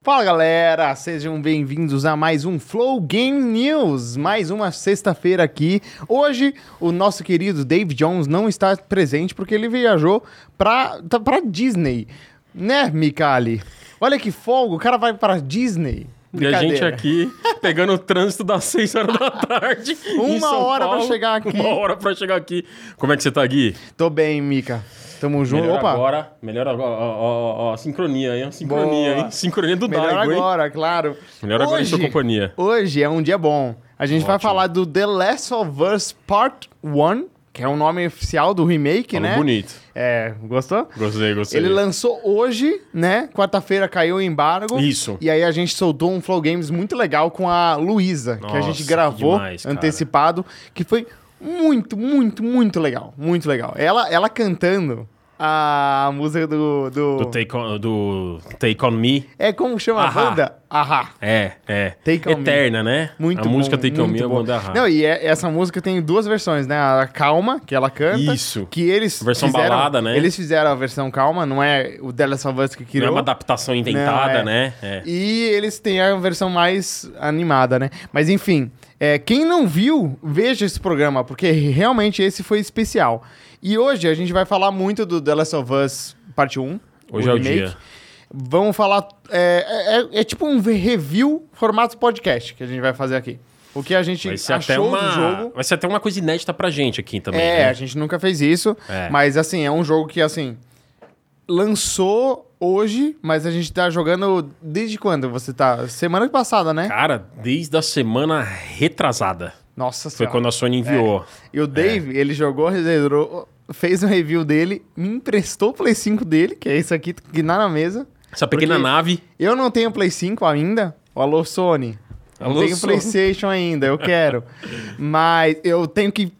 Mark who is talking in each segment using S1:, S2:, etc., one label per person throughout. S1: Fala galera, sejam bem-vindos a mais um Flow Game News, mais uma sexta-feira aqui. Hoje o nosso querido Dave Jones não está presente porque ele viajou pra, tá pra Disney, né, Mikali? Olha que folga, o cara vai pra Disney.
S2: E a gente
S1: Brincadeira.
S2: aqui pegando o trânsito das 6 horas da tarde. em
S1: Uma
S2: São
S1: hora pra
S2: Paulo,
S1: chegar aqui.
S2: Uma hora pra chegar aqui. Como é que você tá, Gui?
S1: Tô bem, Mika. Tamo junto.
S2: Melhor
S1: Opa,
S2: agora. Melhor agora. Ó, ó, ó, ó, sincronia, hein? Sincronia,
S1: Boa.
S2: hein? Sincronia do
S1: melhor
S2: Daigo, hein?
S1: agora, claro.
S2: Melhor agora em sua companhia.
S1: Hoje é um dia bom. A gente vai falar do The Last of Us Part 1, que é o nome oficial do remake,
S2: Falou
S1: né?
S2: bonito.
S1: É, gostou?
S2: Gostei, gostei.
S1: Ele lançou hoje, né? Quarta-feira caiu o embargo.
S2: Isso.
S1: E aí a gente soltou um Flow Games muito legal com a Luísa, que a
S2: Nossa,
S1: gente
S2: que
S1: gravou
S2: demais, cara.
S1: antecipado, que foi muito, muito, muito legal. Muito legal. Ela, ela cantando a música do. do...
S2: Do take, on, do take On Me.
S1: É como chama a
S2: Ahá.
S1: banda? Ahá.
S2: É, é.
S1: Take On Me.
S2: Eterna, né?
S1: Muito
S2: A música
S1: bom,
S2: Take On Me
S1: muito
S2: é
S1: bom.
S2: uma da
S1: Não, e é- essa música tem duas versões, né? A calma, que ela canta.
S2: Isso.
S1: Que eles
S2: Versão
S1: fizeram,
S2: balada, né?
S1: Eles fizeram a versão calma, não é o Della Salvance que
S2: Não é
S1: criou.
S2: uma adaptação inventada,
S1: é.
S2: né? É.
S1: E eles têm a versão mais animada, né? Mas enfim, é, quem não viu, veja esse programa, porque realmente esse foi especial. E hoje a gente vai falar muito do The Last of Us Parte 1.
S2: Hoje é o dia.
S1: Vamos falar. É, é- é tipo um review formato podcast que a gente vai fazer aqui. O que a gente
S2: Vai ser, até
S1: achou do
S2: uma,
S1: jogo.
S2: vai ser até uma coisa inédita pra gente aqui também.
S1: É,
S2: né?
S1: a gente nunca fez isso.
S2: É.
S1: Mas, assim, é um jogo que, assim, lançou hoje, mas a gente tá jogando desde quando você tá? Semana passada, né?
S2: Cara, desde a semana retrasada.
S1: Nossa
S2: Foi
S1: senhora.
S2: quando É. a Sony enviou.
S1: E o Dave, ele jogou, zerou, fez um review dele, me emprestou o Play 5 dele, que é isso aqui que tá na mesa.
S2: Essa pequena
S1: Porque-
S2: nave.
S1: Eu não tenho Play 5 ainda. Alô, Sony. Eu não
S2: Alô,
S1: tenho
S2: Sony.
S1: PlayStation ainda, eu quero. Mas eu tenho que.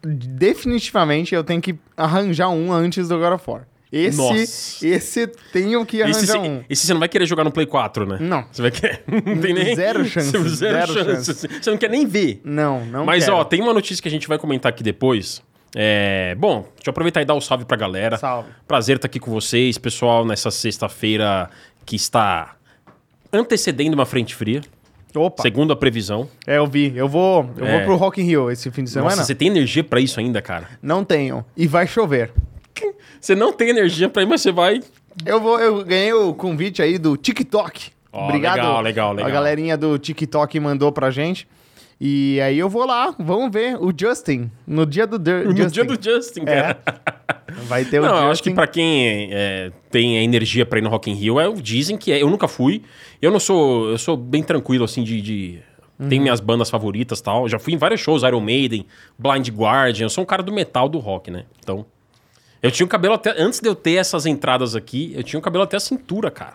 S1: Definitivamente eu tenho que arranjar um antes do God of War. Esse,
S2: Nossa.
S1: esse tenho que
S2: Esse,
S1: arranjar
S2: cê-
S1: um.
S2: esse você não vai querer jogar no Play 4, né?
S1: Não.
S2: Você vai querer. Não tem nem.
S1: Zero chance,
S2: Zero,
S1: zero
S2: chance. Você não quer nem ver.
S1: Não, não
S2: Mas,
S1: quero.
S2: ó, tem uma notícia que a gente vai comentar aqui depois. É, Bom, deixa eu aproveitar e dar um salve pra galera.
S1: Salve.
S2: Prazer estar aqui com vocês, pessoal, nessa sexta-feira que está antecedendo uma frente fria,
S1: Opa,
S2: segundo a previsão.
S1: é, eu vi. Eu vou, eu vou
S2: tá. É.
S1: pro Rock in Rio esse fim de semana.
S2: Nossa, você tem energia pra isso ainda, cara?
S1: Não tenho. E vai chover.
S2: Você não tem energia pra ir, mas você vai
S1: Eu vou, eu ganhei o convite aí do TikTok.
S2: Ó,
S1: Obrigado.
S2: legal, legal, legal.
S1: A galerinha do TikTok mandou pra gente. E aí eu vou lá, vamos ver o Justin no dia do Dur-
S2: No
S1: Justin.
S2: dia do Justin, cara.
S1: Vai ter o assim.
S2: Não,
S1: Justin.
S2: eu acho que pra quem é, tem a energia pra ir no Rock in Rio, é, dizem que é. Eu nunca fui. Eu não sou... Eu sou bem tranquilo, assim, de... de-
S1: Uhum.
S2: Tenho minhas bandas favoritas e tal. Já fui em vários shows, Iron Maiden, Blind Guardian. Eu sou um cara do metal, do rock, né? Então... Eu tinha o cabelo até... Antes de eu ter essas entradas aqui, eu tinha o cabelo até a cintura, cara.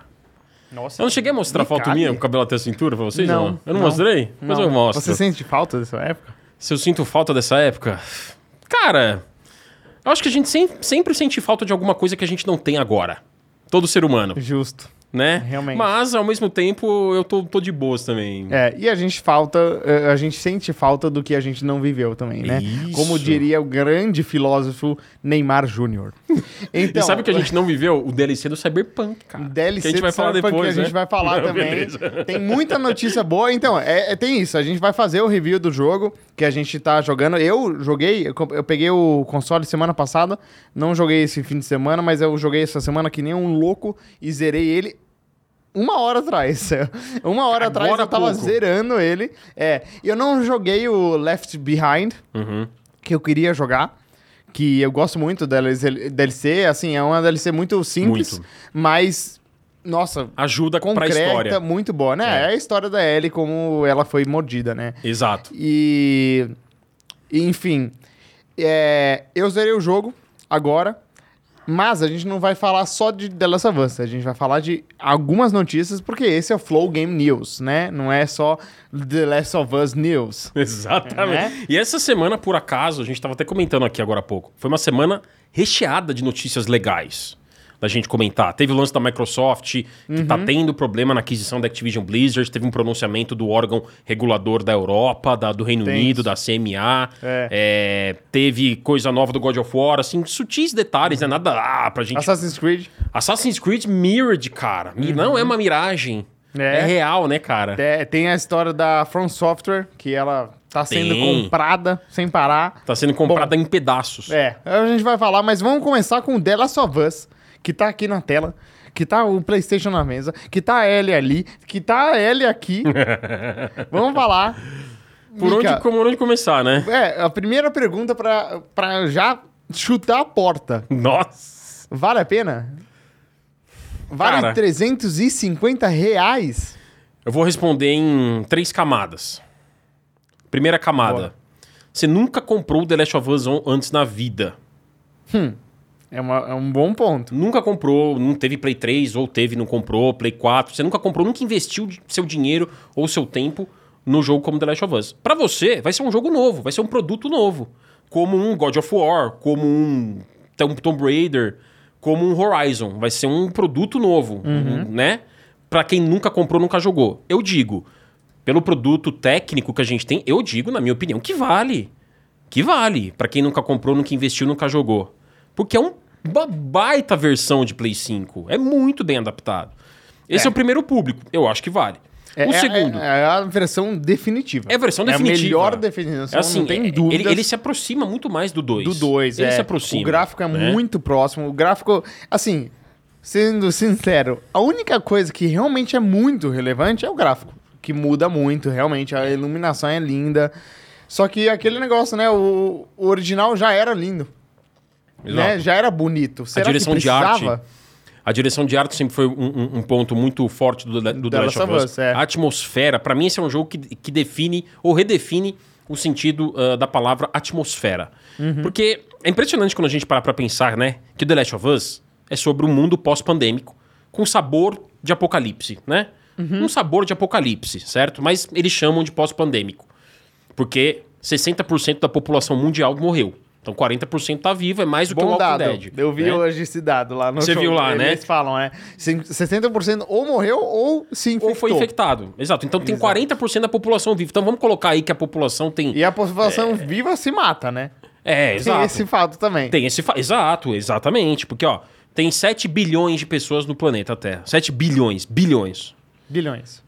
S1: Nossa.
S2: Eu não cheguei a mostrar a foto
S1: Detalhe.
S2: minha com o cabelo até a cintura pra vocês?
S1: Não,
S2: Não. Eu não,
S1: não.
S2: mostrei? Mas eu mostro.
S1: Você sente falta dessa época?
S2: Se eu sinto falta dessa época? Cara, eu acho que a gente sem- sempre sente falta de alguma coisa que a gente não tem agora. Todo ser humano,
S1: Justo.
S2: né?
S1: Realmente.
S2: Mas, ao mesmo tempo, eu tô, tô de boas também.
S1: É, e a gente falta, eh, a gente sente falta do que a gente não viveu também, né?
S2: Isso.
S1: Como diria o grande filósofo Neymar Júnior. Então,
S2: e sabe o que a gente não viveu? O DLC do Cyberpunk, cara.
S1: DLC
S2: que a gente vai
S1: do
S2: falar
S1: Cyberpunk,
S2: depois,
S1: que a
S2: né?
S1: gente vai falar
S2: Não,
S1: também.
S2: beleza.
S1: Tem muita notícia boa, então, é, é- tem isso. A gente vai fazer o review do jogo que a gente tá jogando. Eu joguei, eu, co- eu peguei o console semana passada, não joguei esse fim de semana, mas eu joguei essa semana que nem um louco e zerei ele. Uma hora atrás. Uma hora atrás
S2: Agora
S1: eu
S2: há
S1: tava
S2: pouco.
S1: zerando ele. É, eu não joguei o Left Behind,
S2: Uhum.
S1: que eu queria jogar, que eu gosto muito da DLC, DLC, assim, é uma DLC muito simples,
S2: Muito.
S1: mas nossa,
S2: Ajuda pra
S1: concreta,
S2: história.
S1: muito boa, né? É. a história da Ellie como ela foi mordida, né?
S2: Exato.
S1: E enfim, é, eu zerei o jogo agora, mas a gente não vai falar só de The Last of Us, a gente vai falar de algumas notícias, porque esse é o Flow Game News, né? Não é só The Last of Us News. É,
S2: Exatamente.
S1: né?
S2: E essa semana, por acaso, a gente estava até comentando aqui agora há pouco, foi uma semana recheada de notícias legais da gente comentar. Teve o lance da Microsoft, que
S1: Uhum.
S2: tá tendo problema na aquisição da Activision Blizzard, teve um pronunciamento do órgão regulador da Europa, da- do Reino
S1: Tem
S2: Unido, da CMA,
S1: É.
S2: É, teve coisa nova do God of War, assim, sutis detalhes, né? Nada ah, pra gente
S1: Assassin's Creed
S2: Assassin's Creed Mirage, cara. Mi- Não é uma miragem. É,
S1: Uhum. É.
S2: real, né, cara?
S1: É, tem a história da From Software, que ela tá sendo
S2: Tem.
S1: comprada sem parar.
S2: Tá sendo comprada em pedaços.
S1: É, a gente vai falar, mas vamos começar com o The Last of Us, que tá aqui na tela, que tá o PlayStation na mesa, que tá a L ali, que tá a L aqui. vamos falar.
S2: Por
S1: Mica,
S2: onde, como, onde começar, né?
S1: É, a primeira pergunta pra, pra já chutar a porta.
S2: Nossa!
S1: Vale a pena? Vale
S2: Cara.
S1: 350 reais?
S2: Eu vou responder em três camadas. Primeira camada.
S1: Bora.
S2: Você nunca comprou The Last of Us on- antes na vida.
S1: É, uma- é um bom ponto.
S2: Nunca comprou, não teve Play 3, ou teve, não comprou, Play 4. Você nunca comprou, nunca investiu de- seu dinheiro ou seu tempo no jogo como The Last of Us. Pra você, vai ser um jogo novo, vai ser um produto novo. Como um God of War, como um Tom- Tomb Raider, como um Horizon. Vai ser um produto novo, um- né? Pra quem nunca comprou, nunca jogou. Eu digo, pelo produto técnico que a gente tem, eu digo, na minha opinião, que vale. Que vale. Pra quem nunca comprou, nunca investiu, nunca jogou. Porque é um- uma baita versão de Play 5. É muito bem adaptado. Esse é, o primeiro público. Eu acho que vale.
S1: É, é-
S2: o Um segundo.
S1: É, é a versão definitiva.
S2: É a versão
S1: É a
S2: definitiva.
S1: melhor definição,
S2: É assim,
S1: não tem
S2: é-
S1: dúvida.
S2: Ele, ele se aproxima muito mais do 2.
S1: do 2,
S2: Ele
S1: é.
S2: se aproxima.
S1: O gráfico é
S2: né?
S1: muito próximo. O gráfico, assim, sendo sincero, a única coisa que realmente é muito relevante é o gráfico, que muda muito, realmente. A iluminação é linda. Só que aquele negócio, né? O, o original já era lindo. Né?
S2: Exato.
S1: Já era bonito. Será
S2: direção
S1: que
S2: de arte
S1: precisava?
S2: A direção de arte sempre foi um, um- um ponto muito forte do, do The
S1: Da Last
S2: Last of
S1: of
S2: Us.
S1: Us, é.
S2: A atmosfera, pra mim, esse é um jogo que, que define ou redefine o sentido ah, da palavra atmosfera.
S1: Uhum.
S2: Porque é impressionante quando a gente parar pra pensar, né? Que The Last of Us é sobre um mundo pós-pandêmico com sabor de apocalipse, né?
S1: Uhum.
S2: Um sabor de apocalipse, certo? Mas eles chamam de pós-pandêmico. Porque 60% da população mundial morreu. Então 40% tá vivo, é mais do que o
S1: Bom
S2: Walking
S1: dado.
S2: Dead.
S1: Eu vi
S2: né?
S1: hoje esse dado lá no
S2: Você
S1: show.
S2: viu lá, né?
S1: Eles falam, né? 60% ou morreu ou se infectou.
S2: Ou foi infectado. Exato. Então tem 40% da população viva. Então vamos colocar aí que a população tem.
S1: E a população viva se mata, né?
S2: É,
S1: Tem
S2: exato.
S1: esse fato também.
S2: Tem esse fa- Exato, exatamente. Porque, ó, tem 7 bilhões de pessoas no planeta Terra. 7 bilhões, bilhões.
S1: Bilhões.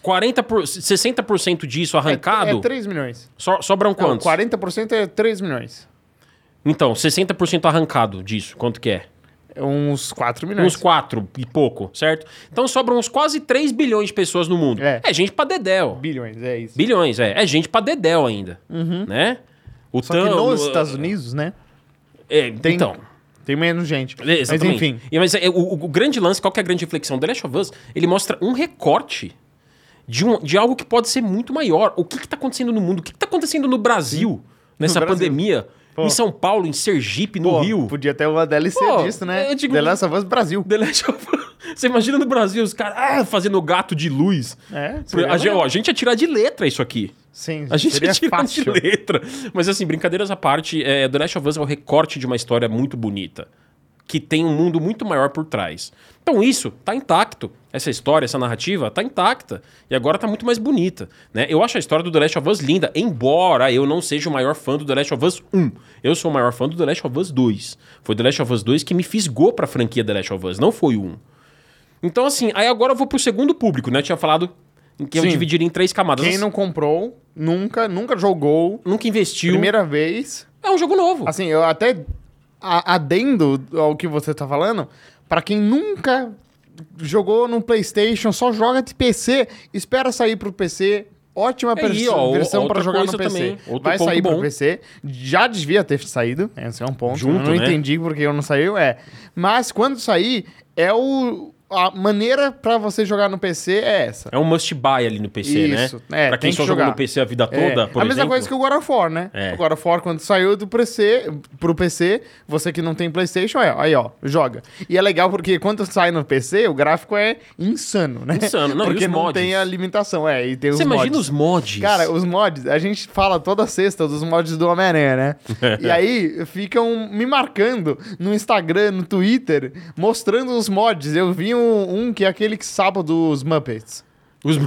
S2: 40 por... 60% disso arrancado,
S1: É, é 3 milhões.
S2: so- sobram
S1: Não,
S2: quantos?
S1: 40% é 3 milhões.
S2: Então, 60% arrancado disso, quanto que é?
S1: É Uns 4 milhões.
S2: Uns 4 e pouco, certo? Então sobram uns quase 3 bilhões de pessoas no mundo.
S1: É.
S2: É, gente pra dedéu.
S1: bilhões, é isso.
S2: Bilhões, é. É gente pra dedéu ainda. Né? O
S1: Uhum. Só que
S2: tan-
S1: nos
S2: o-
S1: Estados Unidos, né?
S2: É,
S1: Tem,
S2: uh, Então,
S1: tem menos gente.
S2: É, Exatamente.
S1: Mas enfim.
S2: E, mas é, o, o- o grande lance, qual que é a grande reflexão? The Last of Us, ele mostra um recorte de, um, de algo que pode ser muito maior. O que está acontecendo no mundo? O que está acontecendo no Brasil nessa
S1: Brasil.
S2: pandemia?
S1: Pô.
S2: Em São Paulo, em Sergipe, no
S1: Pô,
S2: Rio.
S1: Podia ter uma DLC
S2: Pô,
S1: disso, né?
S2: eu digo-
S1: The Last of Us Brasil.
S2: The Last of Us. Você imagina no Brasil os caras ah, fazendo gato de luz.
S1: É, seria
S2: a, gente,
S1: legal.
S2: ó, a gente ia tirar de letra isso aqui.
S1: Sim,
S2: A gente
S1: seria
S2: tira
S1: fácil.
S2: de letra. Mas assim, brincadeiras à parte, é, The Last of Us é o recorte de uma história muito bonita. Que tem um mundo muito maior por trás. Então isso tá intacto. Essa história, essa narrativa tá intacta. E agora tá muito mais bonita. Né? Eu acho a história do The Last of Us linda, embora eu não seja o maior fã do The Last of Us 1. Eu sou o maior fã do The Last of Us 2. Foi The Last of Us 2 que me fisgou pra franquia The Last of Us, não foi o 1. Então, assim, aí agora eu vou pro segundo público, né? Eu tinha falado que eu
S1: Sim.
S2: dividiria em três camadas.
S1: Quem não comprou, nunca, nunca jogou,
S2: Nunca investiu.
S1: primeira vez.
S2: É um jogo novo.
S1: Assim, eu até a- adendo ao que você tá falando, pra quem nunca jogou no PlayStation, só joga de PC, espera sair pro PC. Ótima
S2: É Aí,
S1: perso-
S2: ó, o-
S1: versão
S2: outra
S1: pra jogar no
S2: coisa
S1: PC.
S2: também, outro
S1: Vai
S2: ponto
S1: sair
S2: bom.
S1: pro PC. Já devia ter saído. Esse é um ponto.
S2: Junto,
S1: eu não
S2: né?
S1: entendi porque eu não saiu, é. Mas quando sair, é o. A maneira pra você jogar no PC é essa.
S2: É um must buy ali no PC,
S1: Isso,
S2: né?
S1: é,
S2: pra
S1: tem
S2: quem
S1: que
S2: só jogou
S1: jogar.
S2: no PC a vida toda,
S1: É,
S2: por
S1: a
S2: exemplo.
S1: mesma coisa que o God of War, né?
S2: É.
S1: O God of War, quando saiu do PC, pro PC, você que não tem Playstation, é, aí ó, joga. E é legal porque quando sai no PC, o gráfico é insano, né?
S2: Insano, não, e
S1: Porque
S2: os
S1: não
S2: mods?
S1: tem a limitação, é, e tem
S2: Você
S1: os
S2: imagina
S1: mods.
S2: os mods?
S1: Cara, os mods, a gente fala toda sexta dos mods do Homem-Aranha, né? e aí ficam me marcando no Instagram, no Twitter, mostrando os mods. Eu vi um, um que é aquele que sábado dos Muppets.
S2: Os-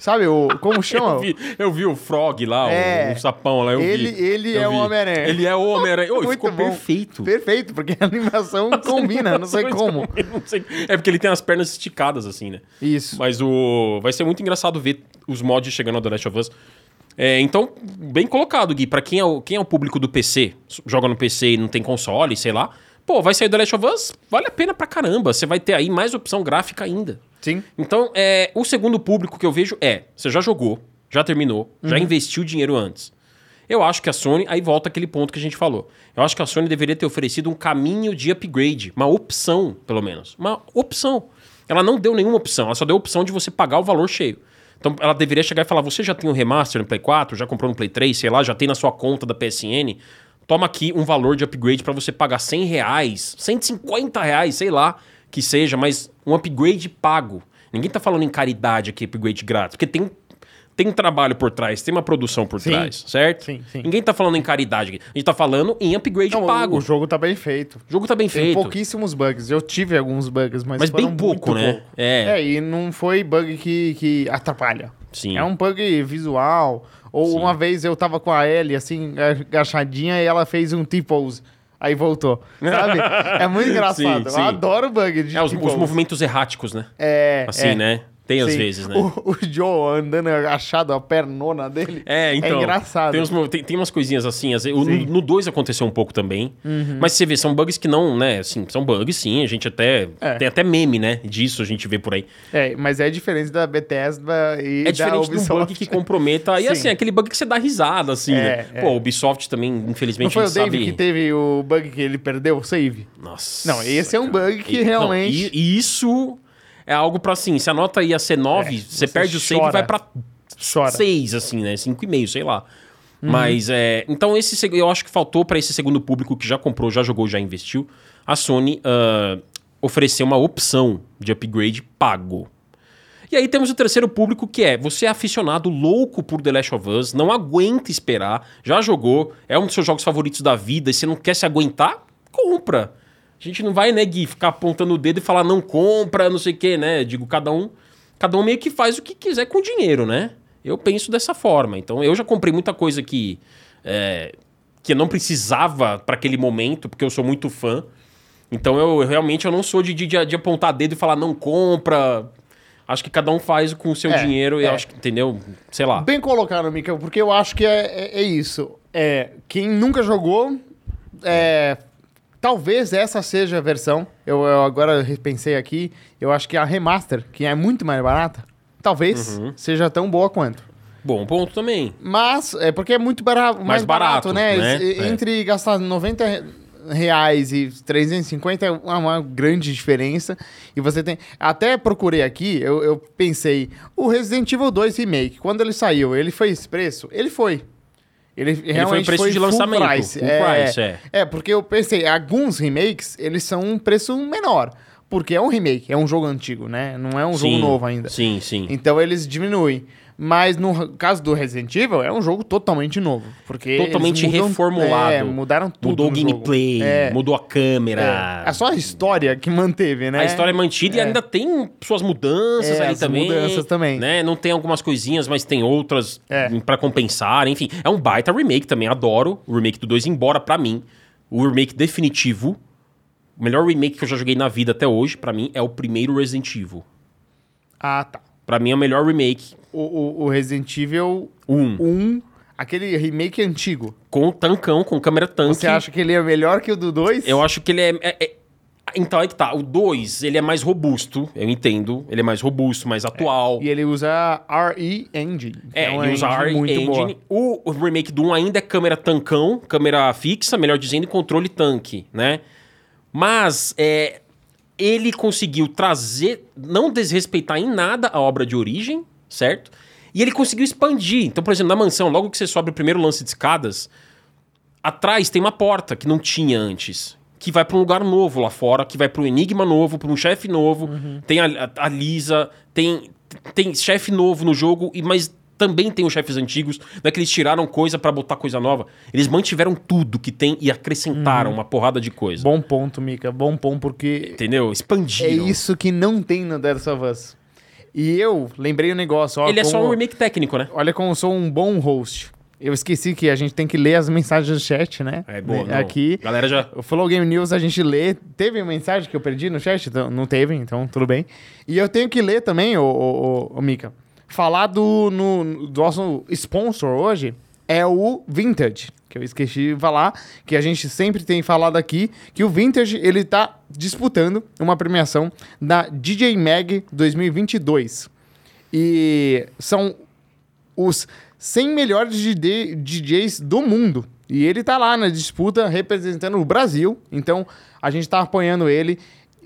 S1: Sabe o. Como chama?
S2: Eu vi, eu vi o Frog lá,
S1: É.
S2: o, o sapão lá. Eu
S1: Ele-
S2: vi,
S1: ele
S2: Eu
S1: é o
S2: vi.
S1: Homem-Aranha.
S2: Ele é o Homem-Aranha. Ô,
S1: Muito
S2: ficou
S1: bom.
S2: perfeito. é
S1: Perfeito, porque a animação combina, não sei como.
S2: Eu não sei. É porque ele tem as pernas esticadas, assim, né?
S1: Isso.
S2: Mas o. Vai ser muito engraçado ver os mods chegando ao The Last of Us. É, então, bem colocado, Gui. Pra quem é, o, quem é o público do PC, joga no PC e não tem console, sei lá. Pô, vai sair The Last of Us, vale a pena pra caramba. Você vai ter aí mais opção gráfica ainda.
S1: Sim.
S2: Então, é, o segundo público que eu vejo é: você já jogou, já terminou, já investiu dinheiro antes. Eu acho que a Sony, aí volta aquele ponto que a gente falou. Eu acho que a Sony deveria ter oferecido um caminho de upgrade, uma opção, pelo menos. Uma opção. Ela não deu nenhuma opção, ela só deu a opção de você pagar o valor cheio. Então ela deveria chegar e falar: você já tem um remaster no Play 4, já comprou no Play 3, sei lá, já tem na sua conta da PSN. Toma aqui um valor de upgrade para você pagar 100 reais, 150 reais, sei lá que seja, mas um upgrade pago. Ninguém tá falando em caridade aqui, upgrade grátis, porque tem, tem trabalho por trás, tem uma produção por
S1: Sim.
S2: trás, certo?
S1: Sim, sim.
S2: Ninguém tá falando em caridade aqui. A gente tá falando em upgrade
S1: Não, o-
S2: pago.
S1: O
S2: O
S1: jogo tá bem feito.
S2: jogo tá bem
S1: Tem
S2: feito.
S1: pouquíssimos bugs. Eu tive alguns bugs, mas.
S2: Mas bem
S1: foram
S2: pouco,
S1: muito
S2: né?
S1: pouco.
S2: É.
S1: É, e não foi bug que, que atrapalha.
S2: Sim.
S1: É um bug visual. Ou uma vez eu tava com a Ellie, assim, agachadinha, e ela fez um T-pose. Aí voltou. Sabe? é muito engraçado.
S2: Sim, sim.
S1: Eu adoro bug de
S2: É, os, os
S1: T-pose.
S2: movimentos erráticos, né?
S1: tipo, É.
S2: Assim,
S1: é.
S2: né? Tem às
S1: Sim.
S2: vezes, né?
S1: O, o Joe andando agachado, a pernona dele.
S2: É, então.
S1: engraçado.
S2: Tem, uns mo- tem- tem umas coisinhas assim. às vezes- o- no 2 aconteceu um pouco também.
S1: Uhum.
S2: Mas você vê, são bugs que não, né? Assim, são bugs, sim. A gente até.
S1: É.
S2: Tem até meme, né? Disso a gente vê por aí.
S1: É, mas é diferente da Bethesda e
S2: É
S1: da
S2: diferente de um
S1: Ubisoft.
S2: bug que comprometa. E
S1: Sim.
S2: assim, aquele bug que você dá risada, assim,
S1: É,
S2: né?
S1: é.
S2: Pô, o Ubisoft também, infelizmente,
S1: Não foi
S2: a
S1: o
S2: gente
S1: Dave
S2: sabe-
S1: que teve o bug que ele perdeu o save?
S2: Nossa.
S1: Não, esse é um bug que realmente-
S2: não, e, e isso é algo pra assim, se a nota ia ser 9, você,
S1: É, você
S2: perde o save e
S1: chora.
S2: vai pra
S1: Chora.
S2: 6, assim, né? 5,5, sei lá. Mas é. Então, esse seg- eu acho que faltou pra esse segundo público que já comprou, já jogou, já investiu, a Sony ah, oferecer uma opção de upgrade pago. E aí temos o terceiro público que é você é aficionado louco por The Last of Us, não aguenta esperar, já jogou, é um dos seus jogos favoritos da vida e você não quer se aguentar, compra. A gente não vai, né, Gui, ficar apontando o dedo e falar não compra, não sei o quê, né? Digo, cada um, cada um meio que faz o que quiser com o dinheiro, né? Eu penso dessa forma. Então eu já comprei muita coisa que é, que eu não precisava para aquele momento, porque eu sou muito fã. Então eu realmente eu não sou de, de, de apontar dedo e falar não compra. Acho que cada um faz com o seu
S1: É,
S2: dinheiro e
S1: é.
S2: acho que, entendeu? Sei lá.
S1: Bem colocado, Mikael, porque eu acho que é, é- é isso. É, quem nunca jogou, é, talvez essa seja a versão. Eu, eu agora repensei aqui. Eu acho que a remaster, que é muito mais barata, talvez
S2: Uhum.
S1: seja tão boa quanto.
S2: Bom ponto também.
S1: Mas, é porque é muito bara- mais, barato,
S2: barato,
S1: né?
S2: né?
S1: E-
S2: É.
S1: Entre gastar 90 re- reais e 350 é uma, uma grande diferença. E você tem. Até procurei aqui, eu, eu pensei, o Resident Evil 2 Remake, quando ele saiu, ele foi esse preço? Ele foi. Ele, realmente
S2: foi o preço de
S1: full
S2: lançamento, full
S1: é,
S2: price, é.
S1: é, porque eu pensei, alguns remakes, eles são um preço menor. Porque é um remake, é um jogo antigo, né? Não é um jogo
S2: Sim,
S1: novo ainda.
S2: Sim, sim.
S1: Então eles diminuem. Mas no caso do Resident Evil, é um jogo totalmente novo. Porque eles
S2: Totalmente
S1: mudam-
S2: reformulado.
S1: É, mudaram tudo.
S2: mudou o
S1: no jogo.
S2: gameplay,
S1: É,
S2: mudou a câmera.
S1: é. É só a história que manteve, né?
S2: A história é mantida e ainda tem suas mudanças
S1: É,
S2: ali
S1: as
S2: também.
S1: mudanças também.
S2: Né? Não tem algumas coisinhas, mas tem outras
S1: É.
S2: hum, pra compensar. Enfim, é um baita remake também. Adoro o remake do 2, embora pra mim, o remake definitivo, o melhor remake que eu já joguei na vida até hoje, pra mim, é o primeiro Resident Evil.
S1: Ah, tá.
S2: Pra mim é o melhor remake.
S1: O, o- o Resident Evil
S2: Um.
S1: 1, aquele remake antigo.
S2: Com o tancão, com câmera tanque.
S1: Você acha que ele é melhor que o do 2?
S2: Eu acho que ele é. é- é- Então é que tá. O 2, ele é mais robusto, eu entendo. Ele é mais robusto, mais atual.
S1: É. E ele usa RE Engine. que
S2: É,
S1: uma
S2: ele usa a
S1: engine muito
S2: Engine.
S1: boa.
S2: O, o remake do 1 ainda é câmera tancão, câmera fixa, melhor dizendo, e controle tanque, né? Mas é, ele conseguiu trazer, não desrespeitar em nada a obra de origem, certo? E ele conseguiu expandir. Então, por exemplo, na mansão, logo que você sobe o primeiro lance de escadas, atrás tem uma porta que não tinha antes. Que vai pra um lugar novo lá fora, que vai pra um enigma novo, pra um chefe novo.
S1: Uhum.
S2: Tem a, a- a Lisa, tem, tem chefe novo no jogo, e mas também tem os chefes antigos. Não é que eles tiraram coisa pra botar coisa nova. Eles mantiveram tudo que tem e acrescentaram uma porrada de coisa.
S1: Uhum. Bom ponto, Mika. Bom ponto, porque
S2: Entendeu?
S1: É
S2: Expandiram.
S1: isso que não tem no The Last of Us. E eu lembrei o negócio. Ó,
S2: Ele é só
S1: como-
S2: um remake técnico, né?
S1: Olha como eu sou um bom host. Eu esqueci que a gente tem que ler as mensagens do chat, né?
S2: É boa. não.
S1: Aqui.
S2: Galera já.
S1: O Flow Game News a gente lê. Teve mensagem que eu perdi no chat? Então, Não teve, então tudo bem. E eu tenho que ler também, ô, ô, ô, ô, Mika. Falar do, no- do nosso sponsor hoje é o Vintage, que eu esqueci de falar, que a gente sempre tem falado aqui, que o Vintage ele tá disputando uma premiação da DJ Mag 2022. E são os 100 melhores DJ DJs do mundo. E ele tá lá na disputa representando o Brasil. Então a gente tá apoiando ele.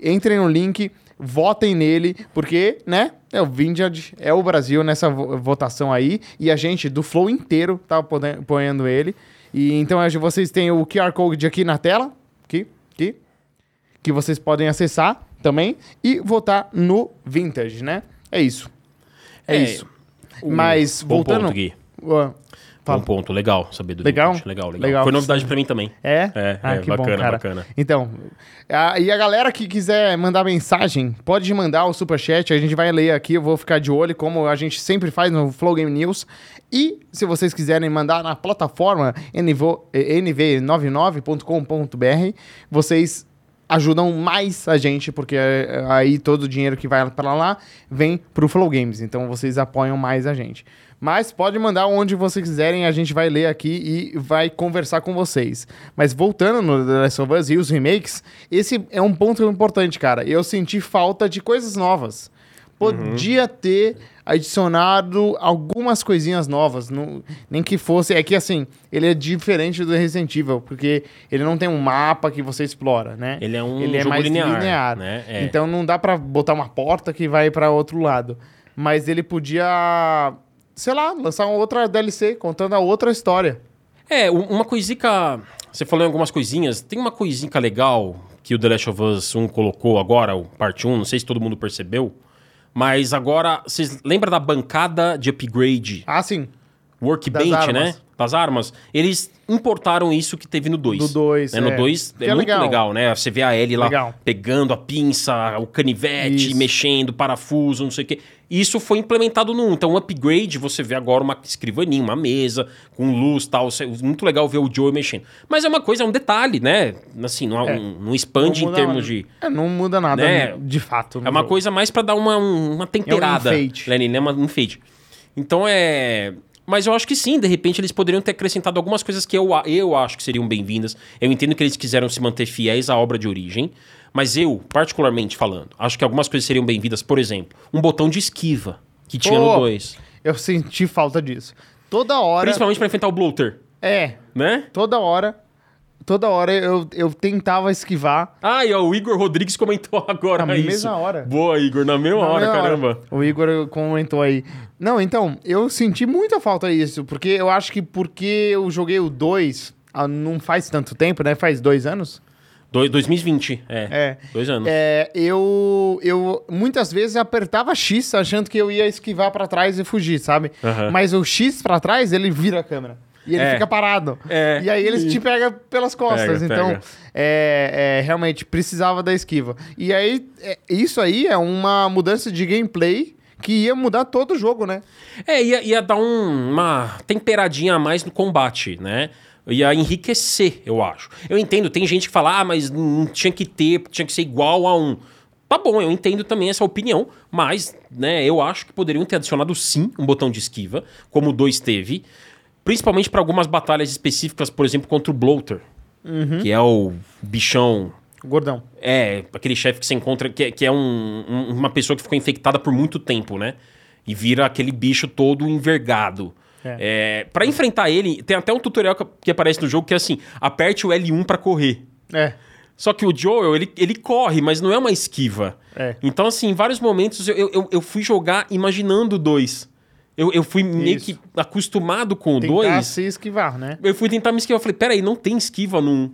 S1: Entrem no link, votem nele, porque, né? É o Vintage, é o Brasil nessa vo- votação aí. E a gente do Flow inteiro tá apoden- apoiando ele. E então hoje vocês têm o QR Code aqui na tela. Aqui, aqui que vocês podem acessar também e votar no Vintage, né? É isso. É,
S2: É,
S1: isso. Mas
S2: Bom
S1: voltando.
S2: ponto, Gui.
S1: Ué, fala.
S2: Bom ponto. Legal saber do
S1: Legal?
S2: Vintage. Legal, legal.
S1: Legal.
S2: Foi novidade pra mim também.
S1: É?
S2: É, é, bacana, bacana.
S1: Então, a- e a galera que quiser mandar mensagem, pode mandar o superchat, a gente vai ler aqui, eu vou ficar de olho, como a gente sempre faz no Flow Game News. E se vocês quiserem mandar na plataforma NVO eh, nv99.com.br, vocês ajudam mais a gente, porque eh, aí todo o dinheiro que vai pra lá vem pro Flow Games, então vocês apoiam mais a gente. Mas pode mandar onde vocês quiserem, a gente vai ler aqui e vai conversar com vocês. Mas voltando no The Last of Us e os remakes, esse é um ponto importante, cara. Eu senti falta de coisas novas. Podia ter adicionado algumas coisinhas novas, não- nem que fosse. É que assim, ele é diferente do Resident Evil, porque ele não tem um mapa que você explora, né?
S2: Ele é um
S1: ele é
S2: jogo
S1: mais
S2: linear.
S1: linear.
S2: Né? É.
S1: Então não dá pra botar uma porta que vai pra outro lado. Mas ele podia, sei lá, lançar uma outra DLC contando a outra história.
S2: É, um- uma coisica. Você falou em algumas coisinhas. Tem uma coisica legal que o The Last of Us 1 colocou agora, o parte 1, não sei se todo mundo percebeu. Mas agora, vocês lembram da bancada de upgrade
S1: Ah, sim.
S2: Workbench,
S1: Das armas.
S2: né? Das armas. Eles importaram isso que teve no 2.
S1: Do dois,
S2: Né? No
S1: é.
S2: 2 é,
S1: Que é
S2: muito legal.
S1: legal.
S2: né? Você vê a Ellie lá
S1: Legal.
S2: pegando a pinça, o canivete,
S1: Isso.
S2: mexendo, parafuso, não sei o quê. Isso foi implementado no 1. Então, um upgrade, você vê agora uma escrivaninha, uma mesa, com luz e tal. Isso é Muito legal ver o Joe mexendo. Mas é uma coisa, é um detalhe, né? Assim, não, é. um, não expande
S1: Não
S2: em
S1: muda-
S2: termos de...
S1: É, não muda nada,
S2: Né?
S1: de fato. no
S2: É uma
S1: jogo.
S2: coisa mais pra dar uma, um- uma temperada.
S1: É enfeite.
S2: Lenin, né? Uma- Um enfeite. Então é. Mas eu acho que sim, de repente eles poderiam ter acrescentado algumas coisas que eu, a- eu acho que seriam bem-vindas. Eu entendo que eles quiseram se manter fiéis à obra de origem, mas eu, particularmente falando, acho que algumas coisas seriam bem-vindas. Por exemplo, um botão de esquiva que tinha
S1: Pô,
S2: no 2.
S1: Eu senti falta disso. Toda hora.
S2: Principalmente pra enfrentar o bloater,
S1: É,
S2: né?
S1: toda hora. Toda hora eu, eu tentava esquivar.
S2: Ah, e ó, o Igor Rodrigues comentou agora
S1: Na
S2: isso.
S1: mesma hora.
S2: Boa, Igor, na mesma
S1: Na
S2: hora,
S1: mesma
S2: caramba.
S1: O Igor comentou aí. Não, então, eu senti muita falta isso, porque eu acho que porque eu joguei o 2 há- não faz tanto tempo, né? Faz dois anos.
S2: Dois- 2020, é.
S1: É.
S2: Dois anos.
S1: É, eu, eu muitas vezes apertava X achando que eu ia esquivar pra trás e fugir, sabe?
S2: Aham.
S1: Mas o X pra trás, ele vira a câmera. E ele
S2: É.
S1: fica parado.
S2: É.
S1: E aí eles te pegam pelas costas.
S2: Pega,
S1: então,
S2: pega.
S1: é- é, realmente, precisava da esquiva. E aí, é, isso aí é uma mudança de gameplay que ia mudar todo o jogo, né?
S2: É, ia, ia dar um- uma temperadinha a mais no combate, né? Ia enriquecer, eu acho. Eu entendo, tem gente que fala, ah, mas não tinha que ter, tinha que ser igual a um. Tá bom, eu entendo também essa opinião, mas, né, eu acho que poderiam ter adicionado sim um botão de esquiva, como o 2 teve, principalmente para algumas batalhas específicas, por exemplo, contra o Bloater, que é o bichão
S1: Gordão.
S2: é, aquele chefe que você encontra, que, é- que é um- um- uma pessoa que ficou infectada por muito tempo, né? E vira aquele bicho todo envergado. É. pra enfrentar ele, tem até um tutorial que, que aparece no jogo que é assim: aperte o L1 pra correr.
S1: É.
S2: Só que o Joel, ele, ele corre, mas não é uma esquiva.
S1: É.
S2: Então, assim, em vários momentos eu, eu, eu fui jogar imaginando dois. Eu, eu fui meio
S1: Isso.
S2: que acostumado com o
S1: Tentar
S2: dois.
S1: se esquivar, né?
S2: Eu fui tentar me esquivar. Eu falei, peraí, não tem esquiva num,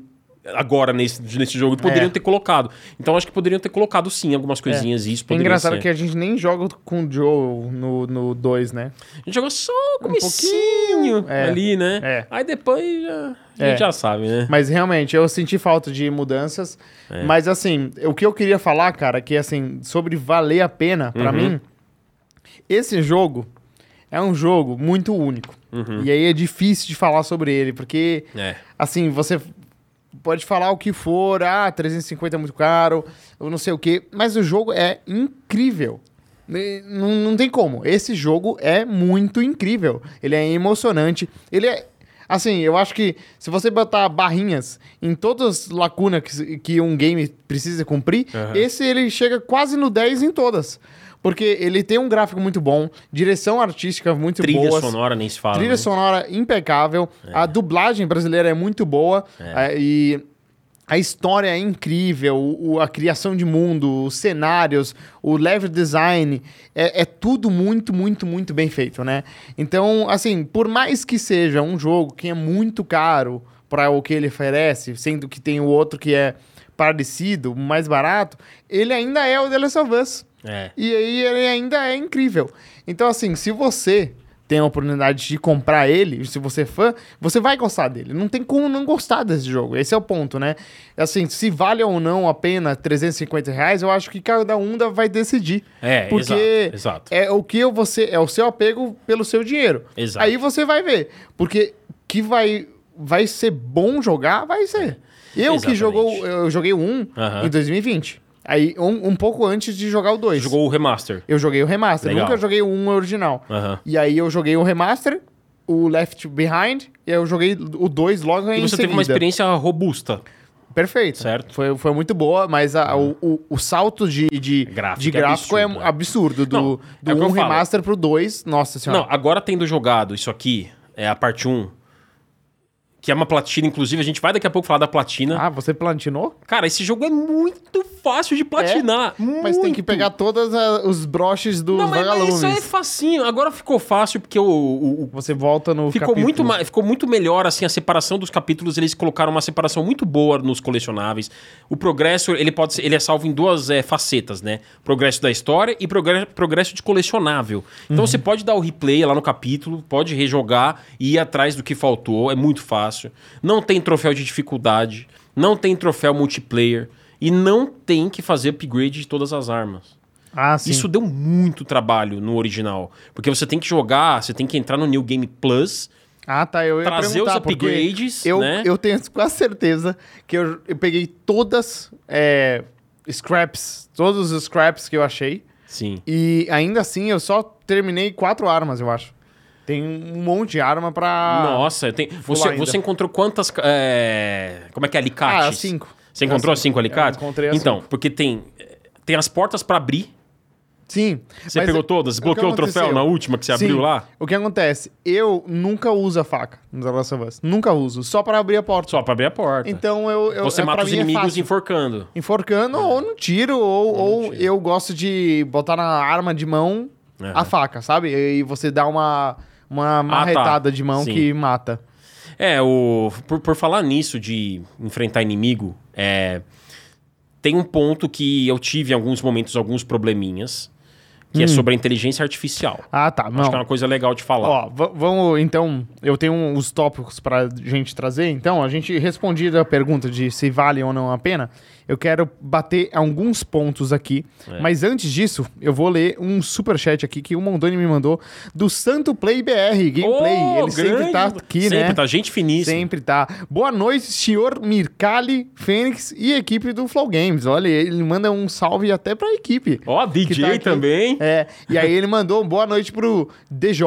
S2: agora nesse, nesse jogo. E poderiam
S1: É.
S2: ter colocado. Então acho que poderiam ter colocado sim algumas coisinhas. E isso
S1: É
S2: poderia
S1: engraçado
S2: ser.
S1: que a gente nem joga com o Joe no 2, né?
S2: A gente jogou só o comecinho
S1: É.
S2: ali, né?
S1: É.
S2: Aí depois já, a
S1: É.
S2: gente já sabe, né?
S1: Mas realmente, eu senti falta de mudanças. Mas assim, o que eu queria falar, cara, que assim, sobre valer a pena, pra mim, Esse jogo é um jogo muito único. E aí é difícil de falar sobre ele, porque
S2: É.
S1: assim, você pode falar o que for, ah, 350 é muito caro, eu não sei o quê, mas o jogo é incrível. E Não, não tem como. Esse jogo é muito incrível. Ele é emocionante. Ele é. Assim, eu acho que se você botar barrinhas em todas as lacunas que, que um game precisa cumprir,
S2: Aham.
S1: esse ele chega quase no 10 em todas. Porque ele tem um gráfico muito bom, direção artística muito
S2: Trilha
S1: boa.
S2: sonora nem se fala.
S1: Trilha
S2: né?
S1: sonora impecável, a dublagem brasileira é muito boa a- e a história é incrível, o- a criação de mundo, os cenários, o level design, é, é tudo muito, muito, muito bem feito, né? Então, assim, por mais que seja um jogo que é muito caro para o que ele oferece, sendo que tem o outro que é parecido, mais barato, ele ainda é o The Last of Us.
S2: É.
S1: E aí ele ainda é incrível. Então, assim, se você tem a oportunidade de comprar ele, se você é fã, você vai gostar dele. Não tem como não gostar desse jogo. Esse é o ponto, né? Assim, se vale ou não a pena 350 reais, eu acho que cada um da- vai decidir.
S2: É,
S1: Porque
S2: exato, exato.
S1: É o que você. É o seu apego pelo seu dinheiro.
S2: Exato.
S1: Aí você vai ver. Porque que vai, vai ser bom jogar, vai ser. Eu que
S2: Exatamente.
S1: jogou, eu joguei o 1
S2: Aham.
S1: em 2020. Aí, um, um pouco antes de jogar o 2.
S2: Jogou o remaster.
S1: Eu joguei o remaster,
S2: Legal.
S1: nunca joguei o 1 original.
S2: Aham.
S1: E aí eu joguei o remaster, o Left Behind, e aí eu joguei o 2 logo
S2: E
S1: em
S2: você
S1: seguida.
S2: teve uma experiência robusta.
S1: Perfeito.
S2: Certo. Ah.
S1: Foi, foi muito boa, mas a- o, o- o salto de, de
S2: Gráfico
S1: de
S2: é
S1: gráfico é
S2: absurdo,
S1: absurdo.
S2: é.
S1: Do,
S2: Não,
S1: do
S2: é o que eu
S1: 1
S2: falo.
S1: remaster pro 2, nossa senhora.
S2: Não, agora tendo jogado isso aqui, é a parte 1, que é uma platina, inclusive, a gente vai daqui a pouco falar da platina.
S1: Ah, você platinou?
S2: Cara, esse jogo é muito fácil de platinar.
S1: É? Mas tem que
S2: muito.
S1: pegar todos a- os broches dos
S2: Não, mas, mas
S1: vagalumes.
S2: isso aí é facinho. Agora ficou fácil, porque o, o- o-
S1: Você volta no
S2: ficou,
S1: capítulo.
S2: muito, ma- ficou muito melhor assim a separação dos capítulos. Eles colocaram uma separação muito boa nos colecionáveis. O progresso, ele pode ser, ele é salvo em duas eh, facetas, né? Progresso da história e progre- progresso de colecionável.
S1: Uhum.
S2: Então você pode dar o replay lá no capítulo, pode rejogar e ir atrás do que faltou. É muito fácil. Não tem troféu de dificuldade, não tem troféu multiplayer. E não tem que fazer upgrade de todas as armas.
S1: Ah, sim.
S2: Isso deu muito trabalho no original. Porque você tem que jogar, você tem que entrar no New Game Plus.
S1: Ah, tá. Eu ia
S2: Trazer os
S1: perguntar, porque
S2: upgrades,
S1: eu,
S2: né?
S1: Eu tenho quase certeza que eu, eu peguei todas é, scraps, todos os scraps que eu achei.
S2: Sim.
S1: E ainda assim, eu só terminei quatro armas, eu acho. Tem um monte de arma pra...
S2: Nossa, tem, você,
S1: Ah, ainda.
S2: você encontrou quantas. é, como é que é? Alicates?
S1: Ah, cinco.
S2: Você encontrou cinco, alicates?
S1: Eu encontrei as
S2: Então, porque tem, tem as portas pra abrir.
S1: Sim. mas
S2: Você
S1: é
S2: pegou
S1: o-
S2: todas?
S1: que
S2: Bloqueou o troféu
S1: aconteceu?
S2: na última que você abriu
S1: Sim.
S2: lá?
S1: O que acontece? Eu nunca uso a faca no The Last of Us. Nunca uso. Só pra abrir a porta.
S2: Só pra abrir a porta.
S1: Então eu... eu
S2: você
S1: é,
S2: mata
S1: pra
S2: os
S1: mim é
S2: inimigos
S1: fácil.
S2: enforcando.
S1: enforcando ou no tiro, ou, ou
S2: É. tiro.
S1: eu gosto de botar na arma de mão
S2: Aham. Ah, tá.
S1: a faca, sabe? E você dá uma, uma marretada de mão
S2: Sim.
S1: que mata.
S2: É, o, por, por falar nisso de enfrentar inimigo, é, tem um ponto que eu tive em alguns momentos alguns probleminhas, que é sobre a inteligência artificial.
S1: Ah, tá.
S2: Acho que é
S1: Hum. Não.
S2: uma coisa legal de falar.
S1: Ó, va- vamos então. Eu tenho uns tópicos pra gente trazer. Então, a gente respondida a pergunta de se vale ou não a pena. Eu quero bater alguns pontos aqui.
S2: É.
S1: Mas antes disso, eu vou ler um superchat aqui que o Mondoni me mandou do Santo Play BR Gameplay.
S2: Ô,
S1: Ele sempre
S2: grande-
S1: tá aqui, né?
S2: Sempre tá gente finíssima.
S1: Sempre tá. Boa noite, senhor Mirkali, Fênix e equipe do Flow Games. Olha, ele manda um salve até pra equipe.
S2: Ó,
S1: que tá
S2: DJ
S1: aqui.
S2: também.
S1: É, e aí ele mandou um boa noite pro DJ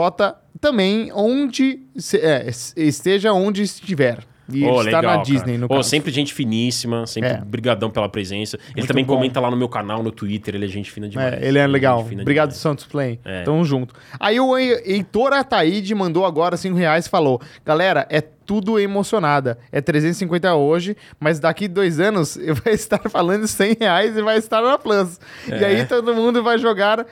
S1: também, onde se- é, esteja onde estiver. E
S2: Ô,
S1: ele está tá na
S2: legal,
S1: Disney,
S2: cara.
S1: no
S2: Ô,
S1: caso.
S2: sempre gente finíssima, sempre
S1: É.
S2: brigadão pela presença. Ele
S1: Muito
S2: também
S1: bom.
S2: comenta lá no meu canal, no Twitter, ele é gente fina demais.
S1: É, ele é legal.
S2: Gente fina
S1: Obrigado,
S2: demais.
S1: Santos Play.
S2: É.
S1: Tamo junto. Aí o He- Heitor Ataíde mandou agora 5 reais e falou: Galera, é tudo emocionada. É 350 hoje, mas daqui dois anos eu vou estar falando 100 reais e vai estar na Plus.
S2: É.
S1: E aí todo mundo vai jogar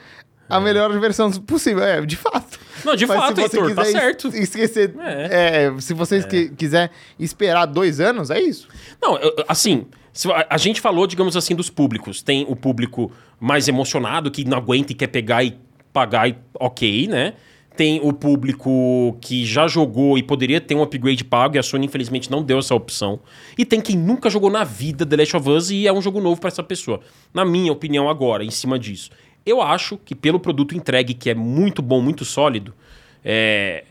S1: a melhor versão possível. É, de fato.
S2: Não, de
S1: Mas se
S2: fato,
S1: você
S2: Heitor, tá
S1: quiser es-
S2: certo.
S1: Esquecer.
S2: É.
S1: é, se você esque- quiser esperar dois anos, é isso.
S2: Não, eu- eu- assim, se a, a gente falou, digamos assim, dos públicos. Tem o público mais emocionado, que não aguenta e quer pegar e pagar e ok, né? Tem o público que já jogou e poderia ter um upgrade pago, e a Sony, infelizmente, não deu essa opção. E tem quem nunca jogou na vida The Last of Us e é um jogo novo pra essa pessoa. Na minha opinião, agora, em cima disso. Eu acho que pelo produto entregue, que é muito bom, muito sólido, é,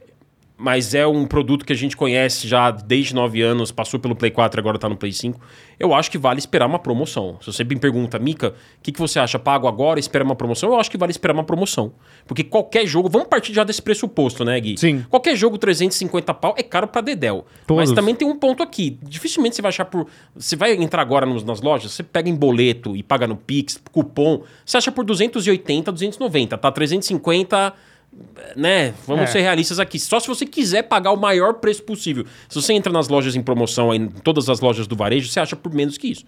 S2: mas é um produto que a gente conhece já desde 9 anos, passou pelo Play 4 agora está no Play 5, eu acho que vale esperar uma promoção. Se você me pergunta, Mika, o que, que você acha? Pago agora, espera uma promoção? Eu acho que vale esperar uma promoção. Porque qualquer jogo, vamos partir já desse pressuposto, né, Gui?
S1: Sim.
S2: Qualquer jogo 350 pau é caro pra Dedel.
S3: Todos.
S2: Mas também tem um ponto aqui. Dificilmente você vai achar por. Você vai entrar agora nos- nas lojas, você pega em boleto e paga no Pix, cupom, você acha por 280, 290, tá? 350. Né? Vamos
S1: É.
S2: ser realistas aqui. Só se você quiser pagar o maior preço possível. Se você entra nas lojas em promoção, em todas as lojas do varejo, você acha por menos que isso.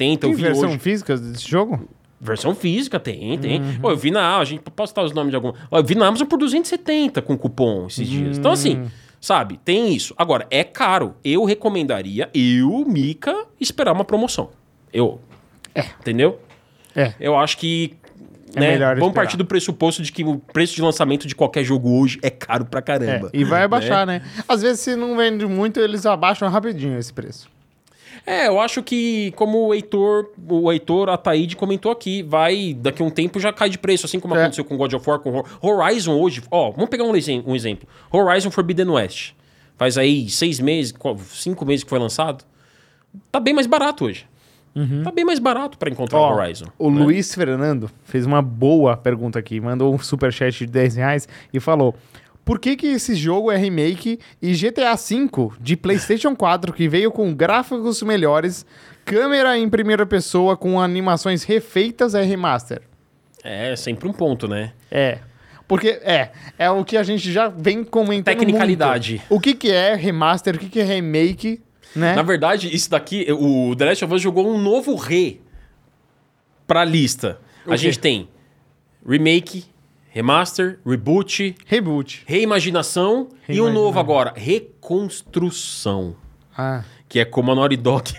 S1: Uhum. Tem
S2: eu Então vi
S1: versão
S2: hoje.
S1: física desse jogo?
S2: Versão física tem, tem.
S1: Uhum.
S2: Ó, eu vi na Amazon, a gente pode citar os nomes de alguma. Ó, eu vi na Amazon por 270 com cupom esses dias. Então,
S1: Hum.
S2: assim, sabe, tem isso. Agora, é caro. Eu recomendaria, eu, Mica, esperar uma promoção. Eu. É. Entendeu?
S1: É.
S2: Eu acho que.
S1: É
S2: né,
S1: melhor
S2: vamos
S1: esperar.
S2: partir do pressuposto de que o preço de lançamento de qualquer jogo hoje é caro pra
S1: É,
S2: caramba.
S1: e vai abaixar, né? Às vezes, se não vende muito, eles abaixam rapidinho esse preço.
S2: É, eu acho que, como o Heitor, o Heitor Ataíde comentou aqui, vai, daqui a um tempo já cai de preço, assim como
S1: É.
S2: aconteceu com God of War, com Hor- Horizon hoje. Ó, vamos pegar um, exem- um exemplo. Horizon Forbidden West. Faz aí seis meses, qu- cinco meses que foi lançado. Tá bem mais barato hoje. Tá bem mais barato pra encontrar
S1: Ó,
S2: o Horizon. né?
S1: O Luiz Fernando fez uma boa pergunta aqui, mandou um superchat de 10 reais e falou: Por que, que esse jogo é remake e GTA V de PlayStation 4, que veio com gráficos melhores, câmera em primeira pessoa com animações refeitas, é remaster?
S2: É, sempre um ponto, né?
S1: É. Porque é, é o que a gente já vem comentando. muito.
S2: Tecnicalidade.
S1: O que, que é remaster, o que, que é remake, né?
S2: Na verdade, isso daqui, o The Last of Us jogou um novo re pra lista.
S1: quê?
S2: A gente tem remake, remaster, reboot,
S1: Reboot.
S2: reimaginação e um novo agora, reconstrução.
S1: Ah.
S2: Que é como a Naughty Dog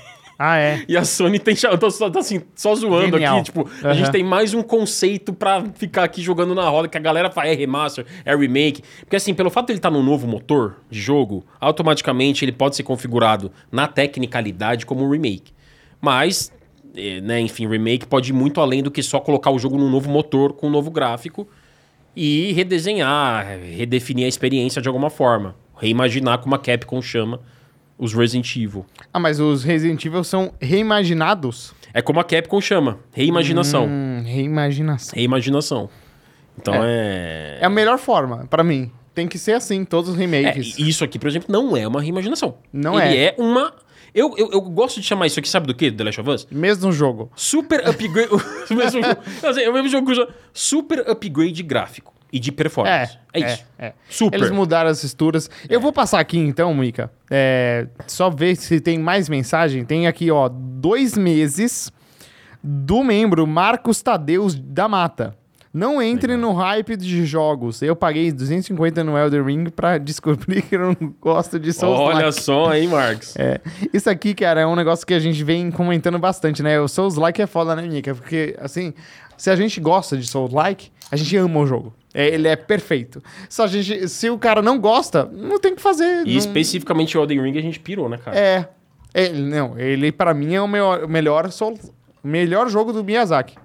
S1: ah, é.
S2: e a Sony tem. Eu tô só, tô assim, só zoando
S1: Genial.
S2: aqui. Tipo, a
S1: Aham.
S2: gente tem mais um conceito pra ficar aqui jogando na roda, que a galera fala é remaster, é remake. Porque assim, pelo fato de ele estar num novo motor de jogo, automaticamente ele pode ser configurado na tecnicalidade como um remake. Mas, eh, né, enfim, remake pode ir muito além do que só colocar o jogo num novo motor com um novo gráfico e redesenhar, redefinir a experiência de alguma forma. Reimaginar como a Capcom chama os Resident Evil.
S1: Ah, mas os Resident Evil são reimaginados?
S2: É como a Capcom chama, reimaginação.
S1: Hum, reimaginação.
S2: Reimaginação. Então é.
S1: É a melhor forma, pra mim. Tem que ser assim, todos os
S2: é,
S1: remakes.
S2: e isso aqui, por exemplo, não é uma reimaginação.
S1: Não
S2: Ele
S1: é.
S2: é uma. Eu, eu, eu gosto de chamar isso aqui, sabe do que, The Last of Us?
S1: Mesmo jogo.
S2: Super upgrade. o mesmo jogo. Não, assim, é o mesmo jogo que eu já- Super upgrade gráfico e de performance. É, isso.
S1: é.
S2: Super. É.
S1: Eles mudaram as texturas. Eu vou passar aqui então, Mica. É, só ver se tem mais mensagem. Tem aqui, ó, dois meses do membro Marcos Tadeus da Mata. Não entre no hype de jogos. Eu paguei 250 no Elder Ring pra descobrir que eu não gosto de Souls.
S2: Olha só, hein, Marcos?
S1: É, isso aqui, cara, é um negócio que a gente vem comentando bastante, né? O Souls Like é foda, né, Mika? Porque, assim, se a gente gosta de Souls Like, a gente ama o jogo. É, ele é perfeito. Se, a gente, se o cara não gosta, não tem o que fazer.
S2: E
S1: não-
S2: especificamente o Elden Ring a gente pirou, né, cara?
S1: É. Ele, não, ele pra mim é o melhor, o melhor, Souls, melhor jogo do Miyazaki.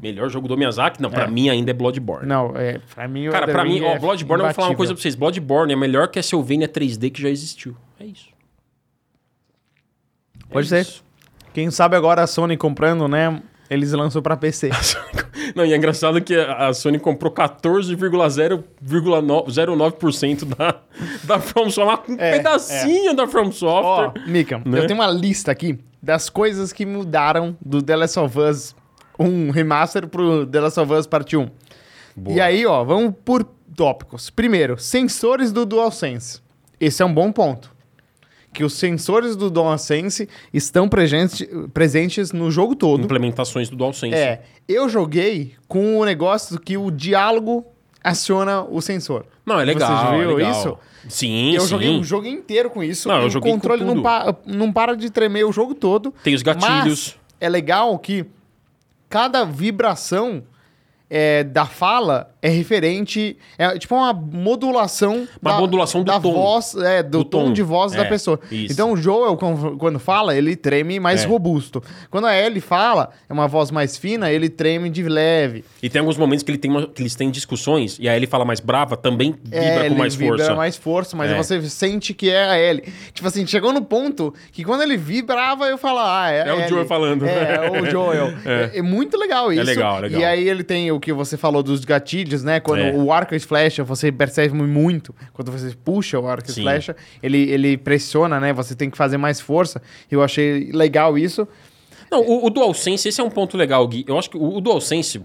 S2: Melhor jogo do Miyazaki? Não, pra mim ainda é Bloodborne.
S1: Não, é, pra mim o
S2: Cara,
S1: Elden
S2: pra mim,
S1: Ring
S2: ó,
S1: é
S2: Bloodborne, eu vou falar uma
S1: imbatível.
S2: coisa pra vocês. Bloodborne é melhor que a Castlevania 3D que já existiu. É isso. É
S1: Pode ser.
S2: isso.
S1: Quem sabe agora a Sony comprando, né? Eles lançam pra PC.
S2: Não, e é engraçado que a a Sony comprou 14,09% da, da From Software, um
S1: É,
S2: pedacinho da From
S1: Ó,
S2: Software.
S1: Mika, eu tenho uma lista aqui das coisas que mudaram do The Last of Us 1 Remaster pro The Last of Us Parte 1. E aí, ó, vamos por tópicos. Primeiro, sensores do DualSense. Esse é um bom ponto. Que os sensores do DualSense estão presentes, presentes no jogo todo.
S2: Implementações do DualSense.
S1: É, eu joguei com o negócio que o diálogo aciona o sensor.
S2: Não, é legal.
S1: Vocês
S2: é
S1: viu
S2: legal.
S1: isso?
S2: Sim,
S1: eu
S2: sim.
S1: joguei um jogo inteiro com isso.
S2: Não, eu
S1: e
S2: joguei
S1: o
S2: com
S1: controle não,
S2: tudo.
S1: pa- não para de tremer o jogo todo.
S2: Tem os
S1: Mas
S2: gatilhos.
S1: é legal que cada vibração é, da fala é referente, é tipo uma modulação
S2: Uma modulação do
S1: da
S2: tom.
S1: voz, é, do,
S2: Do
S1: tom,
S2: tom.
S1: de voz da
S2: É,
S1: pessoa.
S2: isso.
S1: Então o Joel, com- quando fala, ele treme mais
S2: É.
S1: robusto. Quando a Ellie fala, é uma voz mais fina, ele treme de leve.
S2: E tem alguns momentos que, ele tem uma- que eles têm discussões e aí ele fala mais brava, também vibra
S1: é,
S2: com mais
S1: vibra
S2: força.
S1: mais força, mas
S2: É.
S1: você sente que é a Ellie. Tipo assim, chegou no ponto que quando ele vibrava, eu falo, ah, é a
S2: É o
S1: Ellie.
S2: Joel falando.
S1: É, é o Joel. é.
S2: É.
S1: é muito legal isso.
S2: legal, é legal.
S1: E aí ele tem o que você falou dos gatilhos, né? Quando
S2: É.
S1: o arco e flecha, você percebe muito. Quando você puxa o arco e
S2: Sim.
S1: flecha, ele, ele pressiona, né? Você tem que fazer mais força. Eu achei legal isso.
S2: Não, o, o DualSense, esse é um ponto legal, Gui. Eu acho que o, o DualSense,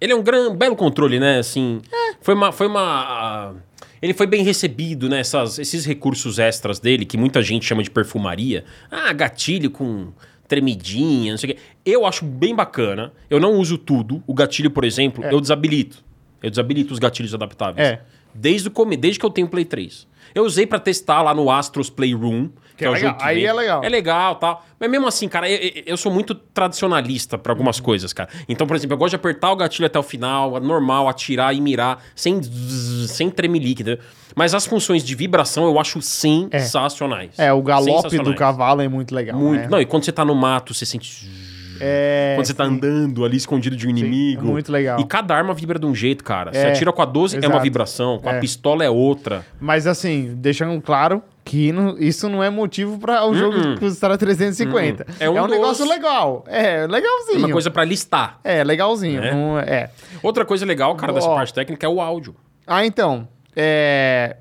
S2: ele é um gran, belo controle, né? Assim, foi uma... Foi uma ele foi bem recebido, né? Essas- esses recursos extras dele, que muita gente chama de perfumaria. Ah, gatilho com tremidinha, não sei o quê. Eu acho bem bacana. Eu não uso tudo. O gatilho, por exemplo, eu desabilito. Eu desabilito os gatilhos adaptáveis.
S1: É.
S2: Desde, o come, desde que eu tenho Play 3. Eu usei pra testar lá no Astros Playroom. Que,
S1: é legal. Aí
S2: vem.
S1: é legal.
S2: É legal tal. Mas mesmo assim, cara, eu, eu- eu sou muito tradicionalista pra algumas coisas, cara. Então, por exemplo, eu gosto de apertar o gatilho até o final, normal, atirar e mirar, sem, zzz, sem tremelique, entendeu? Mas as funções de vibração eu acho sensacionais.
S1: É, o galope do
S2: Sensacionais.
S1: cavalo é muito legal.
S2: Muito.
S1: né?
S2: Não, e quando você tá no mato, você sente.
S1: É,
S2: quando você tá
S1: sim. é
S2: andando ali escondido de um inimigo.
S1: muito legal.
S2: E cada arma vibra de um jeito, cara. Você
S1: É,
S2: atira com a 12 é
S1: exato.
S2: uma vibração, com
S1: É.
S2: a pistola é outra.
S1: Mas assim, deixando claro que não- isso não é motivo para o
S2: Hum,
S1: jogo custar 350.
S2: É um doce.
S1: negócio legal. É,
S2: É
S1: legalzinho.
S2: uma coisa pra listar.
S1: É, legalzinho.
S2: Né?
S1: não é.
S2: Outra coisa legal, cara, dessa
S1: Ó.
S2: parte técnica é o áudio.
S1: Ah, então. É.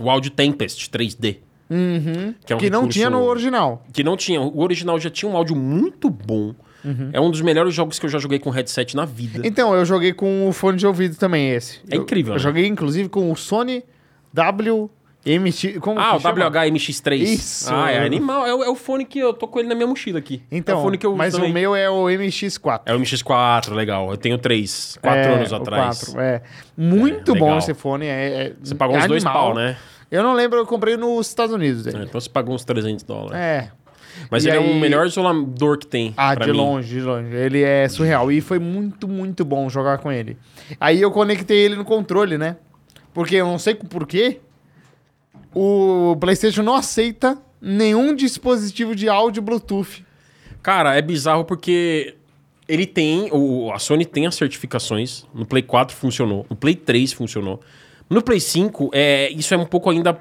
S2: O áudio Tempest 3D.
S1: uhum, que
S2: Que é um
S1: não
S2: recurso-
S1: tinha no original.
S2: Que não tinha. O original já tinha um áudio muito bom. É um dos melhores jogos que eu já joguei com headset na vida.
S1: Uhum. Então, eu joguei com o fone de ouvido também esse.
S2: É
S1: Eu-
S2: incrível,
S1: Eu,
S2: né?
S1: joguei, inclusive, com o Sony WMX. Como
S2: ah, o
S1: que chama?
S2: WH-MX3.
S1: Isso.
S2: Ah, é animal. É, o- é o fone que eu tô com ele na minha mochila aqui.
S1: Então,
S2: é o fone que eu uso
S1: mas
S2: também.
S1: o meu é o MX4.
S2: É o MX4, legal. Eu tenho três, quatro
S1: É,
S2: anos
S1: o
S2: atrás.
S1: quatro, é. Muito
S2: É,
S1: bom
S2: legal.
S1: esse fone. é- é-
S2: Você pagou
S1: é
S2: uns dois
S1: animal.
S2: pau, né?
S1: Eu não lembro, eu comprei nos Estados Unidos.
S2: É,
S1: É.
S2: então você pagou uns 300 dólares.
S1: é.
S2: Mas
S1: E
S2: ele é
S1: aí-
S2: o melhor isolador que tem.
S1: Ah,
S2: pra
S1: de
S2: mim.
S1: longe, de longe. Ele é surreal. E foi muito, muito bom jogar com ele. Aí eu conectei ele no controle, né? Porque eu não sei por quê. O PlayStation não aceita nenhum dispositivo de áudio Bluetooth.
S2: Cara, é bizarro porque ele tem, o, a Sony tem as certificações, no Play 4 funcionou, no Play 3 funcionou. No Play 5, é, isso é um pouco ainda.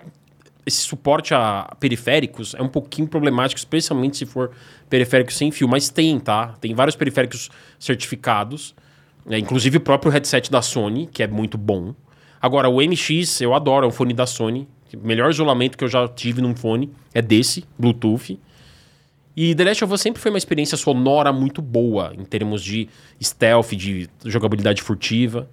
S2: Esse suporte a periféricos é um pouquinho problemático, especialmente se for periférico sem fio, mas tem, tá? Tem vários periféricos certificados, né? inclusive o próprio headset da Sony, que é muito bom. Agora, o MX, eu adoro, é um fone da Sony. O melhor isolamento que eu já tive num fone é desse, Bluetooth. E The Last of Us sempre foi uma experiência sonora muito boa, em termos de stealth, de jogabilidade furtiva.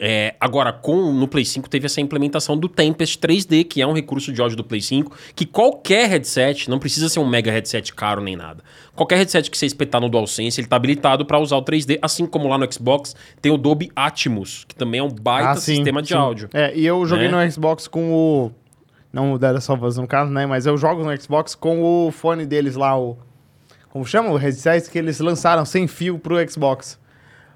S2: É, agora, com no Play 5 teve essa implementação do Tempest 3D, que é um recurso de áudio do Play 5, que qualquer headset, não precisa ser um mega headset caro nem nada. Qualquer headset que você espetar no DualSense, ele tá habilitado para usar o 3D, assim como lá no Xbox tem o Dolby Atmos, que também é um baita sistema de
S1: Ah, sim.
S2: áudio.
S1: É, e eu joguei
S2: Né?
S1: no Xbox com o. Não o Data Salvas no caso, né? Mas eu jogo no Xbox com o fone deles lá, o. Como chama? O headset que eles lançaram sem fio pro Xbox.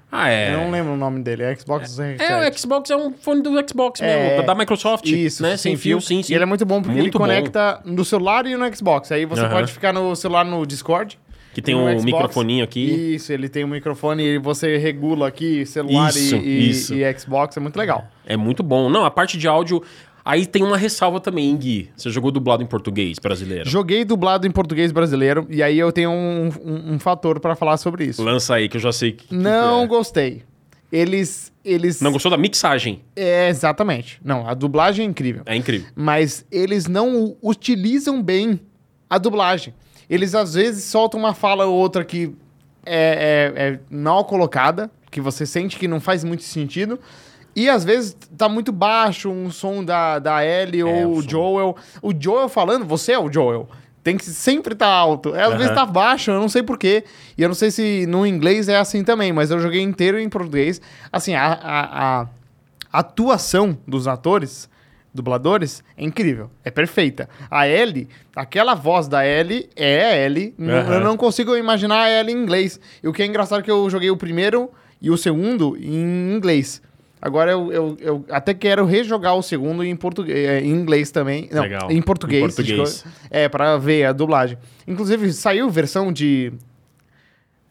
S2: Ah, é.
S1: Eu não lembro o nome dele. É Xbox headset.
S2: É, o Xbox é um fone do Xbox
S1: É.
S2: mesmo, da- da Microsoft,
S1: Isso,
S2: né? Sem, fio, sim, sim.
S1: E ele é muito bom porque ele
S2: Muito bom.
S1: conecta no celular e no Xbox. Aí você
S2: Aham.
S1: pode ficar no celular no Discord.
S2: Que tem
S1: no
S2: um
S1: Xbox.
S2: microfoninho aqui.
S1: Isso, ele tem um microfone e você regula aqui celular e-
S2: Isso,
S1: e,
S2: isso.
S1: e Xbox. É muito legal.
S2: É muito bom. Não, a parte de áudio. Aí tem uma ressalva também, hein, Gui. Você jogou dublado em português brasileiro.
S1: Joguei dublado em português brasileiro e aí eu tenho um, um- um fator pra falar sobre isso.
S2: Lança aí, que eu já sei que. que
S1: Não
S2: é.
S1: gostei. Eles. Eles.
S2: Não gostou da mixagem?
S1: É, exatamente. Não, a dublagem é incrível.
S2: É incrível.
S1: mas eles não u- utilizam bem a dublagem. Eles às vezes soltam uma fala ou outra que é, é- é mal colocada, que você sente que não faz muito sentido. E às vezes tá muito baixo um som da, da Ellie
S2: É, o
S1: ou o
S2: som.
S1: Joel. O Joel falando, você é o Joel. Tem que sempre estar alto. Às
S2: Aham.
S1: vezes tá baixo, eu não sei porquê. E eu não sei se no inglês é assim também, mas eu joguei inteiro em português. Assim, a, a- a atuação dos atores, dubladores, é incrível. É perfeita. A Ellie, aquela voz da Ellie é a Ellie. N-
S2: Aham.
S1: Eu não consigo imaginar a Ellie em inglês. E o que é engraçado é que eu joguei o primeiro e o segundo em inglês. Agora eu, eu, eu até quero rejogar o segundo em, português, é, em inglês também. Não,
S2: Legal.
S1: em português.
S2: Em português.
S1: desculpa. É, pra ver a dublagem. Inclusive, saiu versão de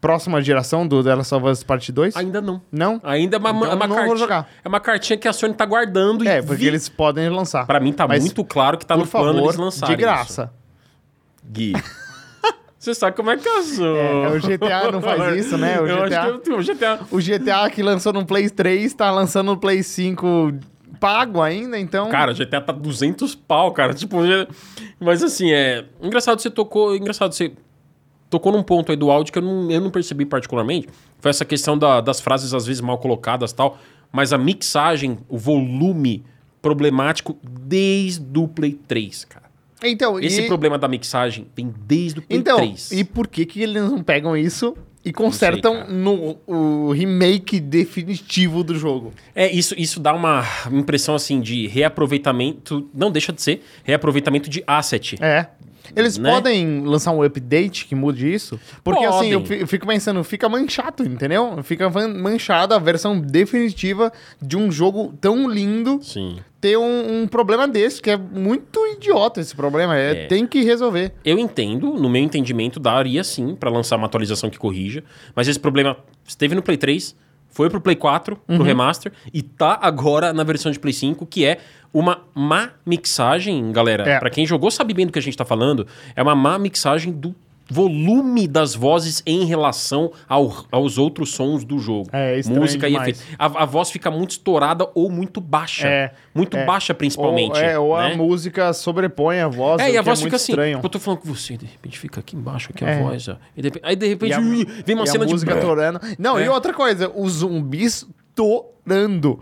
S1: próxima geração do The Last of Us Parte 2?
S2: Ainda não.
S1: Não?
S2: Ainda é uma,
S1: Então
S2: é
S1: não
S2: uma
S1: vou
S2: cartinha.
S1: jogar.
S2: É uma cartinha que a Sony tá guardando e
S1: É, porque
S2: vi-
S1: eles podem lançar.
S2: Pra mim tá
S1: Mas,
S2: muito claro que tá
S1: Por
S2: no plano
S1: favor,
S2: eles lançarem.
S1: de graça.
S2: isso. Gui. Você sabe como é que eu sou.
S1: É, o GTA não faz isso, né? O
S2: eu
S1: GTA
S2: acho que eu- o GTA.
S1: O GTA que lançou no Play 3 tá lançando no Play 5 pago ainda, então.
S2: Cara, o GTA tá 200 pau, cara. Tipo, já- mas assim, é. Engraçado, você tocou. Engraçado, você tocou num ponto aí do áudio que eu não, eu não percebi particularmente. Foi essa questão da- das frases às vezes mal colocadas tal. Mas a mixagem, o volume problemático desde o Play 3, cara.
S1: então,
S2: Esse
S1: e,
S2: problema da mixagem vem desde o Play
S1: então
S2: 3.
S1: e por que que eles não pegam isso e consertam
S2: cara.
S1: no o remake definitivo do jogo?
S2: É, isso, isso dá uma impressão assim de reaproveitamento. Não deixa de ser reaproveitamento de asset.
S1: É. Eles
S2: Né?
S1: podem lançar um update que mude isso? Porque assim,
S2: Podem.
S1: eu fi- eu fico pensando, fica manchado, entendeu? Fica van- manchada a versão definitiva de um jogo tão lindo
S2: Sim.
S1: ter um, um problema desse, que é muito idiota esse problema. é.
S2: É.
S1: Tem que resolver.
S2: Eu entendo, no meu entendimento, daria sim pra lançar uma atualização que corrija. Mas esse problema esteve no Play 3, foi pro Play 4,
S1: Uhum.
S2: pro remaster, e tá agora na versão de Play 5, que é uma má mixagem, galera.
S1: É.
S2: Pra quem jogou sabe bem do que a gente tá falando, é uma má mixagem do volume das vozes em relação ao- aos outros sons do jogo.
S1: É, estranho
S2: Música
S1: demais.
S2: e efeito. A, a voz fica muito estourada ou muito baixa.
S1: É,
S2: muito
S1: é.
S2: baixa, principalmente.
S1: Ou, é, ou
S2: né?
S1: a música sobrepõe a voz.
S2: É,
S1: o
S2: e a
S1: que
S2: voz
S1: é muito
S2: fica assim.
S1: Estranho.
S2: Tipo, eu tô falando com você, de repente fica aqui embaixo, aqui
S1: É.
S2: a voz. ó. E de repente- aí de repente
S1: E a-
S2: ui, vem uma
S1: e
S2: cena
S1: a música
S2: de.
S1: torando. Não,
S2: É.
S1: e outra coisa, os zumbis torando.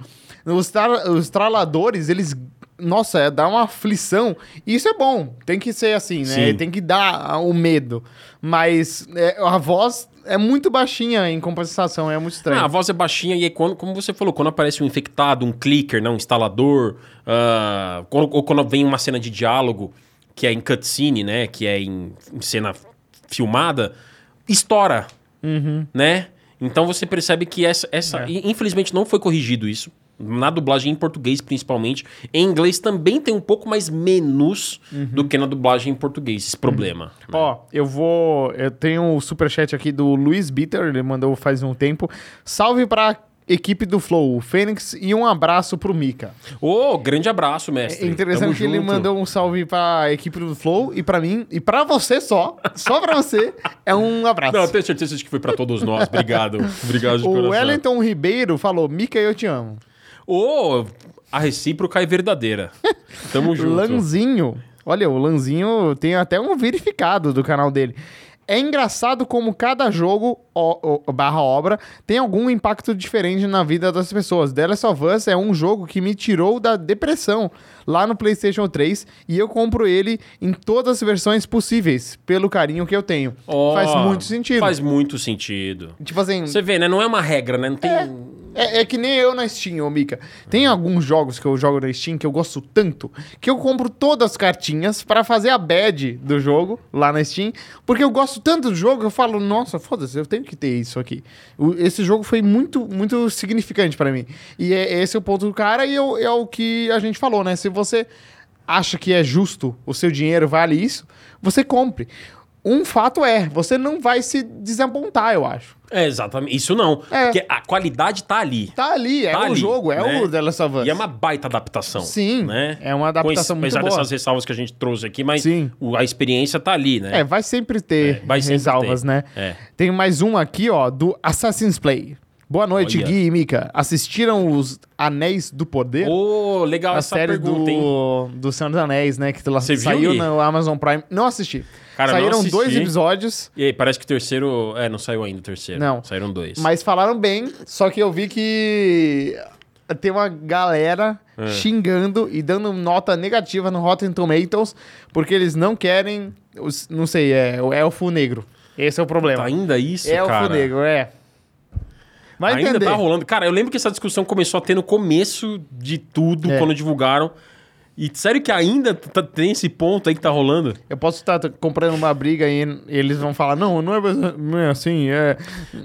S1: Os, tra- os traladores, eles. Nossa, é, dá uma aflição. E Isso é bom. Tem que ser assim, né?
S2: Sim.
S1: Tem que dar a- o medo. Mas é, a voz é muito baixinha em compensação, é muito estranho.
S2: Ah, a voz é baixinha e aí quando, como você falou, quando aparece um infectado, um clicker, né, um instalador, ah, quando- ou quando vem uma cena de diálogo que é em cutscene, né, que é em, em cena filmada, estoura, né? Então você percebe que essa, essa
S1: Uhum. É.
S2: e, infelizmente não foi corrigido isso. Na dublagem em português, principalmente. Em inglês também tem um pouco mais menos
S1: Uhum.
S2: do que na dublagem em português, esse problema. né?
S1: Ó, eu vou. Eu tenho o superchat aqui do Luiz Bitter, ele mandou faz um tempo. Salve pra equipe do Flow, o Fênix, e um abraço pro Mika.
S2: Ô, grande abraço, mestre.
S1: É interessante
S2: Tamo
S1: que ele
S2: junto.
S1: mandou um salve pra equipe do Flow e pra mim, e pra você só, só pra você, é um abraço.
S2: Não, eu tenho certeza de que foi pra todos nós. Obrigado. Obrigado de
S1: o
S2: coração.
S1: Wellington Ribeiro falou: Mika, eu te amo.
S2: Ô, a recíproca é verdadeira. Tamo junto.
S1: Lanzinho. Olha, o Lanzinho tem até um verificado do canal dele. É engraçado como cada jogo ó- ó- barra obra tem algum impacto diferente na vida das pessoas. The Last of Us é um jogo que me tirou da depressão lá no PlayStation 3 e eu compro ele em todas as versões possíveis, pelo carinho que eu tenho.
S2: Ó,
S1: faz muito sentido.
S2: Faz muito sentido.
S1: Tipo assim,
S2: Você vê, né? Não é uma regra, né? Não tem.
S1: é, é que nem eu na Steam, ô Mika. Tem alguns jogos que eu jogo na Steam que eu gosto tanto que eu compro todas as cartinhas pra fazer a bad do jogo lá na Steam, porque eu gosto tanto do jogo, eu falo, nossa, foda-se, eu tenho que ter isso aqui. O- esse jogo foi muito, muito significante pra mim. E é, esse é o ponto do cara e eu- é o que a gente falou, né? Se você acha que é justo, o seu dinheiro vale isso, você compre. Um fato é, você não vai se desapontar, eu acho.
S2: É, exatamente. Isso não.
S1: É.
S2: Porque a qualidade tá ali.
S1: Tá ali, é
S2: Tá
S1: o
S2: ali,
S1: jogo, é
S2: né?
S1: o The Last of Us.
S2: E é uma baita adaptação.
S1: Sim,
S2: Né?
S1: é uma adaptação
S2: Com
S1: muito
S2: apesar
S1: boa.
S2: dessas ressalvas que a gente trouxe aqui, mas
S1: Sim.
S2: o- a experiência tá ali, né?
S1: É, vai sempre ter
S2: É, vai sempre
S1: ressalvas,
S2: ter.
S1: né?
S2: É.
S1: Tem mais um aqui, ó, do Assassin's Play. Boa noite,
S2: Olha.
S1: Gui e Mika. Assistiram os Anéis do Poder?
S2: Ô, legal
S1: É, a
S2: essa
S1: série
S2: pergunta, hein?
S1: do, do Senhor dos Anéis, né? Que tu lá-
S2: Você viu,
S1: saiu
S2: Gui?
S1: no Amazon Prime. Não assisti.
S2: Cara, não
S1: Saíram
S2: assisti.
S1: dois episódios,
S2: E aí, parece que o terceiro. É, não saiu ainda o terceiro.
S1: Não.
S2: Saíram dois.
S1: mas falaram bem. Só que eu vi que tem uma galera
S2: É.
S1: xingando e dando nota negativa no Rotten Tomatoes porque eles não querem, os- não sei, é o Elfo Negro. Esse é o problema.
S2: Tá ainda isso,
S1: Elfo
S2: cara.
S1: negro, é. Vai
S2: Ainda
S1: entender.
S2: tá rolando. Cara, eu lembro que essa discussão começou a ter no começo de tudo,
S1: É.
S2: quando divulgaram. E sério que ainda tá- tem esse ponto aí que tá rolando?
S1: Eu posso estar t- comprando uma briga e eles vão falar, não, não é, mais- não é assim, é...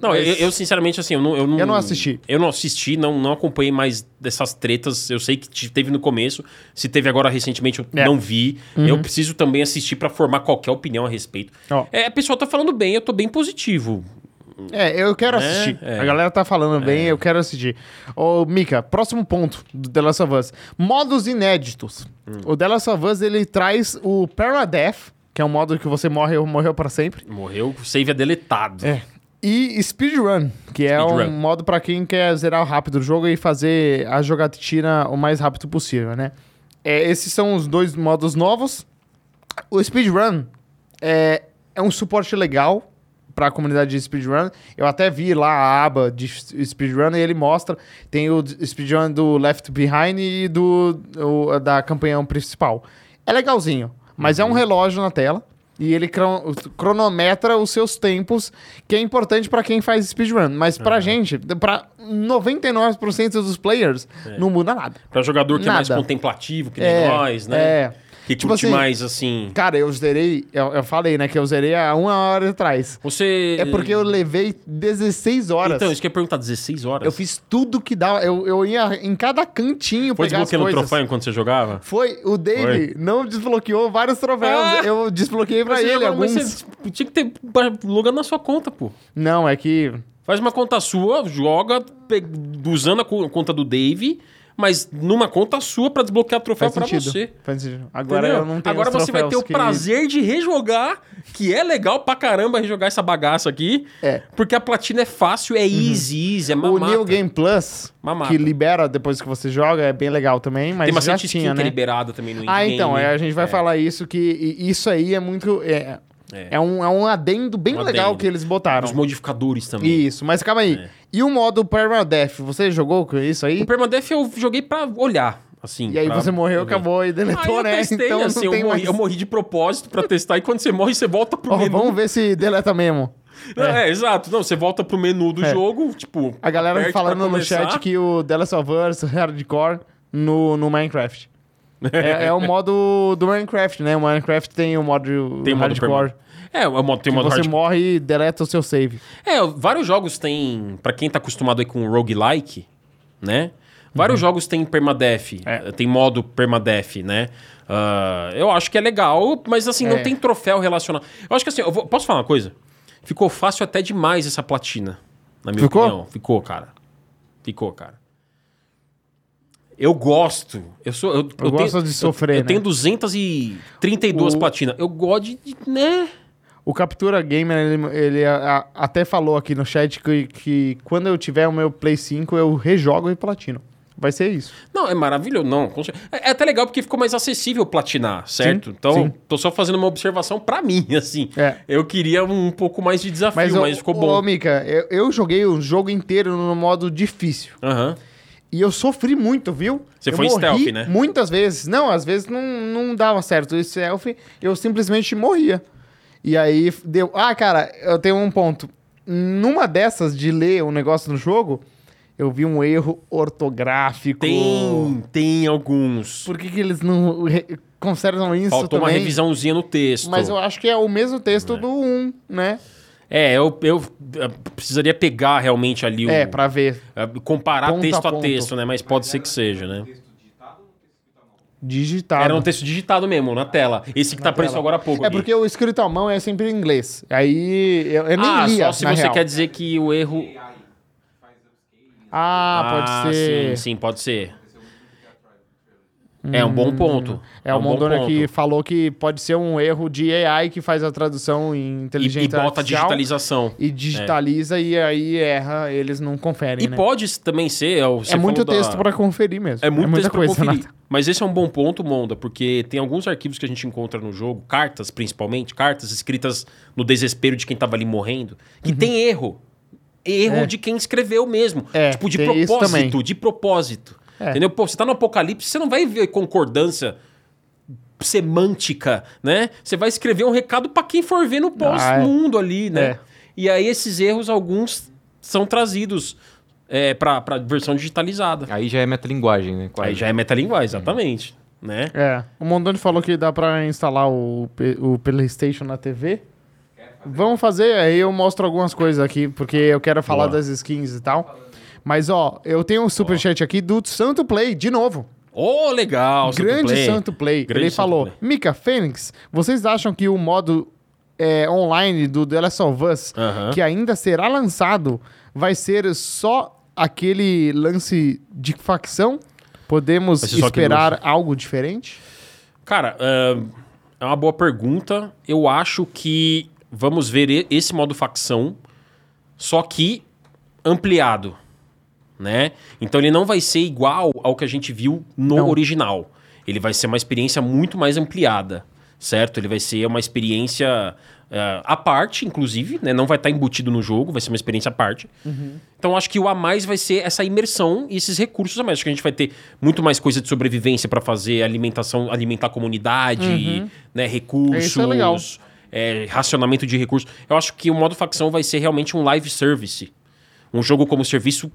S2: Não, eu, eu, sinceramente, assim, eu não, eu não.
S1: Eu não assisti.
S2: Eu não assisti, não, não acompanhei mais dessas tretas. Eu sei que te- teve no começo. Se teve agora recentemente, eu
S1: É.
S2: não vi. Eu preciso também assistir pra formar qualquer opinião a respeito.
S1: Ó.
S2: É, a pessoa tá falando bem, eu tô bem positivo.
S1: É, eu quero
S2: Né?
S1: assistir.
S2: É.
S1: A galera tá falando bem, eu quero assistir. Ô, Mika, próximo ponto do The Last of Us. Modos inéditos.
S2: Hum.
S1: O The Last of Us, ele traz o Paradeath, que é um modo que você morre ou morreu pra sempre.
S2: Morreu, o save é deletado.
S1: É. E Speedrun, que é
S2: Speedrun.
S1: um modo pra quem quer zerar rápido o jogo e fazer a jogatina o mais rápido possível, né? É, esses são os dois modos novos. O Speedrun é, é um suporte legal pra comunidade de Speedrun. Eu até vi lá a aba de Speedrun e ele mostra. Tem o Speedrun do Left Behind e do, o- da campanha principal. É legalzinho, mas
S2: Uhum.
S1: é um relógio na tela. E ele cron- cronometra os seus tempos, que é importante pra quem faz speedrun. Mas pra
S2: Uhum.
S1: gente, pra 99% dos players, não muda nada.
S2: Pra jogador que é mais
S1: Nada.
S2: contemplativo que
S1: É,
S2: É. nem nós, né?
S1: é.
S2: Que
S1: Tipo
S2: curte
S1: assim,
S2: mais, assim.
S1: Cara, eu zerei, eu, eu falei, né, que eu zerei há uma hora atrás.
S2: Você.
S1: É porque eu levei 16 horas.
S2: Então, isso que eu ia perguntar, 16 horas?
S1: Eu fiz tudo que dava. Eu, eu ia em cada cantinho
S2: Foi
S1: pegar as
S2: desbloqueando o
S1: coisas.
S2: troféu enquanto você jogava?
S1: Foi, o Dave não desbloqueou vários troféus.
S2: Ah!
S1: eu desbloqueei pra
S2: Mas você
S1: ele
S2: jogava, mas
S1: alguns.
S2: você tipo, tinha que ter ba- logado na sua conta, pô.
S1: Não, é que.
S2: Faz uma conta sua, joga pe- usando a co- conta do Dave, mas numa conta sua pra desbloquear troféu
S1: Faz
S2: pra
S1: sentido.
S2: você.
S1: Faz sentido. Agora
S2: entendeu?
S1: eu não tenho
S2: Agora
S1: os
S2: você vai ter
S1: troféus
S2: o
S1: que-
S2: prazer de rejogar, que é legal pra caramba rejogar essa bagaça aqui.
S1: É. Uhum.
S2: Porque a platina é fácil, é easy, easy, é
S1: O
S2: mamata.
S1: New Game Plus,
S2: Mamata.
S1: que libera depois que você joga, é bem legal também, mas
S2: Tem
S1: já
S2: bastante skin
S1: tinha,
S2: que é
S1: né?
S2: liberada também no
S1: Ah,
S2: endgame.
S1: então, é, a gente vai falar isso, que e- isso aí é muito... É,
S2: É.
S1: é um, é um adendo bem
S2: Um
S1: legal
S2: adendo. É.
S1: que eles botaram.
S2: Os modificadores também.
S1: Isso, mas calma aí. E o modo Permadeath, você jogou com isso aí?
S2: O Permadeath eu joguei pra olhar, assim.
S1: E aí
S2: pra-
S1: você morreu,
S2: pra ver.
S1: acabou e
S2: Aí
S1: deletou,
S2: eu
S1: né?
S2: testei,
S1: então
S2: assim,
S1: não
S2: eu
S1: tem
S2: morri,
S1: mais...
S2: eu morri de propósito pra testar. E quando você morre, você volta pro
S1: Ó,
S2: menu.
S1: vamos ver se deleta mesmo.
S2: Não, é. exato. Não, você volta pro menu do
S1: É.
S2: jogo, tipo...
S1: A galera
S2: aperte pra
S1: falando no
S2: começar.
S1: chat que o The Last of Us Hardcore no, no Minecraft. é, é o modo do Minecraft, né? O Minecraft tem o modo
S2: Tem o modo
S1: Hardcore.
S2: perma- É, o modo, tem o modo
S1: você
S2: hardcore.
S1: morre e deleta o seu save.
S2: É, vários jogos têm... Pra quem tá acostumado aí com roguelike, né? Vários jogos têm permadeath.
S1: Uhum. É.
S2: Tem modo permadeath, né? Ah, eu acho que é legal, mas assim,
S1: É.
S2: não tem troféu relacionado. Eu acho que assim, eu vou- posso falar uma coisa? Ficou fácil até demais essa platina, na minha
S1: Ficou?
S2: opinião. Ficou, cara. Ficou, cara. Eu gosto. Eu sou. Eu, eu
S1: gosto
S2: tenho-
S1: de
S2: eu-
S1: sofrer,
S2: Eu,
S1: né?
S2: tenho 232
S1: O-
S2: platinas. Eu gosto de. de- né?
S1: O Captura Gamer, ele, ele a- a- até falou aqui no chat que, que quando eu tiver o meu Play 5, eu rejogo e platino. Vai ser isso.
S2: Não, é maravilhoso. Não, com cer- é, é até legal porque ficou mais acessível platinar, certo? então,
S1: sim.
S2: tô só fazendo uma observação pra mim, assim.
S1: É.
S2: Eu queria um pouco mais de desafio, mas,
S1: Mas, ô,
S2: ficou
S1: ô,
S2: bom.
S1: Mika, eu, eu joguei o jogo inteiro no modo difícil.
S2: Aham.
S1: E eu sofri muito, viu?
S2: Você
S1: eu
S2: foi em
S1: morri
S2: stealth, né?
S1: Muitas vezes. Não, às vezes não, não dava certo. Esse stealth, eu simplesmente morria. E aí f- deu. Ah, cara, eu tenho um ponto. Numa dessas de ler um negócio no jogo, eu vi um erro ortográfico.
S2: Tem, tem alguns.
S1: Por que, que eles não re- consertam isso
S2: Faltou uma
S1: também?
S2: revisãozinha no texto.
S1: Mas eu acho que é o mesmo texto do 1, né?
S2: É, eu, eu, eh, precisaria pegar realmente ali o.
S1: É, pra ver.
S2: eh, comparar
S1: Ponto a
S2: texto a,
S1: ponto.
S2: texto, né? Mas pode ser que seja, né?
S1: Digitado.
S2: Era um texto digitado mesmo, na tela. Esse que tá preso agora há pouco.
S1: É
S2: aqui.
S1: porque o escrito à mão é sempre em inglês. Aí eu, eu nem
S2: ah,
S1: lia,
S2: só se
S1: na
S2: você
S1: real.
S2: quer dizer que o erro.
S1: Ah, pode ser.
S2: Sim, sim, pode ser. É um bom ponto.
S1: É, o
S2: um bom
S1: Mondoni
S2: ponto.
S1: que falou que pode ser um erro de AI que faz a tradução em
S2: E,
S1: inteligência
S2: e bota
S1: artificial
S2: digitalização.
S1: e digitaliza e aí erra, eles não conferem,
S2: E
S1: né?
S2: pode também ser. É, o- você
S1: É muito
S2: falou da-
S1: texto pra conferir mesmo.
S2: É muito
S1: muita
S2: texto
S1: coisa, né?
S2: pra conferir.
S1: Nata.
S2: Mas esse é um bom ponto, Monda, porque tem alguns arquivos que a gente encontra no jogo, cartas principalmente, cartas escritas no desespero de quem tava ali morrendo, que tem erro. Erro
S1: Uhum. É.
S2: de quem escreveu mesmo.
S1: É,
S2: tipo, de
S1: tem isso também.
S2: propósito, de propósito.
S1: É.
S2: Entendeu? Pô, você tá no apocalipse, você não vai ver concordância semântica, né? Você vai escrever um recado pra quem for ver no pós-mundo ali, né?
S1: Ah, É.
S2: E aí esses erros, alguns são trazidos é, pra, pra versão digitalizada.
S3: Aí já é metalinguagem, né? Quase.
S2: Aí já é metalinguagem, exatamente. né?
S1: É. O Mondoni falou que dá pra instalar o, P- o PlayStation na TV. Vamos fazer, aí eu mostro algumas coisas aqui, porque eu quero falar
S2: Boa.
S1: das skins e tal. Mas ó, eu tenho um superchat aqui do Santo Play, de novo.
S2: Ô, legal, Santo
S1: Grande
S2: Play.
S1: Santo Play.
S2: Grande
S1: Ele
S2: Santo
S1: falou:
S2: Play.
S1: Mika, Fênix, vocês acham que o modo é, online do The Last of Us,
S2: Aham.
S1: que ainda será lançado, vai ser só aquele lance de facção? Podemos
S2: Vai ser só aquele
S1: esperar algo diferente?
S2: Cara, é é uma boa pergunta. Eu acho que vamos ver e- esse modo facção, só que ampliado, né? Então ele não vai ser igual ao que a gente viu no
S1: Não.
S2: original. Ele vai ser uma experiência muito mais ampliada, certo? Ele vai ser uma experiência é, à parte, inclusive, né? Não vai estar embutido no jogo, vai ser uma experiência à parte.
S1: Uhum.
S2: Então acho que o a mais vai ser essa imersão e esses recursos a mais. Acho que a gente vai ter muito mais coisa de sobrevivência para fazer, alimentação, alimentar a comunidade, né? Recursos.
S1: Isso Uhum. é legal.
S2: é, racionamento de recursos. Eu acho que o modo facção vai ser realmente um live service. Um jogo como serviço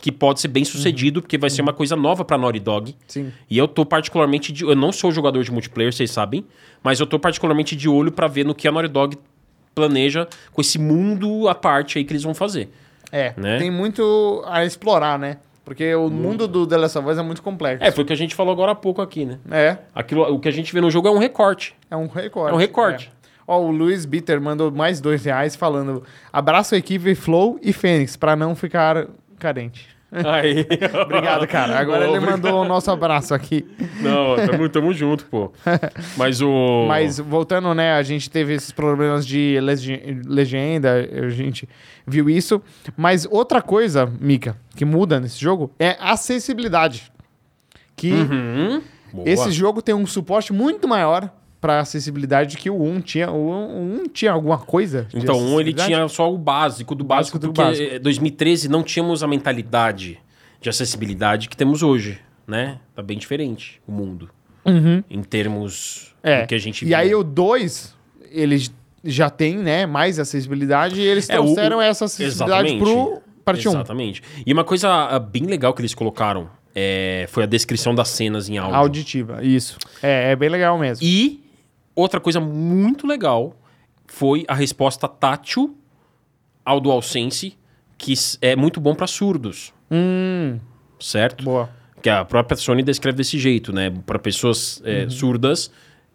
S2: que pode ser bem sucedido, porque vai ser uma coisa nova para Naughty Dog.
S1: Sim.
S2: E eu tô particularmente de, eu não sou jogador de multiplayer, vocês sabem, mas eu tô particularmente de olho pra ver no que a Naughty Dog planeja com esse mundo à parte aí que eles vão fazer.
S1: É,
S2: Né?
S1: tem muito a explorar, né? Porque o mundo do The Last of Us é muito complexo.
S2: É, foi o que a gente falou agora há pouco aqui, né?
S1: É,
S2: Aquilo, o que a gente vê no jogo é um recorte.
S1: é um recorte.
S2: É um recorte.
S1: É. Ó, o Luiz Bitter mandou mais dois reais falando: abraço a equipe Flow e Fênix, pra não ficar carente.
S2: Aí.
S1: Obrigado, cara. Agora
S2: Boa,
S1: ele mandou o nosso abraço aqui.
S2: Não, tamo, tamo junto, pô. Mas o.
S1: Mas voltando, né? A gente teve esses problemas de lege- legenda, a gente viu isso. Mas outra coisa, Mika, que muda nesse jogo é a acessibilidade. Que
S2: Uhum. Boa.
S1: esse jogo tem um suporte muito maior para acessibilidade que o 1 tinha. O 1 tinha alguma coisa? de
S2: Então, um ele
S1: acessibilidade?
S2: tinha só o básico do básico,
S1: Básico do
S2: porque
S1: básico.
S2: eh, 2013 não tínhamos a mentalidade de acessibilidade que temos hoje, né? Tá bem diferente o mundo. Em termos
S1: Uhum, É.
S2: do que a gente
S1: E aí o 2, eles já tem, né, mais acessibilidade e eles
S2: É, o-
S1: trouxeram
S2: o-
S1: essa acessibilidade pro parte 1.
S2: Exatamente. E uma coisa ah, bem legal que eles colocaram eh, foi a descrição das cenas em áudio.
S1: Auditiva, isso. É, é bem legal mesmo.
S2: E outra coisa muito legal foi a resposta tátil ao DualSense, que s- é muito bom para surdos,
S1: Hum,
S2: certo?
S1: boa.
S2: que a própria Sony descreve desse jeito, né? Para pessoas é, surdas,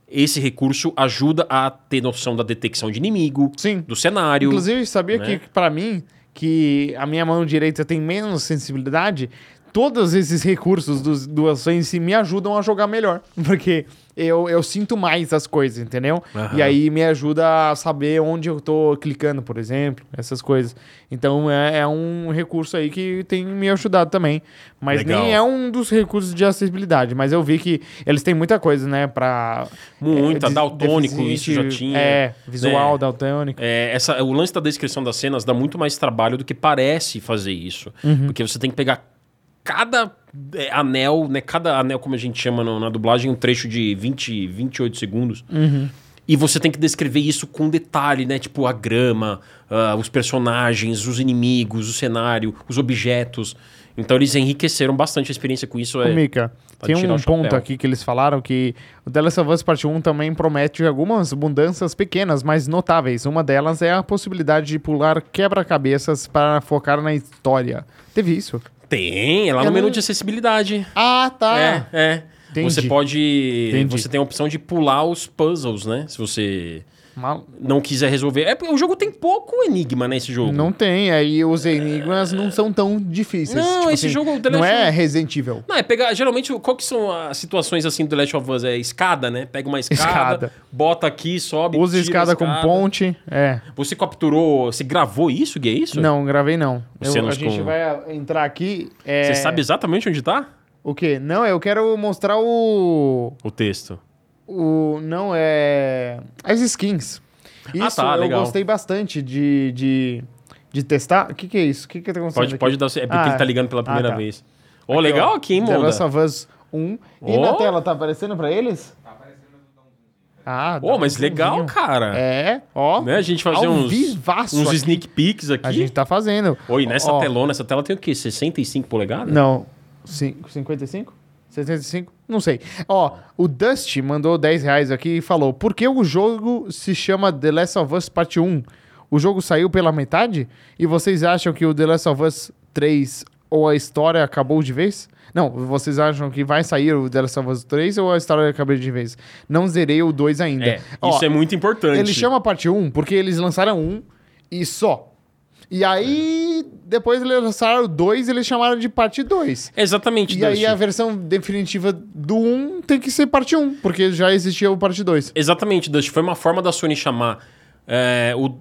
S2: esse recurso ajuda a ter noção da detecção de inimigo,
S1: Sim.
S2: do cenário.
S1: Inclusive, sabia
S2: né?
S1: que pra mim, que a minha mão direita tem menos sensibilidade, todos esses recursos dos DualSense me ajudam a jogar melhor. Porque eu, eu sinto mais as coisas, entendeu?
S2: Aham.
S1: E aí me ajuda a saber onde eu tô clicando, por exemplo, essas coisas. Então é, é um recurso aí que tem me ajudado também. Mas
S2: Legal.
S1: nem é um dos recursos de acessibilidade. Mas eu vi que eles têm muita coisa, né? Pra. é,
S2: Muita,
S1: de-
S2: daltônico, isso já
S1: deficiente,
S2: tinha,
S1: É, visual,
S2: né?
S1: daltônico.
S2: É, essa, o lance da descrição das cenas dá muito mais trabalho do que parece fazer isso.
S1: Uhum.
S2: Porque você tem que pegar cada é, anel, né? Cada anel, como a gente chama no- na dublagem, um trecho de 20, 28 segundos.
S1: Uhum.
S2: E você tem que descrever isso com detalhe, né? Tipo, a grama, ah, os personagens, os inimigos, o cenário, os objetos. Então eles enriqueceram bastante a experiência com isso.
S1: Ô,
S2: É,
S1: Mika,
S2: Pode
S1: tem
S2: tirar
S1: um
S2: o chapéu.
S1: ponto aqui que eles falaram que o The Last of Us Part 1 também promete algumas mudanças pequenas, mas notáveis. Uma delas é a possibilidade de pular quebra-cabeças para focar na história. Teve isso?
S2: tem, é lá no
S1: Eu
S2: menu
S1: não-
S2: de acessibilidade.
S1: Ah, tá!
S2: É, é.
S1: Entendi.
S2: Você pode.
S1: Entendi.
S2: Você tem a opção de pular os puzzles, né? Se você
S1: Mal-
S2: não quiser resolver. É, porque o jogo tem pouco enigma, né? Esse jogo.
S1: Não tem, aí os enigmas não são tão difíceis.
S2: É. Não, esse jogo, um o The
S1: não
S2: Last
S1: é
S2: of-
S1: Resident Evil.
S2: Não, é pegar. Geralmente, o- qual que são as situações assim do Last of Us? É escada, né? Pega uma escada,
S1: Escada.
S2: bota aqui, sobe.
S1: Usa
S2: tira a
S1: escada com ponte. É.
S2: Você capturou. Você gravou isso, Gui? É isso?
S1: Não, gravei não.
S2: Você
S1: Eu-
S2: não
S1: a gente
S2: ficou-
S1: vai entrar aqui. é,
S2: Você sabe exatamente onde tá?
S1: O quê? Não, eu quero mostrar o.
S2: O texto.
S1: O, não, é. As skins. Isso
S2: Ah, tá,
S1: eu
S2: legal.
S1: gostei bastante de, de, de testar. O que, que é isso? O que, que tá acontecendo?
S2: Pode,
S1: aqui?
S2: pode dar. É porque
S1: Ah,
S2: ele tá ligando pela
S1: ah,
S2: primeira
S1: tá.
S2: vez. Ó, legal
S1: ó,
S2: aqui, hein,
S1: The
S2: Monda?
S1: Last of Us 1. E na
S2: Ó.
S1: tela, tá aparecendo pra eles? Tá aparecendo Ah,
S2: Ô, mas legal,
S1: bonzinho.
S2: cara.
S1: É, ó.
S2: Né? A gente fazer
S1: ao
S2: uns,
S1: vivaço
S2: uns
S1: aqui.
S2: sneak peeks aqui.
S1: A gente tá fazendo.
S2: Oi, nessa
S1: Ó,
S2: telona, essa tela tem o quê? 65 polegadas?
S1: Não. Cin- 55? 65? Não sei. Ó, o Dust mandou 10 reais aqui e falou: Por que o jogo se chama The Last of Us Parte 1? O jogo saiu pela metade? E vocês acham que o The Last of Us 3 ou a história acabou de vez? Não, vocês acham que vai sair o The Last of Us 3 ou a história acabou de vez? Não zerei o 2 ainda.
S2: É, isso é muito importante.
S1: Ele chama parte 1 porque eles lançaram um e só. E aí, depois eles lançaram o 2 e eles chamaram de parte 2.
S2: Exatamente,
S1: E aí
S2: Dusty.
S1: a versão definitiva do 1 tem que ser parte 1, porque já existia o parte 2.
S2: Exatamente, Dust. Foi uma forma da Sony chamar. é, o,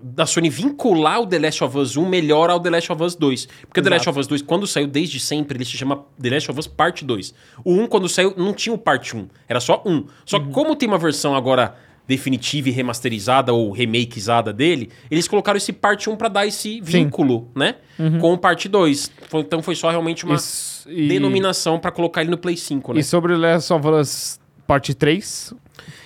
S2: da Sony vincular o The Last of Us 1 melhor ao The Last of Us 2. Porque o The Last of Us 2, quando saiu desde sempre, ele se chama The Last of Us Parte 2. O 1, quando saiu, não tinha o Parte 1. Era só um. Só
S1: Uhum.
S2: que como tem uma versão agora definitiva e remasterizada ou remakeizada dele, eles colocaram esse Parte 1 pra dar esse vínculo, né?
S1: Uhum.
S2: Com o Parte 2. Foi- Então foi só realmente uma
S1: Isso, e-
S2: denominação pra colocar ele no Play 5, né?
S1: E sobre o Last of Us parte 3,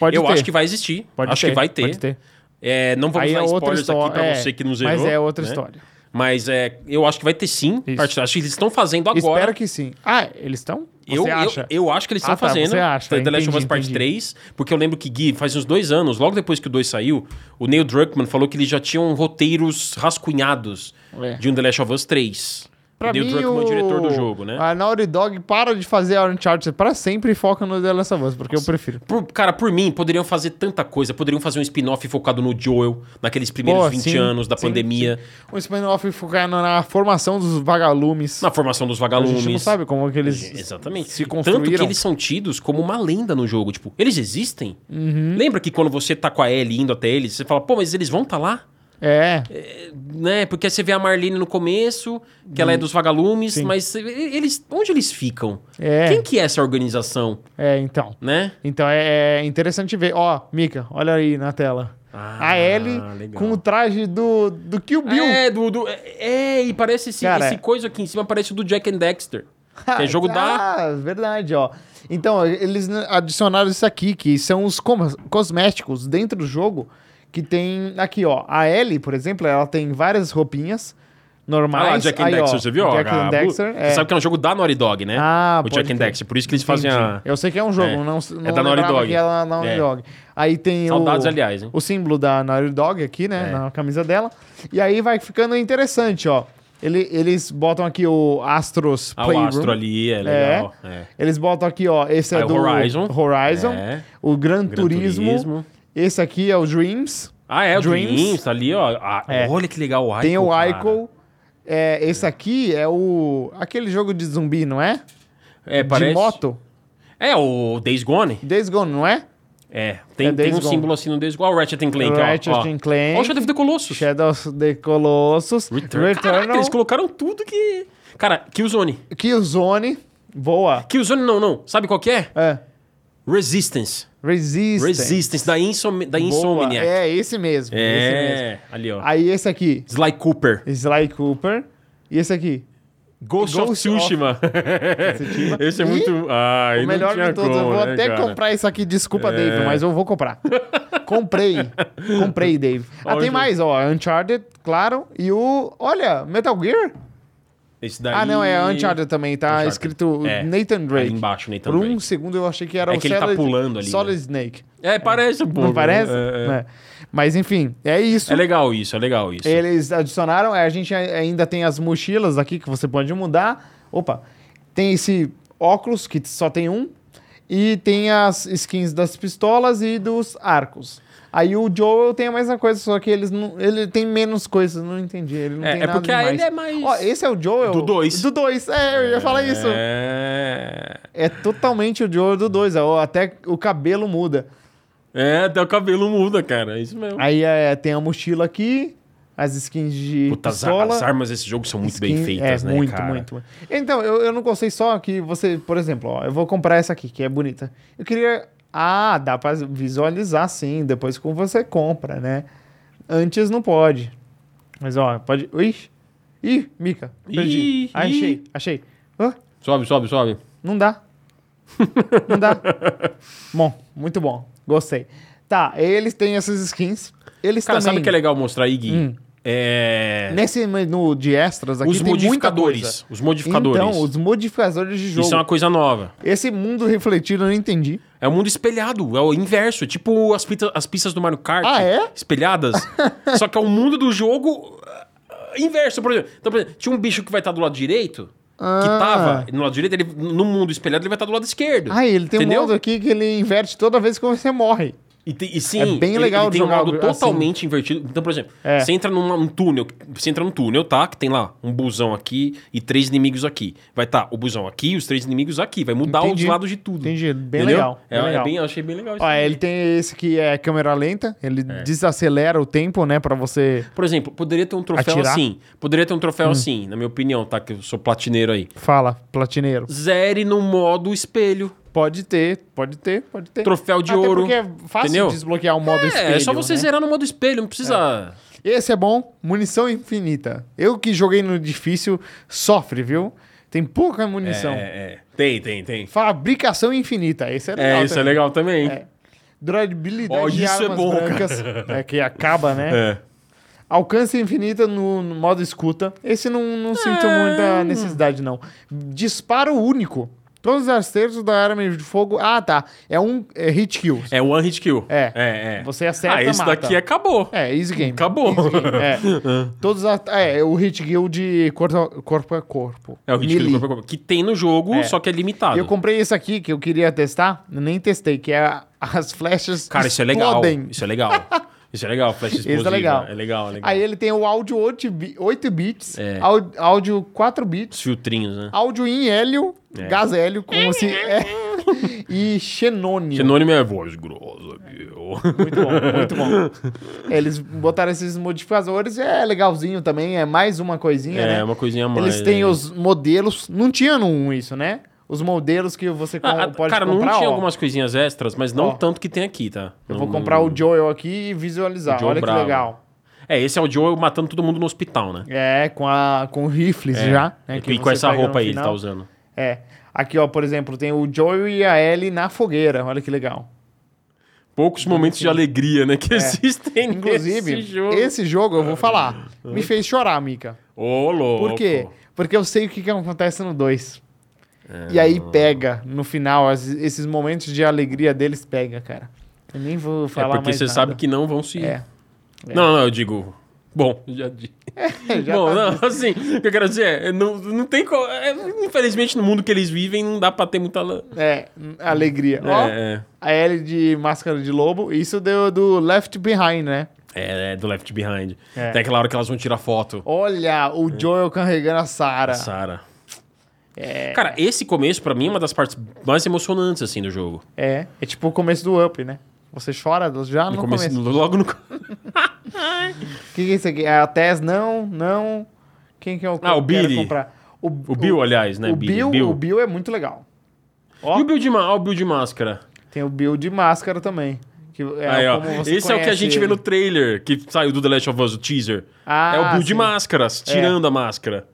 S1: pode
S2: Eu
S1: ter.
S2: acho que vai existir.
S1: Pode
S2: acho que vai ter.
S1: Pode ter.
S2: É, não vamos
S1: Aí
S2: dar
S1: é outra
S2: spoilers
S1: história.
S2: aqui pra
S1: é,
S2: você que nos errou.
S1: Mas é outra
S2: né?
S1: história.
S2: Mas é, eu acho que vai ter sim.
S1: Isso.
S2: Parte- Acho que eles estão fazendo agora.
S1: Espero que sim. Ah, eles estão? Você
S2: eu, eu-
S1: acha?
S2: Eu, acho que eles
S1: Ah,
S2: estão
S1: tá,
S2: fazendo.
S1: você acha.
S2: The Last of
S1: Entendi,
S2: Us Part
S1: entendi.
S2: 3. Porque eu lembro que, Gui, faz uns dois anos, logo depois que o 2 saiu, o Neil Druckmann falou que eles já tinham roteiros rascunhados
S1: É.
S2: de um The Last of Us 3.
S1: Pra
S2: o Neil
S1: mim, Ah.
S2: Druckmann é o diretor do jogo, né?
S1: A Naughty Dog para de fazer a Uncharted para sempre e foca no The Last of Us, porque eu prefiro.
S2: Por- cara, por mim, poderiam fazer tanta coisa. Poderiam fazer um spin-off focado no Joel, naqueles primeiros
S1: Boa,
S2: 20
S1: sim,
S2: anos da
S1: sim,
S2: pandemia,
S1: O spin-off focar na, na formação dos vagalumes.
S2: na formação dos
S1: a
S2: vagalumes.
S1: gente não sabe como que eles
S2: Exatamente.
S1: se
S2: Tanto que
S1: construíram.
S2: eles são tidos como uma lenda no jogo. Tipo, eles existem?
S1: Uhum.
S2: Lembra que quando você tá com a Ellie indo até eles, você fala, pô, mas eles vão tá lá?
S1: É,
S2: Né? Porque você vê a Marlene no começo, que ela é dos vagalumes,
S1: Hum. Sim.
S2: mas eles, onde eles ficam?
S1: É.
S2: Quem que é essa organização,
S1: é, então.
S2: né?
S1: Então é é interessante ver. Ó, Mika, olha aí na tela.
S2: Ah,
S1: a Ellie
S2: legal.
S1: com o traje do, do Kill Bill.
S2: É, do, do- é, é, e parece esse,
S1: Cara,
S2: esse
S1: é.
S2: coisa aqui em cima, parece o do Jack and Dexter. Que é jogo da...
S1: Ah, Tá, verdade, ó. Então, eles n- adicionaram isso aqui, que são os coma- cosméticos dentro do jogo, que tem aqui, ó. A Ellie, por exemplo, ela tem várias roupinhas normais.
S2: Ah lá, Jack and
S1: Aí, ó,
S2: Dexter, você viu?
S1: Jack
S2: Ah,
S1: and Dexter,
S2: Você
S1: é.
S2: sabe que é um jogo da Naughty Dog, né?
S1: Ah,
S2: o
S1: pode
S2: Jack and
S1: crer.
S2: Dexter. Por isso que eles fazem
S1: Entendi.
S2: a...
S1: Eu sei que é um jogo,
S2: É.
S1: não, não
S2: É da Naughty
S1: lembrava
S2: Dog.
S1: que era na Naughty
S2: É.
S1: Dog. Aí tem
S2: Saudades,
S1: o,
S2: aliás, hein?
S1: o símbolo da Naughty Dog aqui, né?
S2: É.
S1: Na camisa dela. E aí vai ficando interessante, ó. Ele- eles botam aqui o Astros
S2: Ah,
S1: Playroom.
S2: o Astro ali é legal. É.
S1: Eles botam aqui, ó. Esse é
S2: Aí o
S1: do
S2: Horizon.
S1: Horizon.
S2: É.
S1: O Gran,
S2: Gran
S1: Turismo.
S2: Turismo.
S1: Esse aqui é o Dreams.
S2: Ah, é, o
S1: Dreams.
S2: Dreams, tá ali, ó. Ah,
S1: É.
S2: Olha que legal o Ico.
S1: Tem o
S2: cara.
S1: Ico. É, esse aqui é o. aquele jogo de zumbi, não é?
S2: É, parece...
S1: De moto.
S2: É, o Days Gone.
S1: Days Gone, não é?
S2: É, tem,
S1: É
S2: tem
S1: Days
S2: um
S1: Gone.
S2: símbolo assim no Days Gone. Ó, o Ratchet and Clank, ó,
S1: Ratchet
S2: ó.
S1: and Clank.
S2: Ó, o Shadow of the Colossus.
S1: Shadows de Colossus.
S2: Return. Caraca,
S1: Returnal.
S2: eles colocaram tudo que... Cara, Killzone.
S1: Killzone. Boa.
S2: Killzone não, não. Sabe qual que é?
S1: É.
S2: Resistance.
S1: Resistance.
S2: Resistance, da, Insom da
S1: Boa.
S2: Insomniac.
S1: É, esse mesmo. Esse mesmo.
S2: É, ali, ó.
S1: Aí esse aqui,
S2: Sly Cooper.
S1: Sly Cooper. E esse aqui,
S2: Ghost, of
S1: Ghost of
S2: Tsushima.
S1: Tsushima.
S2: Esse é
S1: E
S2: muito... Ai,
S1: o melhor
S2: não tinha
S1: de todos. eu
S2: como,
S1: vou
S2: né,
S1: até
S2: cara? É.
S1: comprar isso aqui. Desculpa, Dave, mas eu vou comprar. Comprei. Comprei, Dave. Ah,
S2: Olha
S1: tem
S2: o
S1: mais, ó. Uncharted, claro. E o... Olha, Metal Gear?
S2: Esse daí...
S1: Ah, não, é Uncharted também. Tá
S2: Uncharted.
S1: escrito
S2: É.
S1: Nathan Drake.
S2: Ali embaixo, Nathan
S1: Por um
S2: Drake.
S1: segundo eu achei que era
S2: É
S1: o
S2: que ele tá
S1: Solid,
S2: pulando ali,
S1: Solid
S2: né?
S1: Snake.
S2: É, parece um pouco.
S1: Não parece?
S2: É, é.
S1: É. Mas enfim, é isso.
S2: É legal isso, é legal isso.
S1: Eles adicionaram, é, a gente ai- ainda tem as mochilas aqui que você pode mudar. Opa, tem esse óculos que só tem um. E tem as skins das pistolas e dos arcos. Aí o Joel tem a mesma coisa, só que eles não, ele tem menos coisas, não entendi. Ele não
S2: É,
S1: tem
S2: é
S1: nada
S2: porque a
S1: demais.
S2: ele é mais-
S1: Ó, esse é o Joel.
S2: Do dois.
S1: Do 2, é, eu ia falar isso.
S2: É...
S1: É totalmente o Joel do 2, até o cabelo muda.
S2: É, até o cabelo muda, cara. É isso mesmo.
S1: Aí é, tem a mochila aqui, as skins de
S2: Puta, as,
S1: pistola.
S2: as armas desse jogo são muito bem
S1: skin-
S2: feitas,
S1: é,
S2: né,
S1: muito,
S2: cara?
S1: Muito, muito. Então, eu, eu não gostei só que você... Por exemplo, ó, eu vou comprar essa aqui, que é bonita. Eu queria... Ah, dá pra visualizar sim, depois que você compra, né? Antes não pode. Mas, ó, pode... Ui! Ih, Mica, perdi.
S2: Ih,
S1: Ah,
S2: ih.
S1: achei, achei. Hã?
S2: Sobe, sobe, sobe.
S1: Não dá. Não dá. Bom, muito bom. Gostei. Tá, eles têm essas skins. Eles
S2: Cara, é
S1: também...
S2: sabe o que é legal mostrar aí, Gui?
S1: Hum.
S2: É,
S1: Nesse menu de extras aqui
S2: os
S1: tem muita
S2: modificadores.
S1: coisa.
S2: Os modificadores.
S1: Então, os modificadores de jogo.
S2: Isso é uma coisa nova.
S1: Esse mundo refletido eu não entendi.
S2: É o mundo espelhado, é o inverso. É tipo as, pita- as pistas do Mario Kart.
S1: Ah, é?
S2: Espelhadas. só que é o mundo do jogo ah, inverso, por exemplo. Então, por exemplo, tinha um bicho que vai estar do lado direito, que
S1: Ah.
S2: tava no lado direito, ele, no mundo espelhado ele vai estar do lado esquerdo.
S1: Ah, ele tem
S2: Entendeu?
S1: um modo aqui que ele inverte toda vez que você morre.
S2: E, te- e sim,
S1: É bem legal
S2: ele, ele tem um
S1: jogar
S2: modo
S1: algo assim.
S2: totalmente invertido. Então, por exemplo,
S1: É.
S2: você entra num, num túnel, você entra num túnel, tá? Que tem lá um busão aqui e três inimigos aqui. Vai tá o busão aqui e os três inimigos aqui. Vai mudar
S1: Entendi.
S2: os lados de tudo.
S1: Entendi. Bem
S2: Entendeu?
S1: legal,
S2: É,
S1: bem
S2: é
S1: legal.
S2: bem- eu achei bem legal isso.
S1: Ó, é
S2: daí.
S1: ele tem esse que é câmera lenta, ele
S2: É.
S1: desacelera o tempo, né, Pra você
S2: Por exemplo, poderia ter um troféu
S1: Atirar? Hum.
S2: assim. Poderia ter um troféu assim, na minha opinião, tá? Que eu sou platineiro aí.
S1: fala, platineiro.
S2: Zere no modo espelho.
S1: Pode ter, pode ter, pode ter.
S2: Troféu de
S1: Até
S2: ouro.
S1: porque é fácil
S2: entendeu?
S1: desbloquear o modo
S2: é,
S1: espelho,
S2: é só você
S1: né?
S2: zerar no modo espelho, não precisa.
S1: Esse é bom, munição infinita. Eu que joguei no difícil, sofre, viu? Tem pouca munição.
S2: é. Tem, tem, tem.
S1: Fabricação infinita, esse é legal
S2: É, isso é
S1: também.
S2: legal também.
S1: É. Durabilidade
S2: Ó,
S1: de
S2: isso é
S1: armas
S2: bom, cara.
S1: brancas, né, que acaba, né?
S2: é.
S1: Alcance infinito no, no modo escuta. Esse não, não sinto
S2: Ah.
S1: muita necessidade, não. Disparo único. Todos os acertos da arma de fogo. Ah, tá. É um é hit kill.
S2: É one hit kill.
S1: É.
S2: é, é.
S1: Você acerta,
S2: Ah, esse
S1: mata.
S2: daqui acabou.
S1: É, easy game.
S2: Acabou.
S1: Easy game, é. Todos os at- é, o hit kill de corpo, corpo a corpo.
S2: É o hit kill
S1: Melee.
S2: do corpo a corpo, que tem no jogo,
S1: É.
S2: só que é limitado.
S1: Eu comprei esse aqui que eu queria testar, nem testei, que é a- as flechas
S2: Cara, isso é legal.
S1: explodem.
S2: Isso é legal. isso é legal, flash explosiva.
S1: Isso é legal.
S2: É legal, é legal.
S1: Aí ele tem o áudio 8, bi- 8 bits,
S2: É.
S1: áu- áudio 4 bits,
S2: Os filtrinhos, né?
S1: áudio em hélio,
S2: É.
S1: gás hélio, como se... é, e xenônio.
S2: Sinônimo é voz grossa, meu.
S1: Muito bom, muito bom. É, Eles botaram esses modificadores, é legalzinho também, é mais uma coisinha,
S2: É,
S1: né?
S2: uma coisinha a mais.
S1: Eles têm
S2: né?
S1: os modelos, não tinha no 1 isso, né? Os modelos que você com-
S2: Ah, ah,
S1: pode
S2: cara,
S1: comprar,
S2: não tinha
S1: ó.
S2: algumas coisinhas extras, mas não
S1: Ó.
S2: tanto que tem aqui, tá?
S1: Eu
S2: Não-
S1: vou
S2: não-
S1: comprar o Joel aqui e visualizar,
S2: O Joel
S1: olha
S2: bravo.
S1: que legal.
S2: É, esse é o Joel matando todo mundo no hospital, né?
S1: É, com, a, com rifles já. né,
S2: É. e
S1: que
S2: com
S1: você
S2: essa
S1: pega no
S2: roupa aí ele
S1: final.
S2: tá usando.
S1: É. Aqui, ó, por exemplo, tem o Joel e a Ellie na fogueira. Olha que legal.
S2: Poucos momentos de alegria, né? Que existem
S1: É. Inclusive,
S2: nesse
S1: esse
S2: jogo.
S1: jogo, eu
S2: Ah,
S1: vou falar. Me fez chorar, Mika.
S2: Ô, louco. É
S1: Por quê? Porque eu sei o que, que acontece no 2. E aí
S2: Ah.
S1: pega, no final, as- esses momentos de alegria deles pega, cara. Eu nem vou
S2: É
S1: falar
S2: porque
S1: mais
S2: você
S1: nada.
S2: sabe que não vão se.
S1: É.
S2: Não, não, eu digo. Bom, já disse.
S1: já
S2: Bom,
S1: tá
S2: não, assim, o que eu quero dizer é, não, não tem como. é, infelizmente, no mundo que eles vivem, não dá pra ter muita. la-
S1: É, alegria. Ó,
S2: É,
S1: a Ellie de Máscara de Lobo. Isso deu do Left Behind, né?
S2: é, é, do Left Behind.
S1: É.
S2: Tem aquela hora que elas vão tirar foto.
S1: Olha, o
S2: É.
S1: Joel carregando a Sarah.
S2: Sarah.
S1: É,
S2: Cara, esse começo, pra mim, é uma das partes mais emocionantes, assim, do jogo.
S1: é. É tipo o começo do Up, né? Você chora do- já Tá no,
S2: No começo,
S1: começo.
S2: Logo no.
S1: O que, que é isso aqui? É a Tess? Não, não. Quem que é o que
S2: Ah, o
S1: eu quero
S2: Billy.
S1: comprar? O,
S2: O Bill, aliás, né?
S1: o
S2: Billy?
S1: Bill, O Bill é muito legal. Ó,
S2: E o Bill de, ma... ó, o Bill de máscara.
S1: tem o Bill de máscara também. Que é
S2: Aí, ó.
S1: como você
S2: Esse é o que a
S1: conhece
S2: gente vê
S1: ele.
S2: no trailer, que saiu do The Last of Us, o teaser.
S1: Ah,
S2: é o Bill de
S1: sim.
S2: máscaras, tirando a máscara.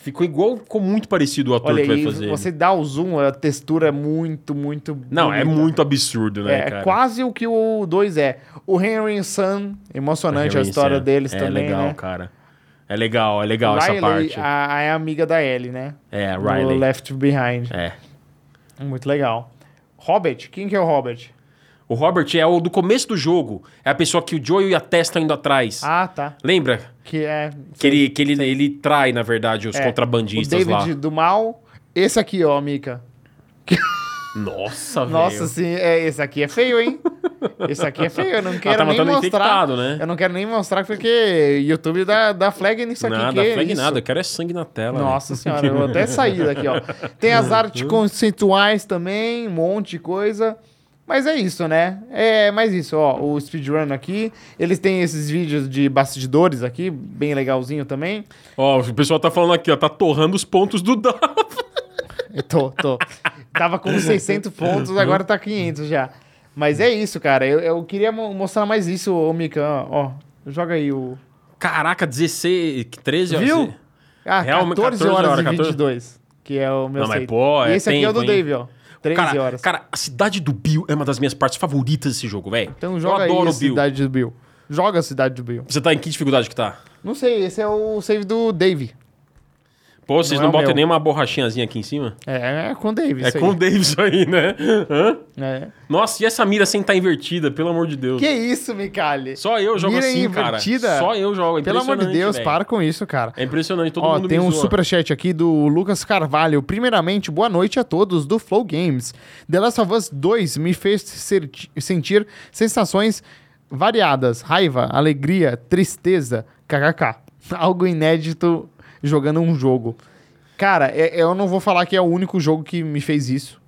S2: Ficou igual, ficou muito parecido o ator
S1: Olha
S2: que vai
S1: aí,
S2: fazer. né?
S1: você dá o zoom, a textura é muito, muito.
S2: Não, é
S1: bonita.
S2: muito absurdo, né,
S1: É,
S2: cara?
S1: quase o que o 2 é. O Henry Sun, emocionante né, a
S2: Realmente,
S1: história
S2: é.
S1: deles
S2: é
S1: também.
S2: legal,
S1: né?
S2: cara. É legal, é legal essa
S1: Riley,
S2: parte.
S1: A, a é amiga da Ellie, né?
S2: É,
S1: No
S2: Riley.
S1: Left Behind.
S2: É.
S1: Muito legal. Robert, quem que é o Robert?
S2: O Robert é o do começo do jogo. É a pessoa que o Joel e a Tess estão indo atrás.
S1: Ah, tá.
S2: Lembra?
S1: Que é.
S2: Que, ele, que ele, ele trai, na verdade, os
S1: é,
S2: contrabandistas
S1: O David
S2: lá.
S1: do mal. Esse aqui, ó, Mika.
S2: Nossa, velho.
S1: Nossa, sim, é, esse aqui é feio, hein? Esse aqui é feio, eu não quero
S2: tá
S1: nem
S2: matando
S1: mostrar.
S2: infectado, né?
S1: Eu não quero nem mostrar porque YouTube dá, dá flag nisso aqui.
S2: Nada,
S1: que é
S2: flag
S1: isso?
S2: nada. Eu quero é sangue na tela.
S1: Nossa senhora, eu vou até sair daqui, ó. Tem as artes conceituais também, um monte de coisa. Mas é isso, né? É mais isso, ó. O speedrun aqui. Eles têm esses vídeos de bastidores aqui, bem legalzinho também.
S2: velho. Ó, o pessoal tá falando aqui, ó. Tá torrando os pontos do Dava.
S1: Eu tô, tô. Tava com 600 pontos, agora tá 500 já. Mas é isso, cara. Eu, eu queria mo- mostrar mais isso, ô Mika. Ó, joga aí o.
S2: Caraca, 16, 13 ó,
S1: Viu?
S2: ze-
S1: Ah,
S2: Realmente,
S1: 14,
S2: 14
S1: horas,
S2: É, horas,
S1: e
S2: 14.
S1: 22. Que é o meu
S2: Não, mas,
S1: save.
S2: pô,
S1: e
S2: é
S1: esse aqui é o do
S2: tempo, hein?
S1: Dave, ó. 13
S2: Cara,
S1: horas.
S2: cara, a cidade do Bill é uma das minhas partes favoritas desse jogo, velho.
S1: Então joga
S2: Eu adoro
S1: aí a
S2: o Bill.
S1: cidade do Bill. joga a Cidade do Bill.
S2: Você tá em que dificuldade que tá?
S1: Não sei, esse é o save do Dave.
S2: Pô, vocês
S1: Não é
S2: não,
S1: o
S2: botam
S1: meu.
S2: nem uma borrachinhazinha aqui em cima?
S1: É, é com o Dave.
S2: é
S1: isso aí.
S2: com o Davis aí, né? Hã?
S1: É.
S2: Nossa, e essa mira sem estar invertida, pelo amor de Deus.
S1: Que isso, Micali?
S2: Só eu jogo
S1: Mira
S2: assim,
S1: invertida?
S2: cara. Só eu jogo. É
S1: Pelo amor de
S2: impressionante,
S1: Deus,
S2: velho.
S1: para com isso, cara.
S2: É impressionante, todo
S1: Ó,
S2: mundo
S1: tem
S2: me
S1: um
S2: zoa.
S1: superchat aqui do Lucas Carvalho. Primeiramente, boa noite a todos do Flow Games. The Last of Us 2 me fez ser- sentir sensações variadas: raiva, alegria, tristeza, kkk. Algo inédito jogando um jogo. Cara, é- eu não vou falar que é o único jogo que me fez isso.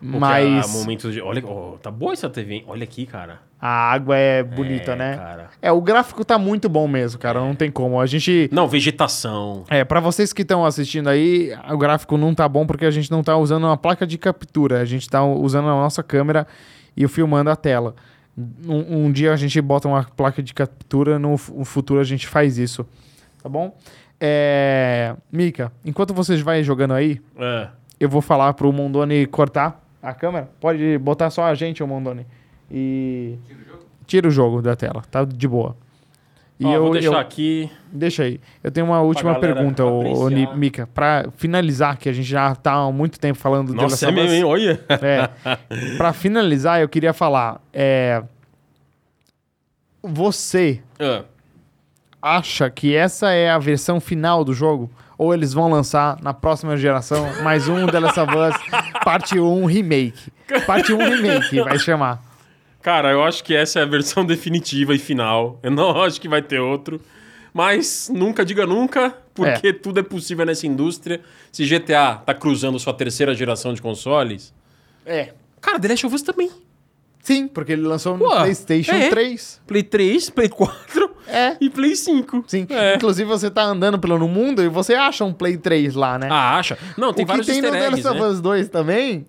S2: Porque
S1: Mas
S2: há momentos de- Olha, ó, tá boa essa TV, hein? Olha aqui, cara.
S1: a água é bonita,
S2: É,
S1: né?
S2: cara. É.
S1: É, o gráfico tá muito bom mesmo, cara. Não tem como. A gente.
S2: Não, vegetação.
S1: É, pra vocês que estão assistindo aí, o gráfico não tá bom porque a gente não tá usando uma placa de captura, a gente tá usando a nossa câmera e filmando a tela. Um, um dia a gente bota uma placa de captura, no fu- no futuro a gente faz isso, tá bom? É... Mika, enquanto vocês vai jogando aí,
S2: É.
S1: eu vou falar pro Mondoni cortar a câmera. Pode botar só a gente, o Mondoni. E... Tira o jogo da tela, tá de boa.
S2: Ó, vou deixar aqui.
S1: Deixa aí. Eu tenho uma última
S2: galera
S1: pergunta, ô, ô, Ni-
S2: apreciar.
S1: Mika, pra finalizar, que a gente já tá há muito tempo falando de
S2: Nossa, é mesmo, hein? Olha.
S1: É. Pra finalizar, eu queria falar. é, Você
S2: É.
S1: acha que essa é a versão final do jogo? Ou eles vão lançar na próxima geração mais um The Last of Us Parte 1 Remake? Parte 1 Remake vai chamar.
S2: Cara, eu acho que essa é a versão definitiva e final. Eu não acho que vai ter outro. Mas nunca diga nunca, porque tudo é possível nessa indústria. Se GTA tá cruzando sua terceira geração de consoles.
S1: É.
S2: Cara, The Last of Us também.
S1: Sim, porque ele lançou no
S2: Pô,
S1: PlayStation
S2: é.
S1: 3.
S2: Play 3, Play 4
S1: É.
S2: e Play 5.
S1: Sim.
S2: É.
S1: Inclusive, você tá andando pelo mundo e você acha um Play 3 lá, né?
S2: Ah, acha? Não, tem
S1: o que
S2: vários
S1: tem no
S2: easter
S1: The
S2: eggs,
S1: Last of
S2: né?
S1: Us 2 também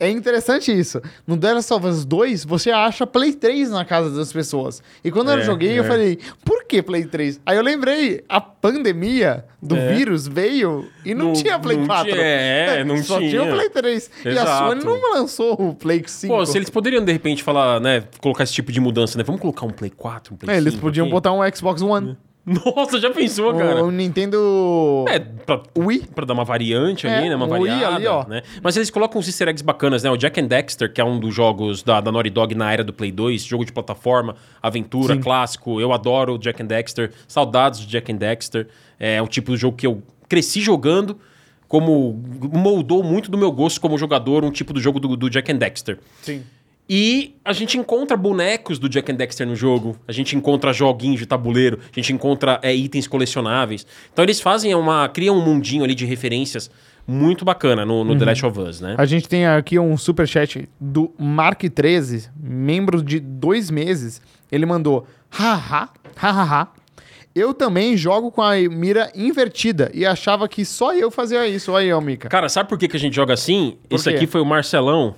S1: é interessante isso. No The Last of Us 2, você acha Play 3 na casa das pessoas. E quando eu
S2: É,
S1: joguei, eu
S2: é.
S1: falei, por que Play 3? Aí eu lembrei, a pandemia do
S2: É.
S1: vírus veio e não,
S2: Não-
S1: tinha Play
S2: não
S1: 4.
S2: tinha, é, não
S1: Só tinha o
S2: tinha.
S1: Play 3. E a
S2: Exato.
S1: Sony não lançou o Play 5.
S2: Pô, se eles poderiam, de repente, falar, né? Colocar esse tipo de mudança, né? Vamos colocar um Play 4, um Play
S1: É,
S2: 5.
S1: eles podiam
S2: aqui?
S1: botar um Xbox One.
S2: Nossa, já pensou, cara?
S1: O, o Nintendo
S2: É, pra,
S1: Wii.
S2: pra dar uma variante
S1: É,
S2: ali, né? Uma
S1: um Wii
S2: variada,
S1: ali, ó.
S2: né? Mas eles colocam uns easter eggs bacanas, né? O Jack and Dexter, que é um dos jogos da, da Naughty Dog na era do Play 2, jogo de plataforma, aventura, clássico. Eu adoro o Jack and Dexter, saudades de Jack and Dexter. É o tipo de jogo que eu cresci jogando, como moldou muito do meu gosto como jogador, um tipo do jogo do, do Jack and Dexter.
S1: Sim.
S2: E a gente encontra bonecos do Jack and Dexter no jogo, a gente encontra joguinhos de tabuleiro, a gente encontra é, itens colecionáveis. Então eles fazem uma. criam um mundinho ali de referências muito bacana no,
S1: Uhum.
S2: no The Last of Us, né?
S1: A gente tem aqui um superchat do Mark13, membro de dois meses. Ele mandou, haha, hahaha. Eu também jogo com a mira invertida e achava que só eu fazia isso. Aí, ó, Mika.
S2: Cara, sabe por que, que a gente joga assim?
S1: Por
S2: Esse
S1: quê?
S2: aqui foi o Marcelão.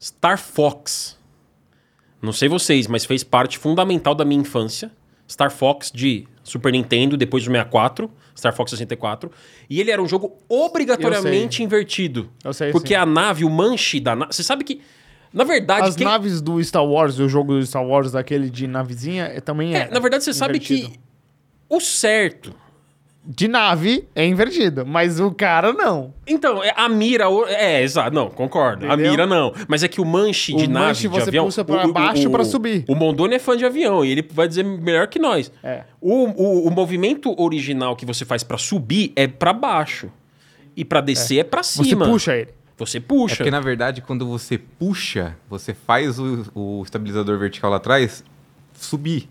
S2: Star Fox. Não sei vocês, mas fez parte fundamental da minha infância. Star Fox de Super Nintendo, depois do 64, Star Fox 64. E ele era um jogo obrigatoriamente invertido.
S1: Eu sei,
S2: Porque
S1: sim.
S2: a nave, o manche da nave. Você sabe que. Na verdade,
S1: As
S2: quem-
S1: naves do Star Wars, o jogo do Star Wars, daquele de navezinha, é, também é.
S2: é, na verdade, você sabe que
S1: invertido.
S2: o certo
S1: De nave é invertido, mas o cara não.
S2: Então, é, a mira. o- É, exato. Não, concordo.
S1: Entendeu?
S2: A mira não. Mas é que o manche de
S1: O
S2: nave.
S1: manche
S2: de
S1: você
S2: avião,
S1: puxa pra baixo pra subir.
S2: O Mondoni é fã de avião e ele vai dizer melhor que nós.
S1: É.
S2: O, o, o movimento original que você faz pra subir é pra baixo. E pra descer é, pra
S1: Você
S2: cima.
S1: puxa ele.
S2: Você
S3: É
S2: puxa.
S3: porque, na verdade, quando você puxa, você faz o, o estabilizador vertical lá atrás subir.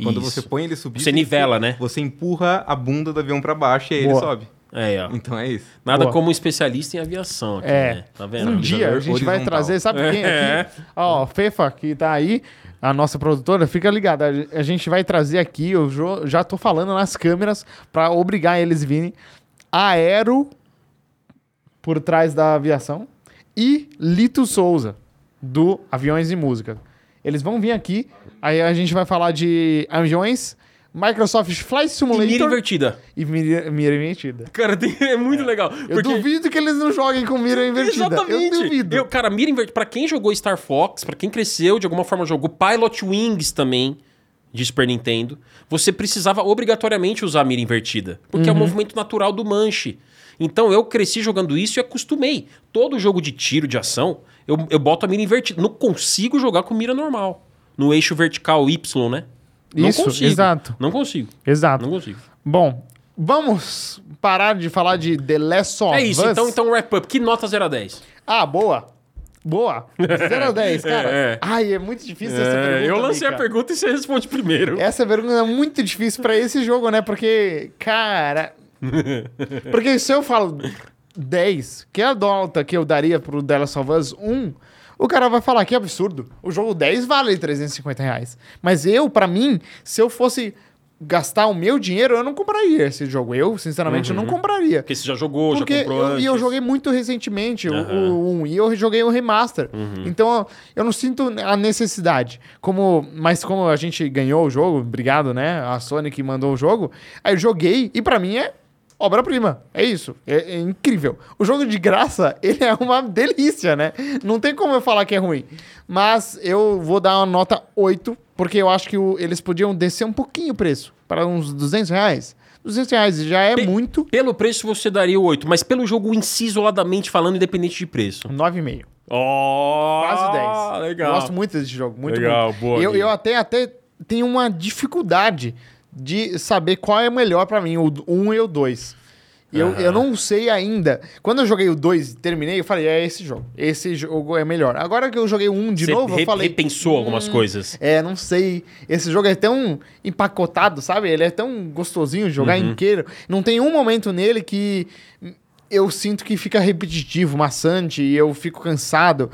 S3: Quando
S2: Isso.
S3: você põe ele subir...
S2: Você nivela,
S3: empurra-
S2: né?
S3: Você empurra a bunda do avião pra baixo e aí
S1: Boa.
S3: ele sobe.
S2: É, ó.
S3: Então é isso.
S2: Nada
S1: Boa.
S2: como um especialista em aviação aqui,
S1: É.
S2: né? Tá vendo?
S1: Um dia a
S3: Horizontal.
S1: gente vai trazer, sabe quem
S2: tá. É.
S1: aqui? Ó, Fefa, que tá aí, a nossa produtora, fica ligada. A- A gente vai trazer aqui, eu jo- já tô falando nas câmeras pra obrigar eles a virem. Aero por trás da aviação e Lito Souza do Aviões e Música. Eles vão vir aqui, aí a gente vai falar de aviões, Microsoft Flight
S2: E mira
S1: Simulator
S2: invertida.
S1: e mira, mira invertida.
S2: Cara, tem- é muito legal.
S1: Eu duvido que eles não joguem com mira invertida.
S2: Exatamente.
S1: Eu duvido.
S2: Eu- cara, mira invertida. Pra quem jogou Star Fox, pra quem cresceu, de alguma forma jogou Pilot Wings também, de Super Nintendo, você precisava obrigatoriamente usar a mira invertida. Porque
S1: Uhum.
S2: é o movimento natural do manche. Então eu cresci jogando isso e acostumei. Todo jogo de tiro, de ação, eu, eu boto a mira invertida. Não consigo jogar com mira normal. No eixo vertical Y, né? Não
S1: Isso,
S2: consigo.
S1: exato.
S2: Não consigo.
S1: Exato.
S2: Não consigo.
S1: Bom, vamos parar de falar de The Last of
S2: é isso.
S1: Us.
S2: Então, então, wrap up. Que nota 0 a 10?
S1: Ah, boa. Boa. 0 a 10, cara.
S2: É, é.
S1: Ai, é muito difícil essa
S2: É,
S1: pergunta.
S2: eu lancei a
S1: Mika.
S2: pergunta e você responde primeiro.
S1: Essa pergunta é muito difícil pra esse jogo, né? Porque, cara. Porque se eu falo 10, que é a nota que eu daria pro The Last of Us 1, o cara vai falar que absurdo. O jogo 10 vale 350 reais. Mas eu, pra mim, se eu fosse gastar o meu dinheiro, eu não compraria esse jogo. Eu, sinceramente, não compraria.
S2: Porque você já jogou,
S1: Porque
S2: já comprou
S1: eu, e eu
S2: antes.
S1: joguei muito recentemente o-
S2: Aham. Uhum.
S1: o 1 e eu joguei o remaster. Então eu não sinto a necessidade. Como, mas como a gente ganhou o jogo, obrigado, né? A Sony que mandou o jogo, aí eu joguei e pra mim é obra-prima. É isso. É, é incrível. O jogo de graça, ele é uma delícia, né? Não tem como eu falar que é ruim. Mas eu vou dar uma nota 8, porque eu acho que o- eles podiam descer um pouquinho o preço para uns 200 reais. 200 reais já é
S2: Pe-
S1: muito.
S2: Pelo preço você daria o 8, mas pelo jogo em si, isoladamente falando, independente de preço.
S1: 9,5.
S2: Oh,
S1: Quase 10.
S2: Legal.
S1: Gosto muito desse jogo, muito
S2: Legal,
S1: muito.
S2: boa,
S1: Eu,
S2: Gui.
S1: eu até, até tenho uma dificuldade de saber qual é melhor pra mim, o 1 e o 2. E eu, eu não sei ainda. Quando eu joguei o 2 e terminei, eu falei, é esse jogo. Esse jogo é melhor. Agora que eu joguei o 1 de
S2: Você
S1: novo,
S2: re-
S1: eu falei.
S2: repensou algumas coisas.
S1: É, não sei. Esse jogo é tão empacotado, sabe? Ele é tão gostosinho de
S2: Uhum.
S1: jogar inteiro. Não tem um momento nele que eu sinto que fica repetitivo, maçante, e eu fico cansado.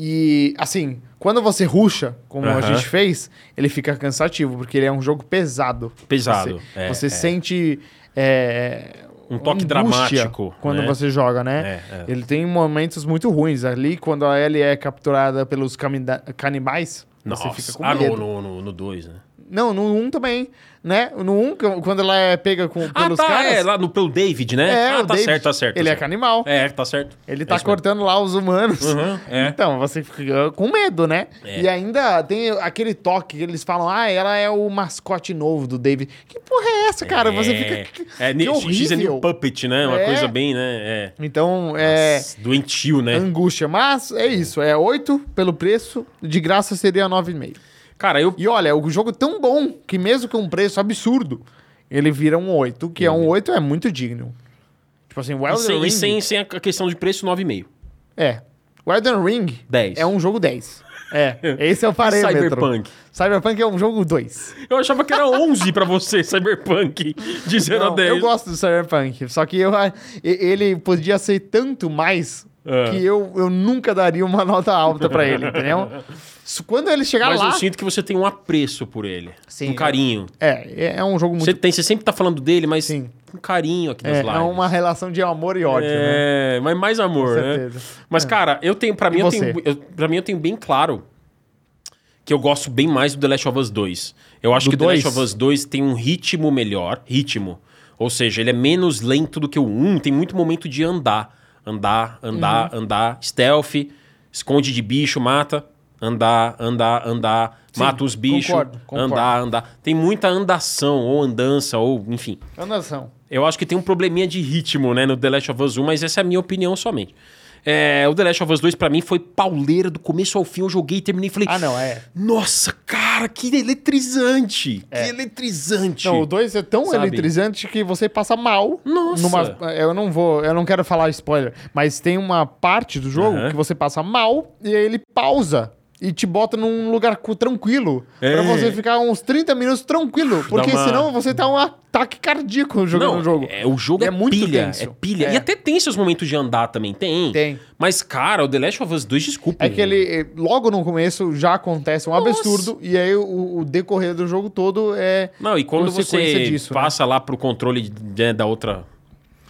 S1: E, assim, quando você ruxa, como a
S2: Aham.
S1: gente fez, ele fica cansativo, porque ele é um jogo pesado.
S2: Pesado,
S1: Você,
S2: é,
S1: você
S2: é.
S1: sente. é,
S2: Um toque
S1: angústia
S2: dramático,
S1: Quando
S2: né?
S1: você joga, né?
S2: É, é.
S1: Ele tem momentos muito ruins. Ali, quando a Ellie é capturada pelos camida- canibais,
S2: Nossa.
S1: você fica com
S2: ah,
S1: medo.
S2: no- no 2, no, no dois, né?
S1: Não, no 1 também, né? No 1, que- quando ela é pega com,
S2: Ah, tá,
S1: pelos caras...
S2: é, lá no, pelo David, né?
S1: é,
S2: ah,
S1: o
S2: tá
S1: David,
S2: certo, tá certo. tá
S1: Ele é
S2: certo.
S1: canibal.
S2: É, tá certo.
S1: Ele
S2: É
S1: tá
S2: isso mesmo.
S1: cortando lá os humanos.
S2: Uhum, é.
S1: Então, você fica com medo, né?
S2: É.
S1: E ainda tem aquele toque que eles falam, ah, ela é o mascote novo do David. Que porra é essa, cara? Você
S2: É,
S1: fica... que-
S2: é,
S1: que
S2: ne- X é
S1: horrível.
S2: New Puppet, né? Uma
S1: É.
S2: coisa bem, né?
S1: Então,
S2: É.
S1: é...
S2: Doentio, né?
S1: Angústia. Mas é isso, é 8 pelo preço, de graça seria 9,5.
S2: Cara, eu.
S1: E olha, o jogo é tão bom que mesmo com um preço absurdo, ele vira um 8, que é um 8 é muito digno. Tipo assim, o
S2: Uhum. E
S1: Elden
S2: sem,
S1: Ring...
S2: e sem, sem a questão de preço, 9,5.
S1: É. O Elden Ring
S2: 10.
S1: é um jogo 10. É, esse é o parâmetro.
S2: Cyberpunk?
S1: Cyberpunk é um jogo 2.
S2: Eu achava que era 11 pra você, Cyberpunk, de 0 a
S1: Não,
S2: 10.
S1: Eu gosto do Cyberpunk, só que eu, e- ele podia ser tanto mais
S2: É.
S1: que eu, eu nunca daria uma nota alta pra ele, entendeu? S- Quando ele chegar
S2: Mas
S1: Tá lá...
S2: eu sinto que você tem um apreço por ele.
S1: Sim,
S2: um carinho.
S1: É, é um jogo muito...
S2: Você, tem, você sempre tá falando dele, mas
S1: Sim.
S2: um carinho aqui
S1: É,
S2: nas
S1: é
S2: lives.
S1: uma relação de amor e ódio, né?
S2: É, mas mais
S1: Com
S2: amor, né?
S1: certeza. É.
S2: Mas, cara, eu tenho. Pra
S1: E
S2: mim, eu
S1: você?
S2: tenho, eu, pra mim, eu tenho bem claro que eu gosto bem mais do The Last of Us 2. Eu acho
S1: Do
S2: que o The
S1: dois?
S2: Last of Us 2 tem um ritmo melhor. Ritmo. Ou seja, ele é menos lento do que o 1. Tem muito momento de andar. Andar, andar,
S1: Uhum.
S2: andar. Stealth, esconde de bicho, mata. Andar, andar, andar. mata os bichos.
S1: concordo, concordo.
S2: Andar, andar. Tem muita andação, ou andança, ou enfim.
S1: É Andação.
S2: Eu acho que tem um probleminha de ritmo, né, no The Last of Us 1, mas essa é a minha opinião somente. É, o The Last of Us 2, pra mim, foi pauleira do começo ao fim. Eu joguei, terminei e falei.
S1: Ah, não, é.
S2: Nossa, cara, que eletrizante! Que eletrizante!
S1: Não, o 2 é tão
S2: Sabe?
S1: eletrizante que você passa mal.
S2: Nossa.
S1: numa- É, eu não vou, eu não quero falar spoiler, mas tem uma parte do jogo
S2: Aham.
S1: que você passa mal e aí ele pausa e te bota num lugar cu- tranquilo
S2: É.
S1: pra você ficar uns 30 minutos tranquilo, porque
S2: uma-
S1: senão você tá um ataque cardíaco jogando o jogo.
S2: É, o jogo é,
S1: É muito
S2: pilha,
S1: tenso.
S2: é pilha.
S1: É.
S2: E até tem seus momentos de andar também, tem.
S1: Tem.
S2: Mas, cara, o The Last of Us 2, desculpa.
S1: É que ele, eh, logo no começo, já acontece um
S2: Nossa.
S1: absurdo, e aí o, o decorrer do jogo todo é.
S2: Não, e quando
S1: consequência
S2: você
S1: disso, né?
S2: passa lá pro controle né, da outra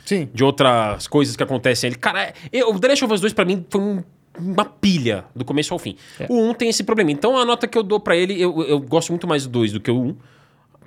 S1: Sim.
S2: de outras coisas que acontecem. Ele, cara, eu, o The Last of Us 2 pra mim foi um- uma pilha do começo
S1: É.
S2: um ao fim. O 1 tem esse problema. Então a nota que eu dou pra ele, eu, eu gosto muito mais do 2 do que o 1.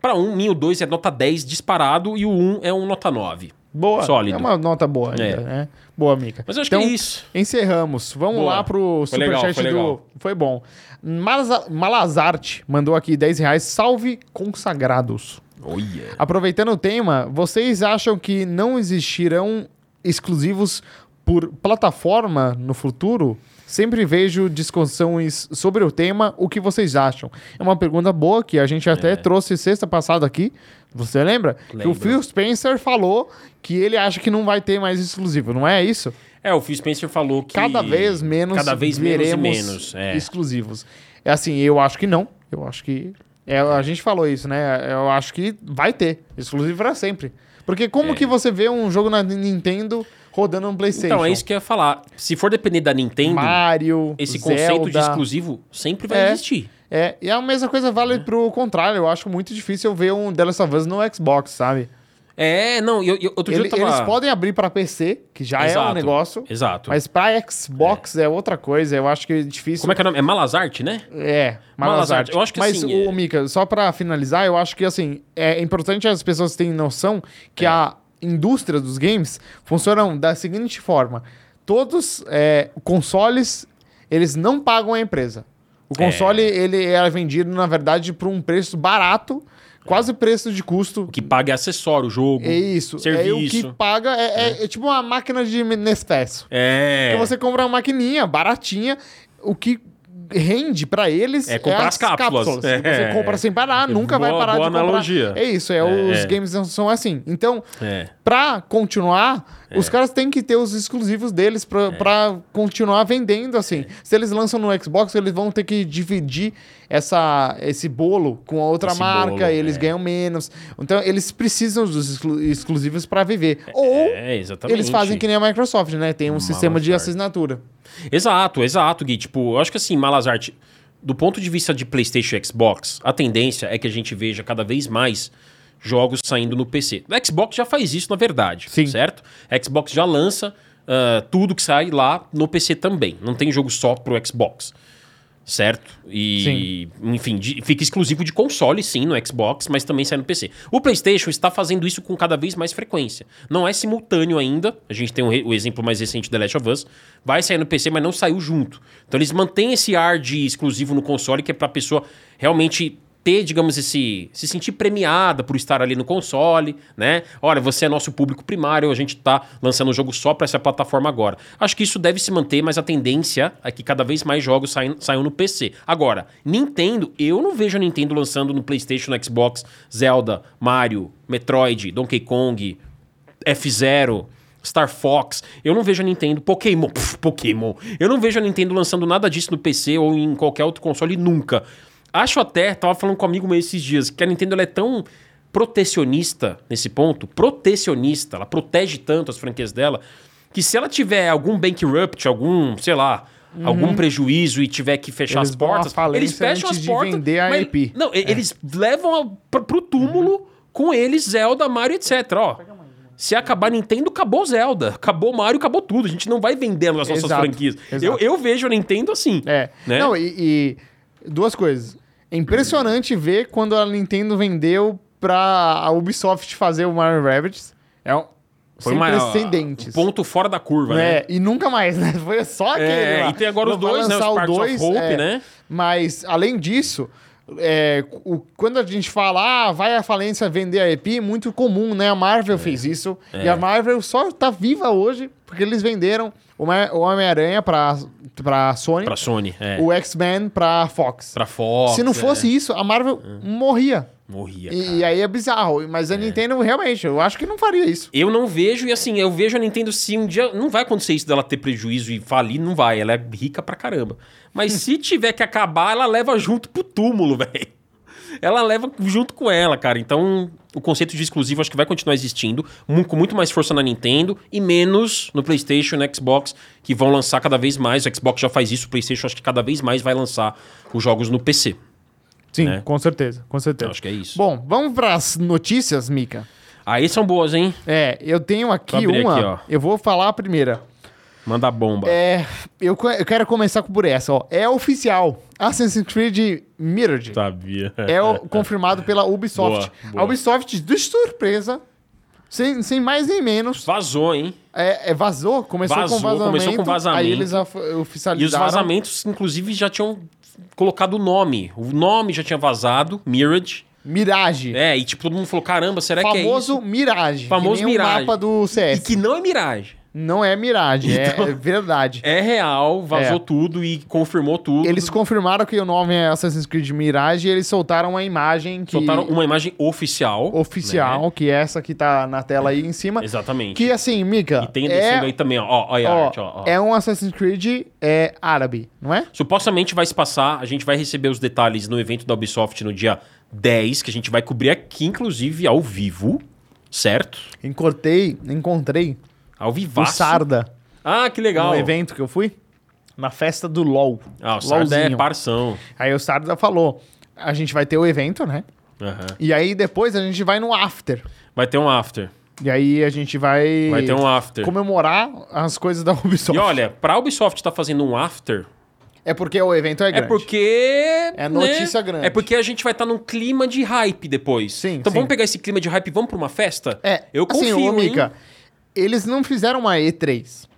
S2: Pra um, mim, o 2 é nota 10 disparado e o 1 é um nota 9.
S1: Boa.
S2: Sólido.
S1: É uma nota boa ainda,
S2: É.
S1: né? Boa, Mica.
S2: Mas eu acho
S1: Então,
S2: que é isso.
S1: Encerramos. Vamos
S2: Boa.
S1: lá pro
S2: Foi legal,
S1: superchat
S2: foi
S1: do.
S2: legal.
S1: Foi bom. Malaza- Malazarte mandou aqui 10 reais. Salve consagrados.
S2: Olha.
S1: Aproveitando o tema, vocês acham que não existirão exclusivos por plataforma no futuro? Sempre vejo discussões sobre o tema. O que vocês acham? É uma pergunta boa que a gente até trouxe sexta passada aqui. Você lembra? Que o
S2: É. Lembro.
S1: Phil Spencer falou que ele acha que não vai ter mais exclusivo, não é isso?
S2: É, o Phil Spencer falou que.
S1: Cada vez menos
S2: Cada vez menos e
S1: veremos
S2: menos. É.
S1: exclusivos. É assim, eu acho que não. Eu acho que. é, a gente falou isso, né? Eu acho que vai ter. Exclusivo pra sempre. Porque
S2: É.
S1: como que você vê um jogo na Nintendo rodando no PlayStation?
S2: Então, é isso que eu ia falar. Se for depender da Nintendo,
S1: Mario,
S2: esse
S1: Zelda,
S2: conceito de exclusivo Né? sempre vai
S1: É.
S2: existir.
S1: É, e a mesma coisa vale pro contrário. Eu acho muito difícil eu ver um The Last of Us no Xbox, sabe?
S2: É, não, eu, eu, outro
S1: Ele-
S2: dia eu tava...
S1: Eles podem abrir pra PC, que já é um
S2: Exato,
S1: negócio.
S2: Exato.
S1: Mas pra Xbox é. outra coisa. Eu acho que é difícil.
S2: Como é que é o nome? É Malazarte, né?
S1: É,
S2: Malas
S1: Malazarte.
S2: Artes. Eu acho que,
S1: Mas,
S2: assim,
S1: o
S2: é-
S1: Mika, só pra finalizar, eu acho que, assim, é importante as pessoas terem noção
S2: É.
S1: que a indústria dos games funcionam da seguinte forma. Todos é, consoles, eles não pagam a empresa. O console, ele é vendido, na verdade, por um preço barato, quase preço de custo.
S2: É. O que paga é acessório, o jogo.
S1: É isso. É o que
S2: Serviço.
S1: paga, é, é- é tipo uma máquina de Nespresso.
S2: É.
S1: Porque você compra uma maquininha baratinha, o que rende pra eles
S2: É comprar as cápsulas.
S1: Que Você
S2: É.
S1: compra sem parar, nunca vai
S2: Boa-
S1: parar
S2: boa
S1: de comprar.
S2: analogia.
S1: É isso, é, os games não são assim. Então,
S2: É.
S1: pra continuar, os caras têm que ter os exclusivos deles pra,
S2: É.
S1: pra continuar vendendo assim. Se eles lançam no Xbox, eles vão ter que dividir essa, esse bolo com a outra
S2: Esse
S1: marca,
S2: bolo,
S1: eles
S2: é.
S1: ganham menos. Então, eles precisam dos exclu- exclusivos pra viver. Ou
S2: É, exatamente.
S1: eles fazem que nem a Microsoft, né? Tem um sistema de
S2: Malazarte.
S1: assinatura.
S2: Exato, exato, Gui. Tipo, eu acho que assim, Malazarte, do ponto de vista de PlayStation e Xbox, a tendência é que a gente veja cada vez mais jogos saindo no PC. O Xbox já faz isso, na verdade,
S1: Sim.
S2: certo? A Xbox já lança ah, tudo que sai lá no PC também. Não tem jogo só pro Xbox. Certo? E, enfim, de- fica exclusivo de console, sim, no Xbox, mas também sai no PC. O PlayStation está fazendo isso com cada vez mais frequência. Não é simultâneo ainda. A gente tem o, re- o exemplo mais recente da Last of Us. Vai sair no PC, mas não saiu junto. Então eles mantêm esse ar de exclusivo no console, que é pra pessoa realmente ter, digamos, esse. se sentir premiada por estar ali no console, né? Olha, você é nosso público primário, a gente tá lançando um jogo só pra essa plataforma agora. Acho que isso deve se manter, mas a tendência é que cada vez mais jogos saiam, saiam no PC. Agora, Nintendo, eu não vejo a Nintendo lançando no PlayStation, no Xbox, Zelda, Mario, Metroid, Donkey Kong, F-Zero, Star Fox. Eu não vejo a Nintendo. Pokémon. pf, Pokémon. Eu não vejo a Nintendo lançando nada disso no PC ou em qualquer outro console nunca. Acho até, tava falando com um amigo meu esses dias, que a Nintendo ela é tão protecionista nesse ponto protecionista. Ela protege tanto as franquias dela que se ela tiver algum bankrupt, algum, sei lá. Algum prejuízo e tiver que
S1: Uhum.
S2: fechar
S1: Eles
S2: as
S1: vão à
S2: portas, eles
S1: falência
S2: fecham
S1: antes
S2: as
S1: de
S2: portas.
S1: vender a
S2: mas-
S1: IP.
S2: não, e- eles levam a, pra, pro túmulo com eles Zelda, Mario, etc. Ó, se acabar Nintendo, acabou Zelda, acabou Mario, acabou tudo. A gente não vai vendendo as nossas
S1: Exato,
S2: franquias.
S1: exato.
S2: Eu, eu vejo a Nintendo assim.
S1: É.
S2: Né?
S1: Não, e, e duas coisas. É impressionante ver quando a Nintendo vendeu pra a Ubisoft fazer o Mario Rabbids. É um
S2: Foi
S1: sem
S2: uma-
S1: precedentes.
S2: um ponto fora da curva, né?
S1: É, e nunca mais, né? Foi só aquele.
S2: É,
S1: lá.
S2: e tem agora
S1: Não
S2: os
S1: vai
S2: dois, né? Os
S1: lançar o
S2: Sparks
S1: dois,
S2: of Hope,
S1: é.
S2: né?
S1: Mas, além disso, é, o- quando a gente fala, ah, vai a falência vender a EP, é muito comum, né? A
S2: É.
S1: Marvel fez isso. E a Marvel só tá viva hoje porque eles venderam o Ma- o Homem-Aranha pra, pra Sony,
S2: Pra Sony, é.
S1: o X-Men pra Fox.
S2: Pra Fox.
S1: Se não fosse
S2: é.
S1: isso, a Marvel morria.
S2: Morria, cara.
S1: E, e aí é bizarro. Mas a Nintendo, realmente, eu acho que não faria isso.
S2: Eu não vejo, e assim, eu vejo a Nintendo se um dia. Não vai acontecer isso dela ter prejuízo e falir, não vai. Ela é rica pra caramba. Mas se tiver que acabar, ela leva junto pro túmulo, velho. Ela leva junto com ela, cara. Então, o conceito de exclusivo acho que vai continuar existindo, mu- com muito mais força na Nintendo e menos no PlayStation e Xbox, que vão lançar cada vez mais. O Xbox já faz isso, o PlayStation acho que cada vez mais vai lançar os jogos no PC.
S1: Sim,
S2: Né?
S1: com certeza, com certeza.
S2: Então, acho que é isso.
S1: Bom, vamos pras notícias, Mika.
S2: Aí são boas, hein?
S1: É, eu tenho aqui
S2: Vou abrir
S1: uma.
S2: aqui, ó.
S1: eu vou falar a primeira.
S2: Manda bomba.
S1: É, eu, co- eu quero começar por essa, ó. É oficial. Assassin's Creed Mirrored.
S2: Sabia.
S1: É o- confirmado pela Ubisoft.
S2: Tá. Boa, boa.
S1: A Ubisoft, de surpresa, sem, sem mais nem menos,
S2: Vazou, hein?
S1: é, é, vazou. Começou
S2: Vazou,
S1: com vazamento.
S2: começou com vazamento.
S1: Aí eles af-
S2: E os
S1: oficializaram.
S2: vazamentos, inclusive, já tinham colocado o nome. O nome já tinha vazado, Mirage.
S1: Mirage.
S2: É, e tipo, todo mundo falou: caramba, será que é
S1: famoso
S2: isso?
S1: Mirage.
S2: Famoso
S1: que nem o
S2: Mirage.
S1: mapa do CS.
S2: E que não é Mirage.
S1: Não é Mirage, é-
S2: Então-
S1: é verdade.
S2: É real, vazou
S1: É.
S2: tudo e confirmou tudo.
S1: Eles confirmaram que o nome é Assassin's Creed Mirage e eles soltaram uma imagem que
S2: soltaram uma imagem oficial.
S1: oficial,
S2: né?
S1: que é essa que tá na tela aí em cima.
S2: Exatamente.
S1: Que assim, Mika,
S2: E tem descendo
S1: é,
S2: aí também, ó. Ó, ó, aí a
S1: ó,
S2: arte, ó, ó.
S1: é um Assassin's Creed é, árabe, não é?
S2: Supostamente vai se passar, a gente vai receber os detalhes no evento da Ubisoft no dia 10, que a gente vai cobrir aqui, inclusive, ao vivo, certo?
S1: Encortei, encontrei
S2: Ao
S1: o
S2: vivaço.
S1: Sarda
S2: Ah, que legal.
S1: no evento que eu fui, na festa do LOL.
S2: Ah, o Sarda é
S1: LOLzinho.
S2: parção.
S1: Aí o Sarda falou, a gente vai ter o evento, né?
S2: Aham.
S1: E aí depois a gente vai no after.
S2: Vai ter um after.
S1: E aí a gente vai...
S2: Vai ter um after.
S1: Comemorar as coisas da Ubisoft.
S2: E olha, pra Ubisoft estar fazendo um after,
S1: É porque o evento é
S2: é
S1: grande.
S2: porque.
S1: É notícia
S2: né?
S1: grande.
S2: É porque a gente vai estar num clima de hype depois.
S1: Sim,
S2: Então
S1: sim.
S2: vamos pegar esse clima de hype e vamos pra uma festa?
S1: É,
S2: Eu confio.
S1: assim, ô,
S2: hein?
S1: Mika, eles não fizeram uma E3.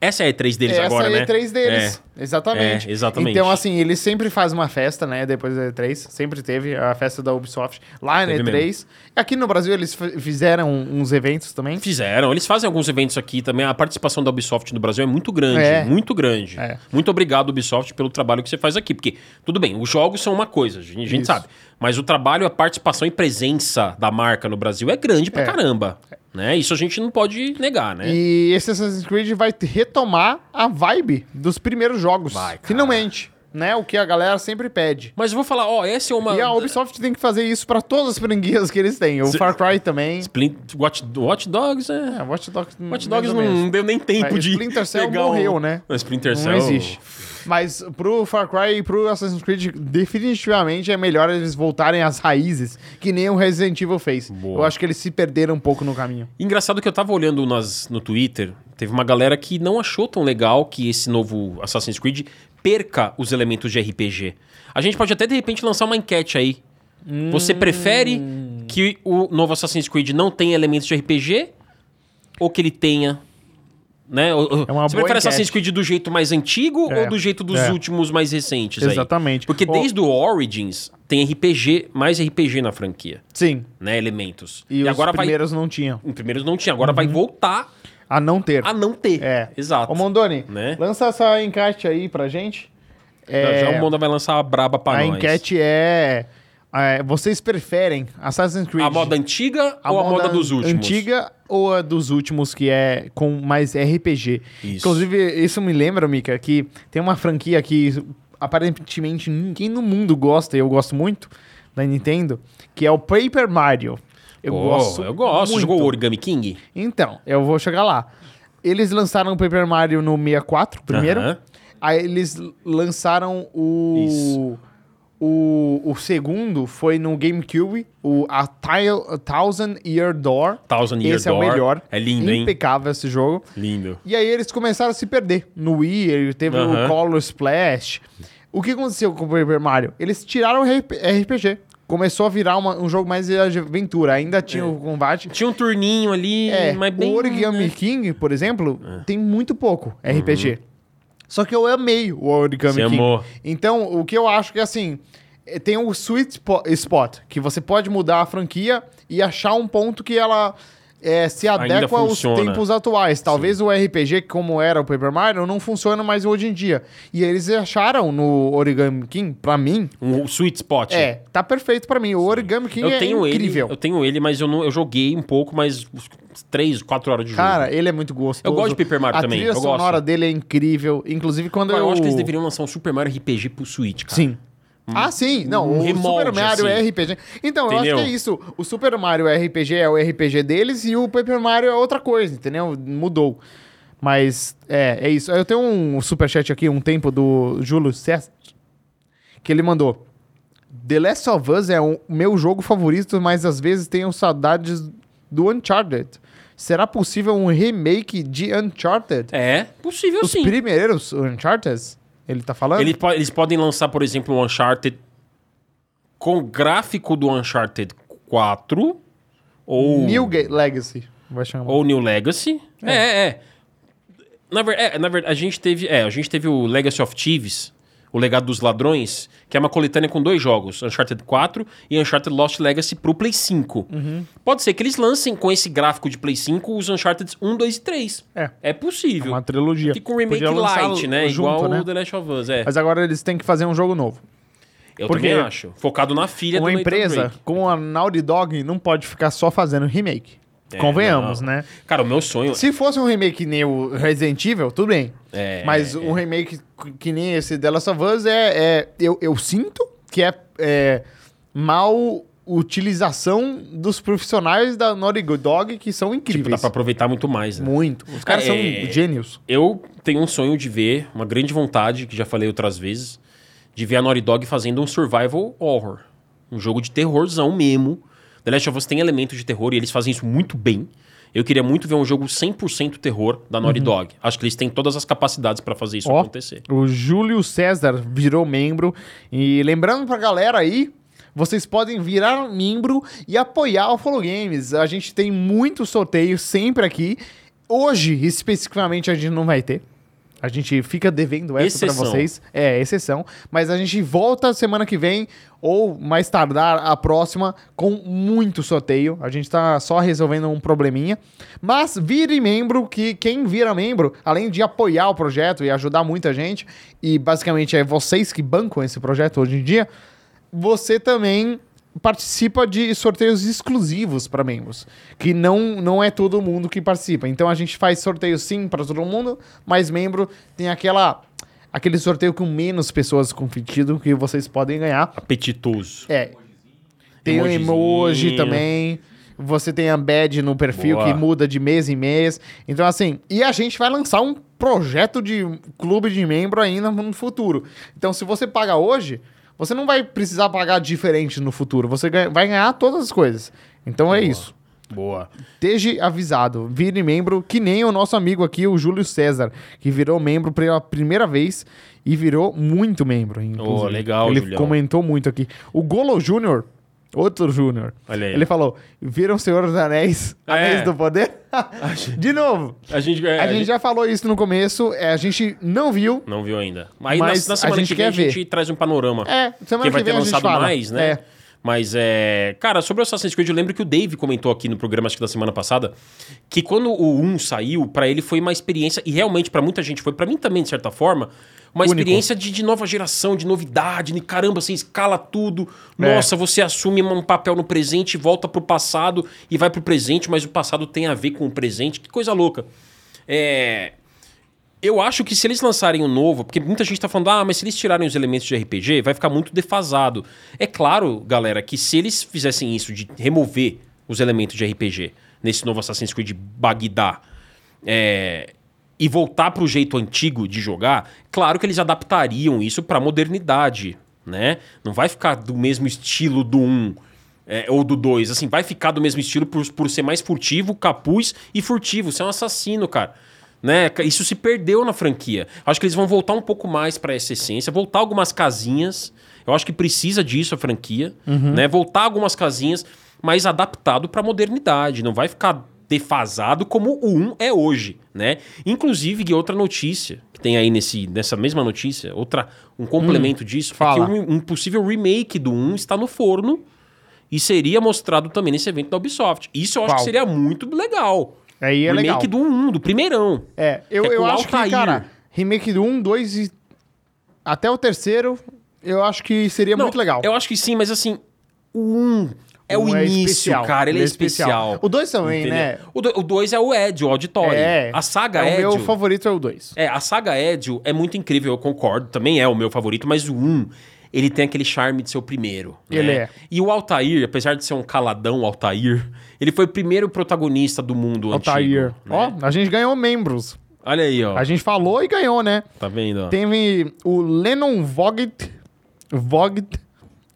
S2: Essa é a E3 deles
S1: Essa
S2: agora,
S1: é
S2: né?
S1: a E3 deles. Exatamente.
S2: É, exatamente.
S1: Então, assim, eles sempre fazem uma festa, né? Depois da E3. Sempre teve a festa da Ubisoft lá na
S2: Teve
S1: E3. Aqui no Brasil, eles f- fizeram um, uns eventos também.
S2: Fizeram, eles fazem alguns eventos aqui também. A participação da Ubisoft no Brasil é muito grande,
S1: É.
S2: muito grande.
S1: É.
S2: Muito obrigado, Ubisoft, pelo trabalho que você faz aqui. Porque, tudo bem, os jogos são uma coisa, a gente a gente
S1: Isso.
S2: sabe. Mas o trabalho, a participação e presença da marca no Brasil é grande pra
S1: É.
S2: caramba. Né? Isso a gente não pode negar, né?
S1: E esse Assassin's Creed vai t- retomar a vibe dos primeiros jogos.
S2: Vai, cara.
S1: Finalmente. Né? O que a galera sempre pede.
S2: Mas eu vou falar, ó, essa é uma...
S1: E a Ubisoft tem que fazer isso pra todas as franquias que eles têm. O Far Cry também.
S2: Splint... Watch... Watch Dogs é...
S1: É, Watch Dogs,
S2: Watch
S1: mais ou
S2: Dogs não,
S1: menos.
S2: não deu nem tempo
S1: É,
S2: de
S1: Splinter Cell
S2: pegar
S1: morreu,
S2: um...
S1: né?
S2: Não, Splinter Cell...
S1: Não existe. Mas pro Far Cry e pro Assassin's Creed, definitivamente é melhor eles voltarem às raízes, que nem o Resident Evil fez.
S2: Boa.
S1: Eu acho que eles se perderam um pouco no caminho.
S2: Engraçado que eu tava olhando nas, no Twitter, teve uma galera que não achou tão legal que esse novo Assassin's Creed perca os elementos de RPG. A gente pode até de repente lançar uma enquete aí. Você
S1: Hum.
S2: prefere que o novo Assassin's Creed não tenha elementos de RPG ou que ele tenha? Né? Ou- ou-
S1: É uma
S2: Você
S1: boa
S2: prefere
S1: enquete.
S2: Assassin's Creed do jeito mais antigo
S1: É,
S2: ou do jeito dos
S1: é.
S2: últimos mais recentes aí?
S1: Exatamente.
S2: Porque
S1: Ô,
S2: desde o Origins tem RPG, mais RPG na franquia,
S1: Sim.
S2: né, elementos.
S1: E, os
S2: agora vai
S1: primeiros não tinham.
S2: em primeiros não tinha, agora vai voltar
S1: A não ter.
S2: a não ter.
S1: Uhum. É.
S2: Exato.
S1: Ô, Mondoni,
S2: Ah, Né?
S1: lança essa enquete aí pra gente.
S2: Já-
S1: É,
S2: Já o Monda vai lançar a braba pra
S1: a
S2: nós.
S1: enquete é, é, Vocês preferem Assassin's Creed?
S2: A moda antiga ou a moda, dos últimos?
S1: Antiga ou a dos últimos, que é com mais RPG.
S2: Isso.
S1: Inclusive, isso me lembra, Mika, que tem uma franquia que aparentemente ninguém no mundo gosta, e eu gosto muito, da Nintendo, que é o Paper Mario. Eu
S2: Pô,
S1: gosto.
S2: Eu gosto.
S1: muito.
S2: Jogou o Origami King?
S1: Então, eu vou chegar lá. Eles lançaram o Paper Mario no 64, primeiro.
S2: Aham.
S1: Aí eles lançaram o.
S2: Isso.
S1: O, o segundo foi no GameCube, o A, Tile- A Thousand Year Door.
S2: Thousand Year
S1: Esse
S2: Door.
S1: é o melhor.
S2: É lindo, hein?
S1: Impecável esse jogo.
S2: Lindo.
S1: E aí eles começaram a se perder. No Wii, ele teve
S2: Aham.
S1: o Color Splash. O que aconteceu com o Paper Mario? Eles tiraram o RP RPG. Começou a virar uma- um jogo mais de aventura. Ainda tinha o combate.
S2: Tinha um turninho ali,
S1: É,
S2: mas bem... né? É.
S1: o Origami King, por exemplo, tem muito pouco RPG. Só que eu amei o Origami
S2: Uhum. Você
S1: King.
S2: amou.
S1: Então, o que eu acho que, assim, é, tem o sweet spo- spot, que você pode mudar a franquia e achar um ponto que ela é, se
S2: Ainda
S1: adequa aos
S2: funciona.
S1: tempos atuais. Talvez o RPG, como era o Paper Mario, não funciona mais hoje em dia. E eles acharam no Origami King, pra mim,
S2: Um sweet spot.
S1: é, tá perfeito pra mim. O Origami King
S2: Eu
S1: é
S2: tenho
S1: incrível.
S2: ele, eu tenho ele, mas eu, não, eu joguei um pouco, mas uns três, quatro horas de jogo.
S1: Cara, ele é muito gostoso.
S2: Eu gosto de Paper Mario
S1: a
S2: também,
S1: A trilha
S2: eu gosto.
S1: sonora dele é incrível. Inclusive, quando
S2: Mas
S1: eu...
S2: eu acho que eles deveriam lançar um Super Mario RPG pro Switch, cara.
S1: Sim. Ah, sim. Não,
S2: um
S1: o
S2: remote,
S1: Super Mario
S2: assim.
S1: é RPG. Então, eu
S2: Entendeu?
S1: acho que é isso. O Super Mario RPG é o RPG deles e o Paper Mario é outra coisa, entendeu? Mudou. Mas, é, é isso. Eu tenho um superchat aqui, um tempo do Júlio César, que ele mandou. The Last of Us é o meu jogo favorito, mas às vezes tenho saudades do Uncharted. Será possível um remake de Uncharted?
S2: É, possível
S1: Os
S2: sim.
S1: primeiros Uncharted? Ele tá falando?
S2: Ele po- eles podem lançar, por exemplo, um Uncharted com o gráfico do Uncharted 4 ou
S1: New Ga- Legacy. Vai chamar.
S2: ou New Legacy. É, é. é. Na, ver- é, na verdade, a gente teve, é, a gente teve o Legacy of Thieves, o Legado dos Ladrões, que é uma coletânea com dois jogos, Uncharted 4 e Uncharted Lost Legacy pro Play 5.
S1: Uhum.
S2: Pode ser que eles lancem com esse gráfico de Play 5 os Uncharted 1, 2 e 3.
S1: É.
S2: É possível.
S1: Uma trilogia.
S2: Fica um remake
S1: Podia lançar
S2: light, né?
S1: junto,
S2: Igual
S1: né?
S2: o The Last of Us, é.
S1: Mas agora eles têm que fazer um jogo novo.
S2: Eu
S1: Porque
S2: também acho. Focado na filha
S1: Uma
S2: do Nathan
S1: empresa
S2: Drake.
S1: com a Naughty Dog não pode ficar só fazendo remake.
S2: É,
S1: Convenhamos,
S2: não.
S1: né?
S2: Cara, o meu sonho
S1: Se fosse um remake que nem o Resident Evil, tudo bem.
S2: É,
S1: Mas
S2: é.
S1: um remake que- que nem esse The Last of Us é. é- eu, eu sinto que é, é mal utilização dos profissionais da Naughty Dog que são
S2: tipo, dá
S1: incríveis.
S2: pra aproveitar muito mais, né?
S1: Muito. Os caras
S2: É.
S1: são gênios.
S2: Eu tenho um sonho de ver, uma grande vontade, que já falei outras vezes, de ver a Naughty Dog fazendo um survival horror. Um jogo de terrorzão mesmo. The Last of Us tem elementos de terror e eles fazem isso muito bem. Eu queria muito ver um jogo 100% terror da Naughty Dog. Acho que eles têm todas as capacidades pra fazer isso
S1: Uhum. Ó.
S2: acontecer.
S1: O Júlio César virou membro. E lembrando pra galera aí, vocês podem virar membro e apoiar o Follow Games. A gente tem muito sorteio sempre aqui. Hoje, especificamente, a gente não vai ter. A gente fica devendo essa pra
S2: Exceção.
S1: vocês. É, exceção. Mas a gente volta semana que vem, ou mais tardar a próxima, com muito sorteio. A gente tá só resolvendo um probleminha. Mas vire membro, que quem vira membro, além de apoiar o projeto e ajudar muita gente, e basicamente é vocês que bancam esse projeto hoje em dia, você também participa de sorteios exclusivos para membros, que não, não é todo mundo que participa. Então a gente faz sorteio sim para todo mundo, mas membro tem aquela aquele sorteio com menos pessoas com sentido que vocês podem ganhar.
S2: Apetitoso.
S1: É. Tem o emoji
S2: Emojizinho.
S1: também. Você tem a badge no perfil
S2: Boa.
S1: que muda de mês em mês. Então, assim, e a gente vai lançar um projeto de clube de membro ainda no futuro. Então, se você paga hoje, você não vai precisar pagar diferente no futuro. Você ganha- vai ganhar todas as coisas. Então é isso.
S2: Boa.
S1: Esteja avisado, vire membro, que nem o nosso amigo aqui, o Júlio César, que virou membro pela primeira vez e virou muito membro. inclusive.
S2: legal,
S1: Ele
S2: Julião.
S1: comentou muito aqui. O Golo Júnior, outro Júnior,
S2: Olha aí.
S1: ele falou: viram Senhor dos Anéis,
S2: Ah,
S1: Anéis
S2: é?
S1: do Poder? De novo,
S2: A gente, é,
S1: a, gente, já falou isso no começo, é, a gente não viu.
S2: não viu ainda. Mas,
S1: Mas a
S2: na, na semana
S1: gente
S2: que vem a
S1: quer ver.
S2: gente traz um panorama.
S1: É, semana
S2: Porque
S1: que
S2: vai ter
S1: vem a gente
S2: lançado
S1: fala.
S2: mais, né?
S1: É.
S2: Mas é. Cara, sobre o Assassin's Creed, eu lembro que o Dave comentou aqui no programa, acho que da semana passada, que quando o 1 saiu, pra ele foi uma experiência, e realmente pra muita gente foi, pra mim também, de certa forma, uma
S1: Único.
S2: experiência de, de nova geração, de novidade, de caramba, você escala tudo. Nossa, você assume um papel no presente, volta pro passado e vai pro presente, mas o passado tem a ver com o presente, que coisa louca. É. Eu acho que se eles lançarem um novo, porque muita gente tá falando, ah, mas se eles tirarem os elementos de RPG, vai ficar muito defasado. É claro, galera, que se eles fizessem isso de remover os elementos de RPG nesse novo Assassin's Creed Bagdá é, e voltar pro jeito antigo de jogar, claro que eles adaptariam isso pra modernidade, né? Não vai ficar do mesmo estilo do 1 é, ou do 2. Assim, vai ficar do mesmo estilo por, por ser mais furtivo, capuz e furtivo. Você é um assassino, cara. Né? Ca- Isso se perdeu na franquia. Acho que eles vão voltar um pouco mais pra essa essência, voltar algumas casinhas. Eu acho que precisa disso a franquia,
S1: Uhum.
S2: né? Voltar algumas casinhas, mas adaptado pra modernidade. Não vai ficar defasado como o 1 é hoje, né? Inclusive, Gui, outra notícia que tem aí nesse, nessa mesma notícia, outra um complemento disso,
S1: Hum, fala.
S2: é que um, um possível remake do 1 está no forno e seria mostrado também nesse evento da Ubisoft. Isso eu acho
S1: Qual?
S2: que seria muito legal.
S1: Aí é legal.
S2: remake do 1, do primeirão.
S1: É, eu,
S2: É com
S1: eu
S2: o
S1: acho que,
S2: Altair.
S1: cara, remake do 1, 2 e. Até o terceiro, eu acho que seria É
S2: Não,
S1: muito legal.
S2: Eu acho que sim, mas assim, o 1 é o
S1: Um
S2: início,
S1: especial,
S2: cara. Ele é
S1: um
S2: especial.
S1: O 2 também,
S2: entendeu?
S1: né?
S2: O do- O 2 é o Ed, o auditório. A saga
S1: é. O
S2: Ed.
S1: meu favorito é o 2.
S2: É, a saga Edio é muito incrível, eu concordo. Também é o meu favorito, mas o 1, ele tem aquele charme de ser o primeiro. né?
S1: Ele é.
S2: E o Altair, apesar de ser um caladão Altair, ele foi o primeiro protagonista do mundo
S1: Altair.
S2: É antigo.
S1: Ó,
S2: né?
S1: a gente ganhou membros.
S2: Olha aí, ó.
S1: A gente falou e ganhou, né?
S2: Tá vendo? ó?
S1: Teve o Lennon Vogt. Vogt.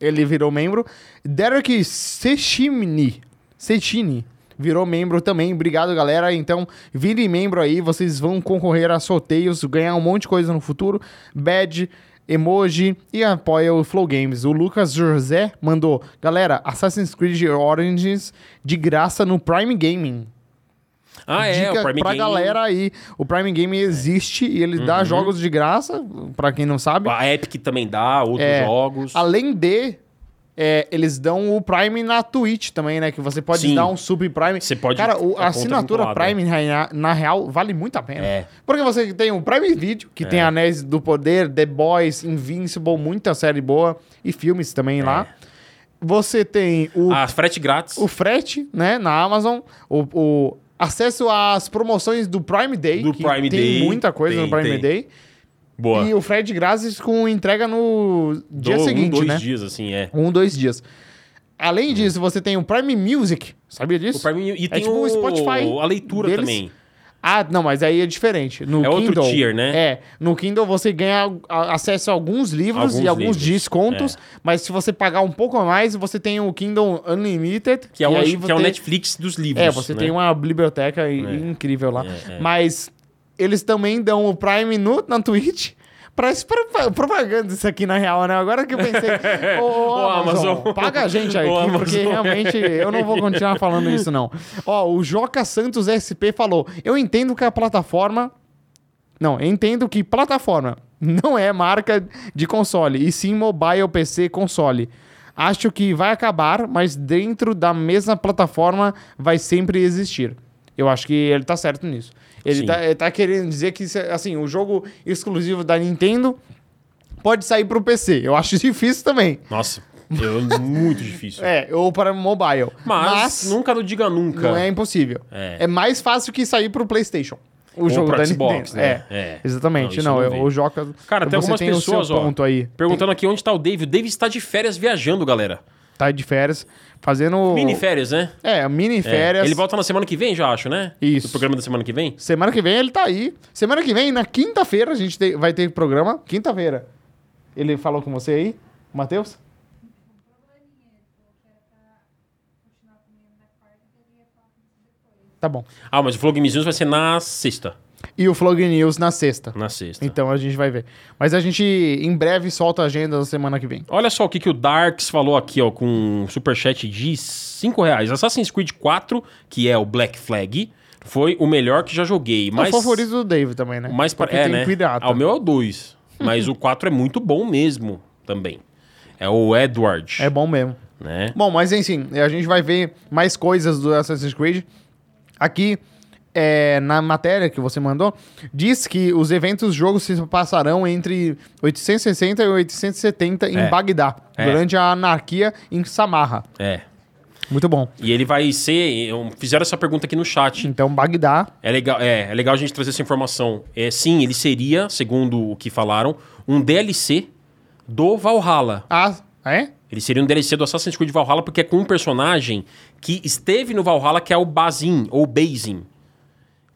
S1: Ele virou membro. Derek Sechimni. Sechini. virou membro também. Obrigado, galera. Então, vire membro aí. Vocês vão concorrer a sorteios, ganhar um monte de coisa no futuro. Badge, emoji e apoia o Flow Games. O Lucas José mandou: Galera, Assassin's Creed Origins de graça no Prime Gaming.
S2: Ah, é,
S1: Dica
S2: o Prime
S1: pra
S2: Game. Uhum.
S1: galera aí. O Prime Game existe e ele dá jogos de graça, pra quem não sabe.
S2: A Epic também dá, outros
S1: É.
S2: jogos.
S1: Além de, é, eles dão o Prime na Twitch também, né? Que você pode
S2: Sim.
S1: dar um sub Prime.
S2: Você pode-
S1: Cara,
S2: é
S1: o-
S2: conta
S1: a assinatura
S2: vinculada.
S1: Prime, na, na real, vale muito a pena.
S2: É.
S1: Porque você tem o Prime Video, que tem Anéis do Poder, The Boys, Invincible, muita série boa e filmes também
S2: É.
S1: lá. Você tem o,
S2: Ah, frete grátis.
S1: o frete, né? Na Amazon. O, o acesso às promoções do Prime Day.
S2: Do
S1: que
S2: Prime
S1: tem
S2: Day.
S1: muita coisa
S2: Tem,
S1: no Prime
S2: tem.
S1: Day.
S2: Boa.
S1: E o frete de graças com entrega no dia
S2: Do-
S1: seguinte,
S2: um, dois
S1: né?
S2: dias, assim, é.
S1: Um, dois dias. Além disso, você tem o Prime Music. Sabia disso?
S2: O Prime, e tem
S1: tipo
S2: o,
S1: o Spotify
S2: a leitura
S1: deles.
S2: também.
S1: Ah, não, mas aí é diferente. No
S2: É outro
S1: Kindle,
S2: tier, né?
S1: É. No Kindle você ganha a- acesso a alguns livros
S2: Alguns
S1: e alguns
S2: livros, é.
S1: descontos. Mas se você pagar um pouco a mais, você tem o Kindle Unlimited.
S2: Que é,
S1: e
S2: o,
S1: aí
S2: que é o
S1: você-
S2: Netflix dos livros.
S1: É, você
S2: né?
S1: tem uma biblioteca i- incrível lá.
S2: É, é.
S1: Mas eles também dão o Prime no, na Twitch. Parece pro- propaganda isso aqui, na real, né? Agora que eu pensei. Ô, ô,
S2: Ô,
S1: Amazon,
S2: Amazon.
S1: paga a gente aí,
S2: Ô,
S1: aqui,
S2: Amazon.
S1: porque realmente eu não vou continuar falando isso, não. Ó, o Joca Santos SP falou: Eu entendo que a plataforma. Não, eu entendo que plataforma não é marca de console, e sim mobile, PC, console. Acho que vai acabar, mas dentro da mesma plataforma vai sempre existir. Eu acho que ele tá certo nisso. Ele
S2: Sim.
S1: tá, ele tá querendo dizer que, assim, o jogo exclusivo da Nintendo pode sair pro PC. Eu acho difícil também.
S2: Nossa, eu- muito difícil.
S1: É, ou para mobile.
S2: Mas, nunca não diga nunca.
S1: Não é impossível.
S2: É.
S1: É, mais fácil que sair pro PlayStation. O
S2: Ou
S1: jogo
S2: pro
S1: da
S2: Xbox,
S1: Nintendo.
S2: né?
S1: É.
S2: É. Não,
S1: Exatamente.
S2: isso
S1: Não,
S2: não
S1: eu-
S2: vem.
S1: o Joca.
S2: Cara, tem
S1: você
S2: algumas
S1: tem o seu
S2: pessoas, ó,
S1: ponto aí.
S2: perguntando aqui onde tá o Dave. O Dave está de férias viajando, galera.
S1: Tá de férias, fazendo.
S2: Mini férias, né?
S1: É, mini
S2: É.
S1: férias.
S2: Ele volta na semana que vem, já acho, né?
S1: Isso.
S2: O programa da semana que vem?
S1: Semana que vem ele tá aí. Semana que vem, na quinta-feira, a gente te- vai ter programa. Quinta-feira. Ele falou com você aí, Matheus? Tá bom.
S2: Ah, mas o Flow Games News vai ser na sexta.
S1: E o Flog News na sexta.
S2: Na sexta.
S1: Então a gente vai ver. Mas a gente em breve solta a agenda da semana que vem.
S2: Olha só o que, que o Darks falou aqui, ó, com um superchat de 5 reais. Assassin's Creed 4, que é o Black Flag, foi o melhor que já joguei.
S1: Mas...
S2: Mas,
S1: O favorito do David também, né?
S2: mas pra-
S1: Porque
S2: é,
S1: tem
S2: né?
S1: pirata.
S2: Ah, o meu é o 2. Mas o 4 é muito bom mesmo também. É o Edward.
S1: É bom mesmo.
S2: Né?
S1: Bom, mas enfim, a gente vai ver mais coisas do Assassin's Creed. Aqui, é, na matéria que você mandou, diz que os eventos do jogo se passarão entre 860 e 870 em
S2: É.
S1: Bagdá,
S2: É.
S1: durante a anarquia em Samarra.
S2: É.
S1: Muito bom.
S2: E ele vai ser. eu- Fizeram essa pergunta aqui no chat.
S1: Então, Bagdá,
S2: É legal, é, é legal a gente trazer essa informação. É, sim, ele seria, segundo o que falaram, um DLC do Valhalla.
S1: a... É?
S2: Ele seria um DLC do Assassin's Creed Valhalla porque é com um personagem que esteve no Valhalla, que é o Bazin, ou Bazin,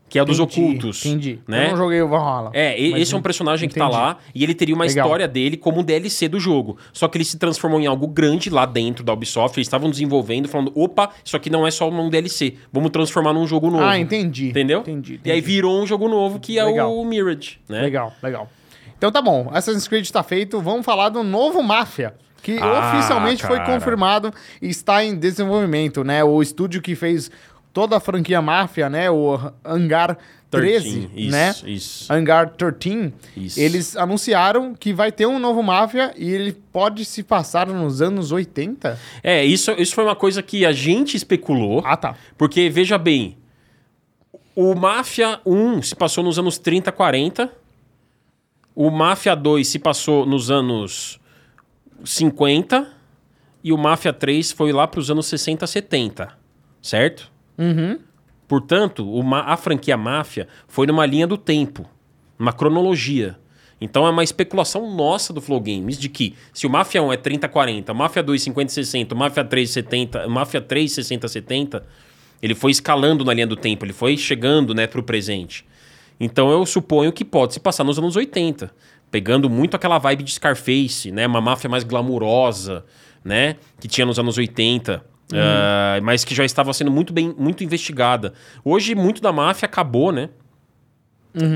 S2: que é dos
S1: Entendi,
S2: ocultos.
S1: Entendi.
S2: Né?
S1: Eu não joguei o Valhalla.
S2: É, e-
S1: Mas
S2: esse é um personagem que tá
S1: entendi.
S2: lá e ele teria uma
S1: Legal.
S2: história dele como um DLC do jogo. Só que ele se transformou em algo grande lá dentro da Ubisoft. Eles estavam desenvolvendo, falando: opa, isso aqui não é só um DLC, vamos transformar num jogo novo.
S1: Ah, entendi.
S2: Entendeu?
S1: Entendi.
S2: E aí
S1: entendi.
S2: virou um jogo novo que é
S1: Legal.
S2: o Mirage, né?
S1: Legal, legal. Então tá bom, Assassin's Creed tá feito, vamos falar do novo Máfia. Que
S2: Ah,
S1: oficialmente foi
S2: cara.
S1: confirmado e está em desenvolvimento, né? O estúdio que fez toda a franquia Máfia, né? O Hangar 13,
S2: 13, isso,
S1: né?
S2: isso.
S1: Hangar 13,
S2: Isso.
S1: eles anunciaram que vai ter um novo Máfia e ele pode se passar nos anos 80?
S2: É, isso, isso foi uma coisa que a gente especulou.
S1: Ah, tá.
S2: Porque, veja bem, o Máfia 1 se passou nos anos 30, 40. O Máfia 2 se passou nos anos 50. E o Máfia 3 foi lá para os anos 60, 70. Certo?
S1: Uhum.
S2: Portanto, o ma- a franquia Máfia foi numa linha do tempo, numa cronologia. Então é uma especulação nossa do Flow Games de que se o Máfia 1 é 30 40, Máfia 2 50 60, Máfia 3 70, Máfia 3 60 70, ele foi escalando na linha do tempo, ele foi chegando, né, pro presente. Então eu suponho que pode se passar nos anos 80, pegando muito aquela vibe de Scarface, né, uma máfia mais glamurosa, né, que tinha nos anos 80
S1: Uhum.
S2: Ah, mas que já estava sendo muito bem, muito investigada. Hoje, muito da máfia acabou, né?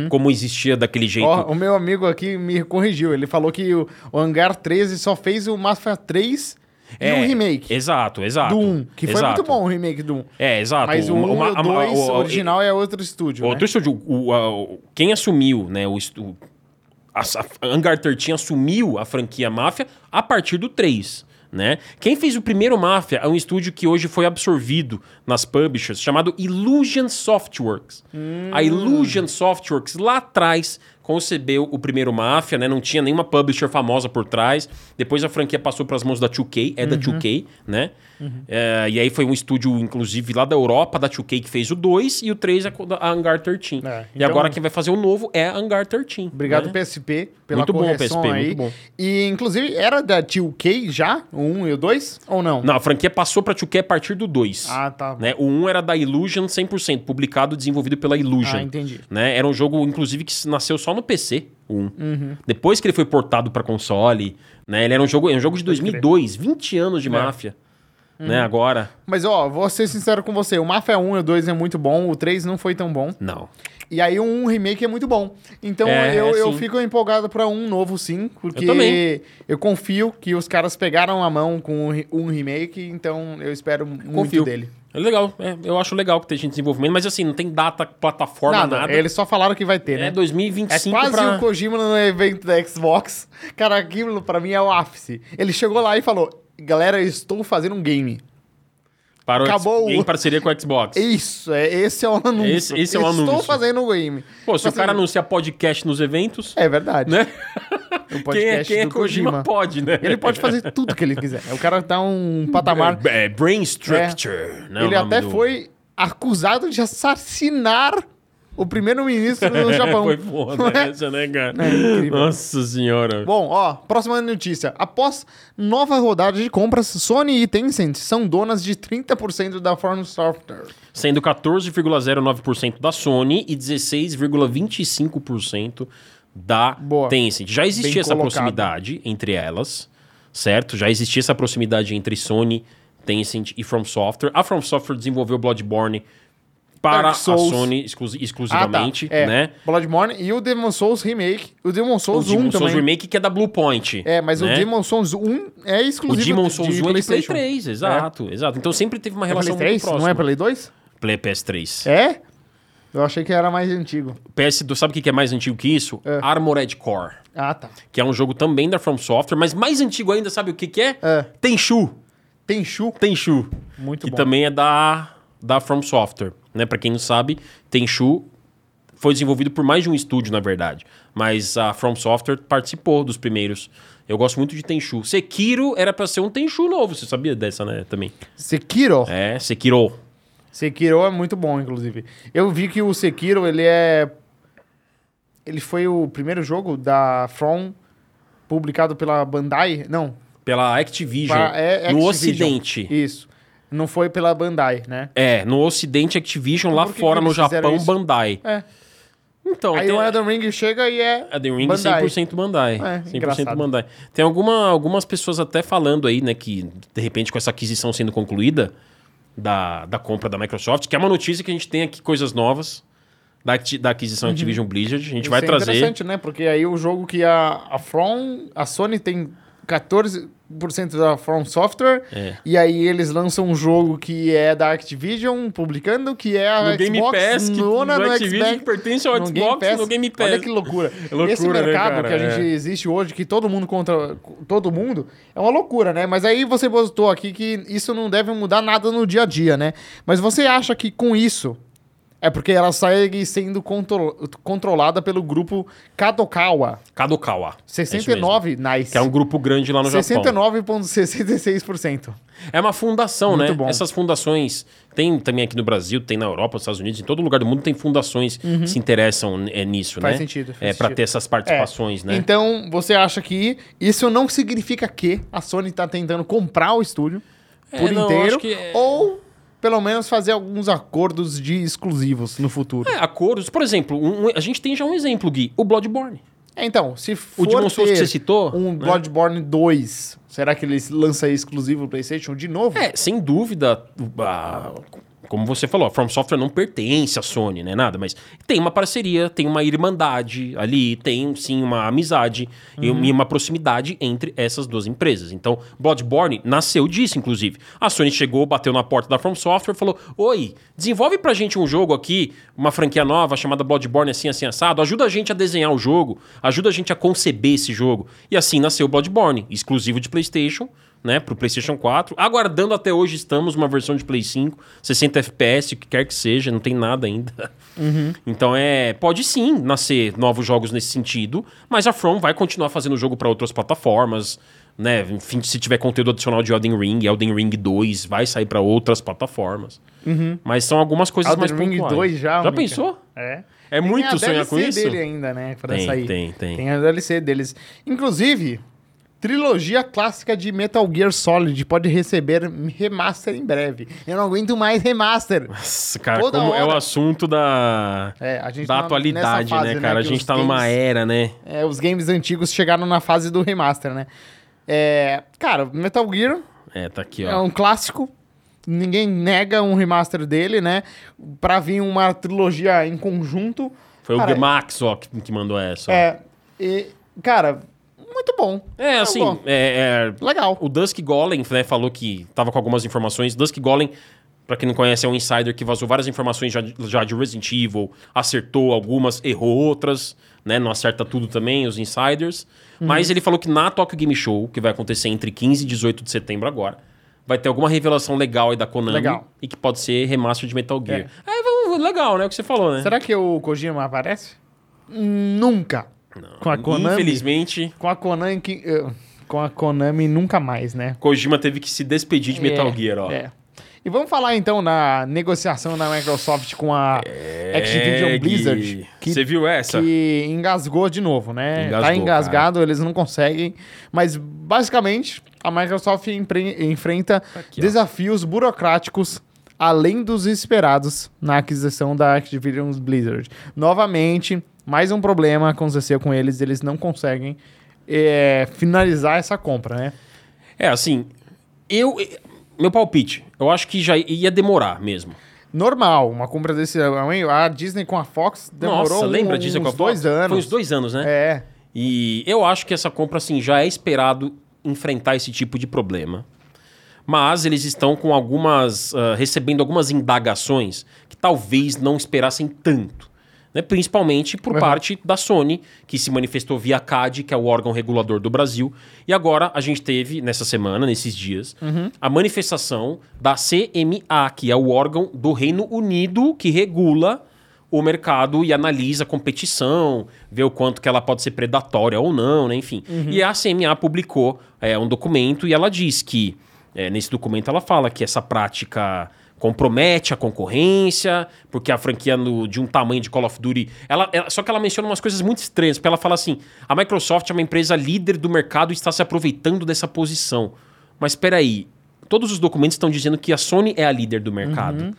S2: Como existia daquele jeito.
S1: Uhum. Ó, o meu amigo aqui me corrigiu. Ele falou que o, o Hangar 13 só fez o Mafia 3 e um remake
S2: Exato, É, exato.
S1: do 1. Que foi
S2: exato.
S1: muito bom o remake do 1.
S2: É, exato.
S1: Mas o 1
S2: Uma-
S1: e
S2: uma-
S1: o 2
S2: o- o-
S1: original é outro estúdio.
S2: Outro estúdio. O, a- o- quem assumiu, né? O, estu- a, a Hangar 13 assumiu a franquia Máfia a partir do 3. Né? Quem fez o primeiro Máfia é um estúdio que hoje foi absorvido nas publishers, chamado Illusion Softworks.
S1: Hum.
S2: A Illusion Softworks lá atrás concebeu o primeiro Máfia, né? não tinha nenhuma publisher famosa por trás. Depois a franquia passou para as mãos da 2K, é da
S1: Uhum.
S2: 2K, né? É, e aí foi um estúdio, inclusive, lá da Europa, da 2K, que fez o 2 e o 3 é co- da- a Hangar 13.
S1: É,
S2: E
S1: então-
S2: agora quem vai fazer o novo é a Hangar 13.
S1: Obrigado,
S2: né?
S1: PSP, pela
S2: Muito bom,
S1: correção
S2: PSP, muito
S1: aí.
S2: bom.
S1: E, inclusive, era da 2K já? O 1 e o 2? Ou não?
S2: Não, a franquia passou pra 2K a partir do 2.
S1: Ah, tá. bom.
S2: Né? O 1 era da Illusion 100%, publicado e desenvolvido pela Illusion.
S1: Ah, entendi.
S2: Né? Era um jogo, inclusive, que nasceu só no PC, o 1.
S1: Uhum.
S2: Depois que ele foi portado pra console, né? Ele era um jogo, é um jogo de 2002, 20 anos de
S1: É.
S2: máfia.
S1: Uhum.
S2: Né? Agora,
S1: Mas, ó, vou ser sincero com você. O Mafia 1 e o 2 é muito bom, o 3 não foi tão bom.
S2: não.
S1: E aí o 1 remake é muito bom. Então
S2: É,
S1: eu, eu
S2: sim.
S1: fico empolgado pra um novo, sim. Porque eu,
S2: também.
S1: confio que os caras pegaram a mão com o re- um remake, então eu espero muito
S2: Confio.
S1: dele.
S2: É legal, é, eu acho legal que tem gente desenvolvimento, mas assim, não tem data, plataforma,
S1: Nada,
S2: nada.
S1: eles só falaram que vai ter,
S2: É
S1: né? É
S2: 2025
S1: quase
S2: pra...
S1: o Kojima no evento da Xbox. Cara, aquilo pra mim é o ápice. Ele chegou lá e falou: Galera, eu estou fazendo um game.
S2: para o X-
S1: acabou o-
S2: Em parceria com o Xbox.
S1: Isso, é, esse é o anúncio.
S2: Esse- esse é o
S1: Estou
S2: anúncio.
S1: fazendo um game.
S2: Pô, se
S1: Assim,
S2: o cara anunciar podcast nos eventos,
S1: É verdade.
S2: né?
S1: O
S2: Quem é,
S1: podcast
S2: quem é
S1: do
S2: Kojima,
S1: Kojima.
S2: pode, né?
S1: Ele pode fazer tudo que ele quiser. O cara tá um patamar.
S2: É, é, brain Structure. né,
S1: É. ele
S2: o nome
S1: até
S2: do-
S1: foi acusado de assassinar o primeiro-ministro do Japão.
S2: É, foi foda
S1: Não é?
S2: essa, né, cara?
S1: É incrível.
S2: Nossa senhora.
S1: Bom, ó, próxima notícia. Após nova rodada de compras, Sony e Tencent são donas de 30% da Form Software.
S2: Sendo 14,09% da Sony e 16,25% da
S1: Boa.
S2: Tencent. Já existia essa
S1: colocado.
S2: proximidade entre elas, certo? Já existia essa proximidade entre Sony, Tencent e From Software. A From Software desenvolveu Bloodborne para a
S1: Dark Souls. Ah, tá.
S2: Sony exclus- exclusivamente,
S1: É,
S2: né?
S1: Bloodborne e o Demon Souls Remake. O Demon
S2: O
S1: Souls 1
S2: Demon
S1: também.
S2: Souls Remake que é da Blue Point.
S1: É, mas
S2: né?
S1: o Demon Souls 1 é
S2: O
S1: exclusivo
S2: Demon Souls 1 é de Play
S1: PlayStation.
S2: 3, exato, exato. Então sempre teve uma
S1: É
S2: relação
S1: Play
S2: muito
S1: 3? Não
S2: próxima.
S1: é Play 2?
S2: Play PS3.
S1: É? Eu achei que era mais antigo.
S2: PS2, sabe o que que é mais antigo que isso?
S1: É.
S2: Armored Core,
S1: Ah, tá.
S2: que é um jogo também da From Software, mas mais antigo ainda, sabe o que que é?
S1: É.
S2: Tenchu.
S1: Tenchu.
S2: Tenchu.
S1: Muito
S2: que
S1: bom.
S2: também é da, da From Software, né? Pra quem não sabe, Tenchu foi desenvolvido por mais de um estúdio, na verdade. Mas a From Software participou dos primeiros. Eu gosto muito de Tenchu. Sekiro era pra ser um Tenchu novo, você sabia dessa, né? Também.
S1: Sekiro.
S2: É, Sekiro.
S1: Sekiro é muito bom, inclusive. Eu vi que o Sekiro, ele é... Ele foi o primeiro jogo da From publicado pela Bandai? Não.
S2: Pela Activision.
S1: pa- é
S2: no
S1: Activision.
S2: Ocidente.
S1: Isso. Não foi pela Bandai, né?
S2: É, no Ocidente, Activision, lá
S1: Por que que
S2: fora, no
S1: eles fizeram
S2: Japão,
S1: isso?
S2: Bandai.
S1: É.
S2: Então,
S1: Aí
S2: tem
S1: o
S2: a
S1: Elden Ring chega e é
S2: a The Ring
S1: Bandai.
S2: 100% Bandai.
S1: É,
S2: 100%
S1: engraçado.
S2: Bandai. Tem alguma, algumas pessoas até falando aí, né, que de repente com essa aquisição sendo concluída da, da compra da Microsoft, que é uma notícia que a gente tem aqui coisas novas da, acti- da aquisição Activision Blizzard, a gente vai
S1: Uhum. Isso é
S2: trazer.
S1: interessante, né? Porque aí o jogo que a, a From... A Sony tem 14% da From Software.
S2: É.
S1: E aí eles lançam um jogo que é da Activision publicando, que é a
S2: No Game
S1: Xbox
S2: Pass, que
S1: nona
S2: do
S1: no
S2: Activision
S1: Xbox,
S2: que pertence ao
S1: no
S2: Xbox, no Game Pass.
S1: Olha que loucura.
S2: loucura,
S1: Esse
S2: né,
S1: mercado
S2: cara?
S1: que a
S2: É.
S1: gente existe hoje, que todo mundo contra todo mundo, é uma loucura, né? Mas aí você botou aqui que isso não deve mudar nada no dia a dia, né? Mas você acha que com isso é porque ela segue sendo contro- controlada pelo grupo Kadokawa.
S2: Kadokawa. É isso mesmo.
S1: 69, nice.
S2: que é um grupo grande lá no Japão.
S1: 69,66%.
S2: É uma fundação,
S1: Muito
S2: né?
S1: bom.
S2: Essas fundações tem também aqui no Brasil, tem na Europa, nos Estados Unidos, em todo lugar do mundo tem fundações que se interessam é, nisso,
S1: Uhum. Faz
S2: né?
S1: sentido, faz
S2: é para
S1: sentido.
S2: ter essas participações, né?
S1: Então, você acha que isso não significa que a Sony tá tentando comprar o estúdio
S2: É,
S1: por
S2: não,
S1: inteiro
S2: acho que é-
S1: ou pelo menos fazer alguns acordos de exclusivos no futuro?
S2: É, acordos, por exemplo, um- um- a gente tem já um exemplo, Gui, o Bloodborne.
S1: É, então, se
S2: O
S1: for
S2: Demon Souls
S1: ter
S2: que você citou,
S1: um
S2: né?
S1: Bloodborne 2, será que eles lança exclusivo pro PlayStation de novo?
S2: É, sem dúvida, a- como você falou, a From Software não pertence à Sony, né? Nada, mas tem uma parceria, tem uma irmandade ali, tem sim uma amizade e um- e uma proximidade entre essas duas empresas. Então, Bloodborne nasceu disso, inclusive. A Sony chegou, bateu na porta da From Software e falou: Oi, desenvolve pra gente um jogo aqui, uma franquia nova chamada Bloodborne assim, assim, assado. Ajuda a gente a desenhar o jogo, ajuda a gente a conceber esse jogo. E assim nasceu o Bloodborne, exclusivo de PlayStation né, pro PlayStation 4. Aguardando até hoje estamos uma versão de Play 5, 60 FPS, o que quer que seja, não tem nada ainda.
S1: Uhum.
S2: Então é, pode sim nascer novos jogos nesse sentido, mas a From vai continuar fazendo jogo para outras plataformas, né? Enfim, se tiver conteúdo adicional de Elden Ring, Elden Ring 2 vai sair para outras plataformas.
S1: Uhum.
S2: Mas são algumas coisas
S1: Elden
S2: mais
S1: Ring
S2: pontuais.
S1: 2 já,
S2: Já
S1: Mica?
S2: pensou?
S1: É.
S2: É muito
S1: a
S2: sonhar
S1: DLC
S2: com isso.
S1: dele ainda, né? Pra
S2: Tem,
S1: sair.
S2: tem, tem.
S1: Tem a DLC deles. Inclusive, trilogia clássica de Metal Gear Solid pode receber remaster em breve. Eu não aguento mais remaster.
S2: Nossa, cara,
S1: Toda
S2: como é o
S1: hora.
S2: assunto da
S1: É, a gente
S2: da
S1: tá
S2: atualidade,
S1: nessa fase,
S2: né, cara? A
S1: que
S2: gente
S1: os
S2: tá numa
S1: games-
S2: era, né?
S1: É, os games antigos chegaram na fase do remaster, né? É, cara, Metal Gear
S2: É, tá aqui, ó.
S1: é um clássico. Ninguém nega um remaster dele, né? Pra vir uma trilogia em conjunto.
S2: Foi
S1: Cara,
S2: o Gemax, ó, que, que mandou essa. ó. É,
S1: É, e, cara, muito bom.
S2: assim,
S1: bom.
S2: é, é,
S1: Legal.
S2: o Dusk Golem, né, falou que tava com algumas informações. Dusk Golem, pra quem não conhece, é um insider que vazou várias informações já, de- já de Resident Evil, acertou algumas, errou outras, né? Não acerta tudo também, os insiders.
S1: Uhum.
S2: Mas ele falou que na Tokyo Game Show, que vai acontecer entre 15 e 18 de setembro agora, vai ter alguma revelação legal aí da Konami
S1: Legal.
S2: e que pode ser remaster de Metal Gear. É, vamos- legal, né? O que você falou, né?
S1: Será que o Kojima aparece? Nunca. Com a Konami.
S2: Infelizmente,
S1: Com a Konami que- eh, com a Konami nunca mais, né?
S2: Kojima teve que se despedir de Metal
S1: É,
S2: Gear, ó.
S1: é. E vamos falar então na negociação da Microsoft com a Activision
S2: É,
S1: Blizzard,
S2: Gui.
S1: que,
S2: Você viu essa?
S1: que engasgou de novo, né? tá
S2: Engasgou,
S1: engasgado, eles não conseguem. Mas basicamente a Microsoft empre- enfrenta
S2: Tá Aqui, ó.
S1: desafios burocráticos além dos esperados na aquisição da Activision Blizzard. Novamente, mais um problema aconteceu com eles, eles não conseguem eh, finalizar essa compra, né?
S2: É, assim, eu. Meu palpite, eu acho que já ia demorar mesmo.
S1: normal, uma compra desse tamanho. A Disney com a Fox demorou
S2: Nossa, lembra
S1: um-
S2: disso
S1: uns
S2: com a Fox?
S1: dois anos.
S2: Foi uns dois anos, né?
S1: É.
S2: E eu acho que essa compra, assim, já é esperado enfrentar esse tipo de problema. Mas eles estão com algumas. ah, recebendo algumas indagações que talvez não esperassem tanto. Né? Principalmente por
S1: Uhum.
S2: parte da Sony, que se manifestou via CAD, que é o órgão regulador do Brasil. E agora a gente teve, nessa semana, nesses dias, a manifestação da CMA, que é o órgão do Reino Unido que regula o mercado e analisa a competição, vê o quanto que ela pode ser predatória ou não, né? enfim. E a CMA publicou é, um documento e ela diz que, é, nesse documento ela fala que essa prática compromete a concorrência, porque a franquia no- de um tamanho de Call of Duty. Ela, ela- só que ela menciona umas coisas muito estranhas, porque ela fala assim: a Microsoft é uma empresa líder do mercado e está se aproveitando dessa posição. Mas espera aí, todos os documentos estão dizendo que a Sony é a líder do mercado.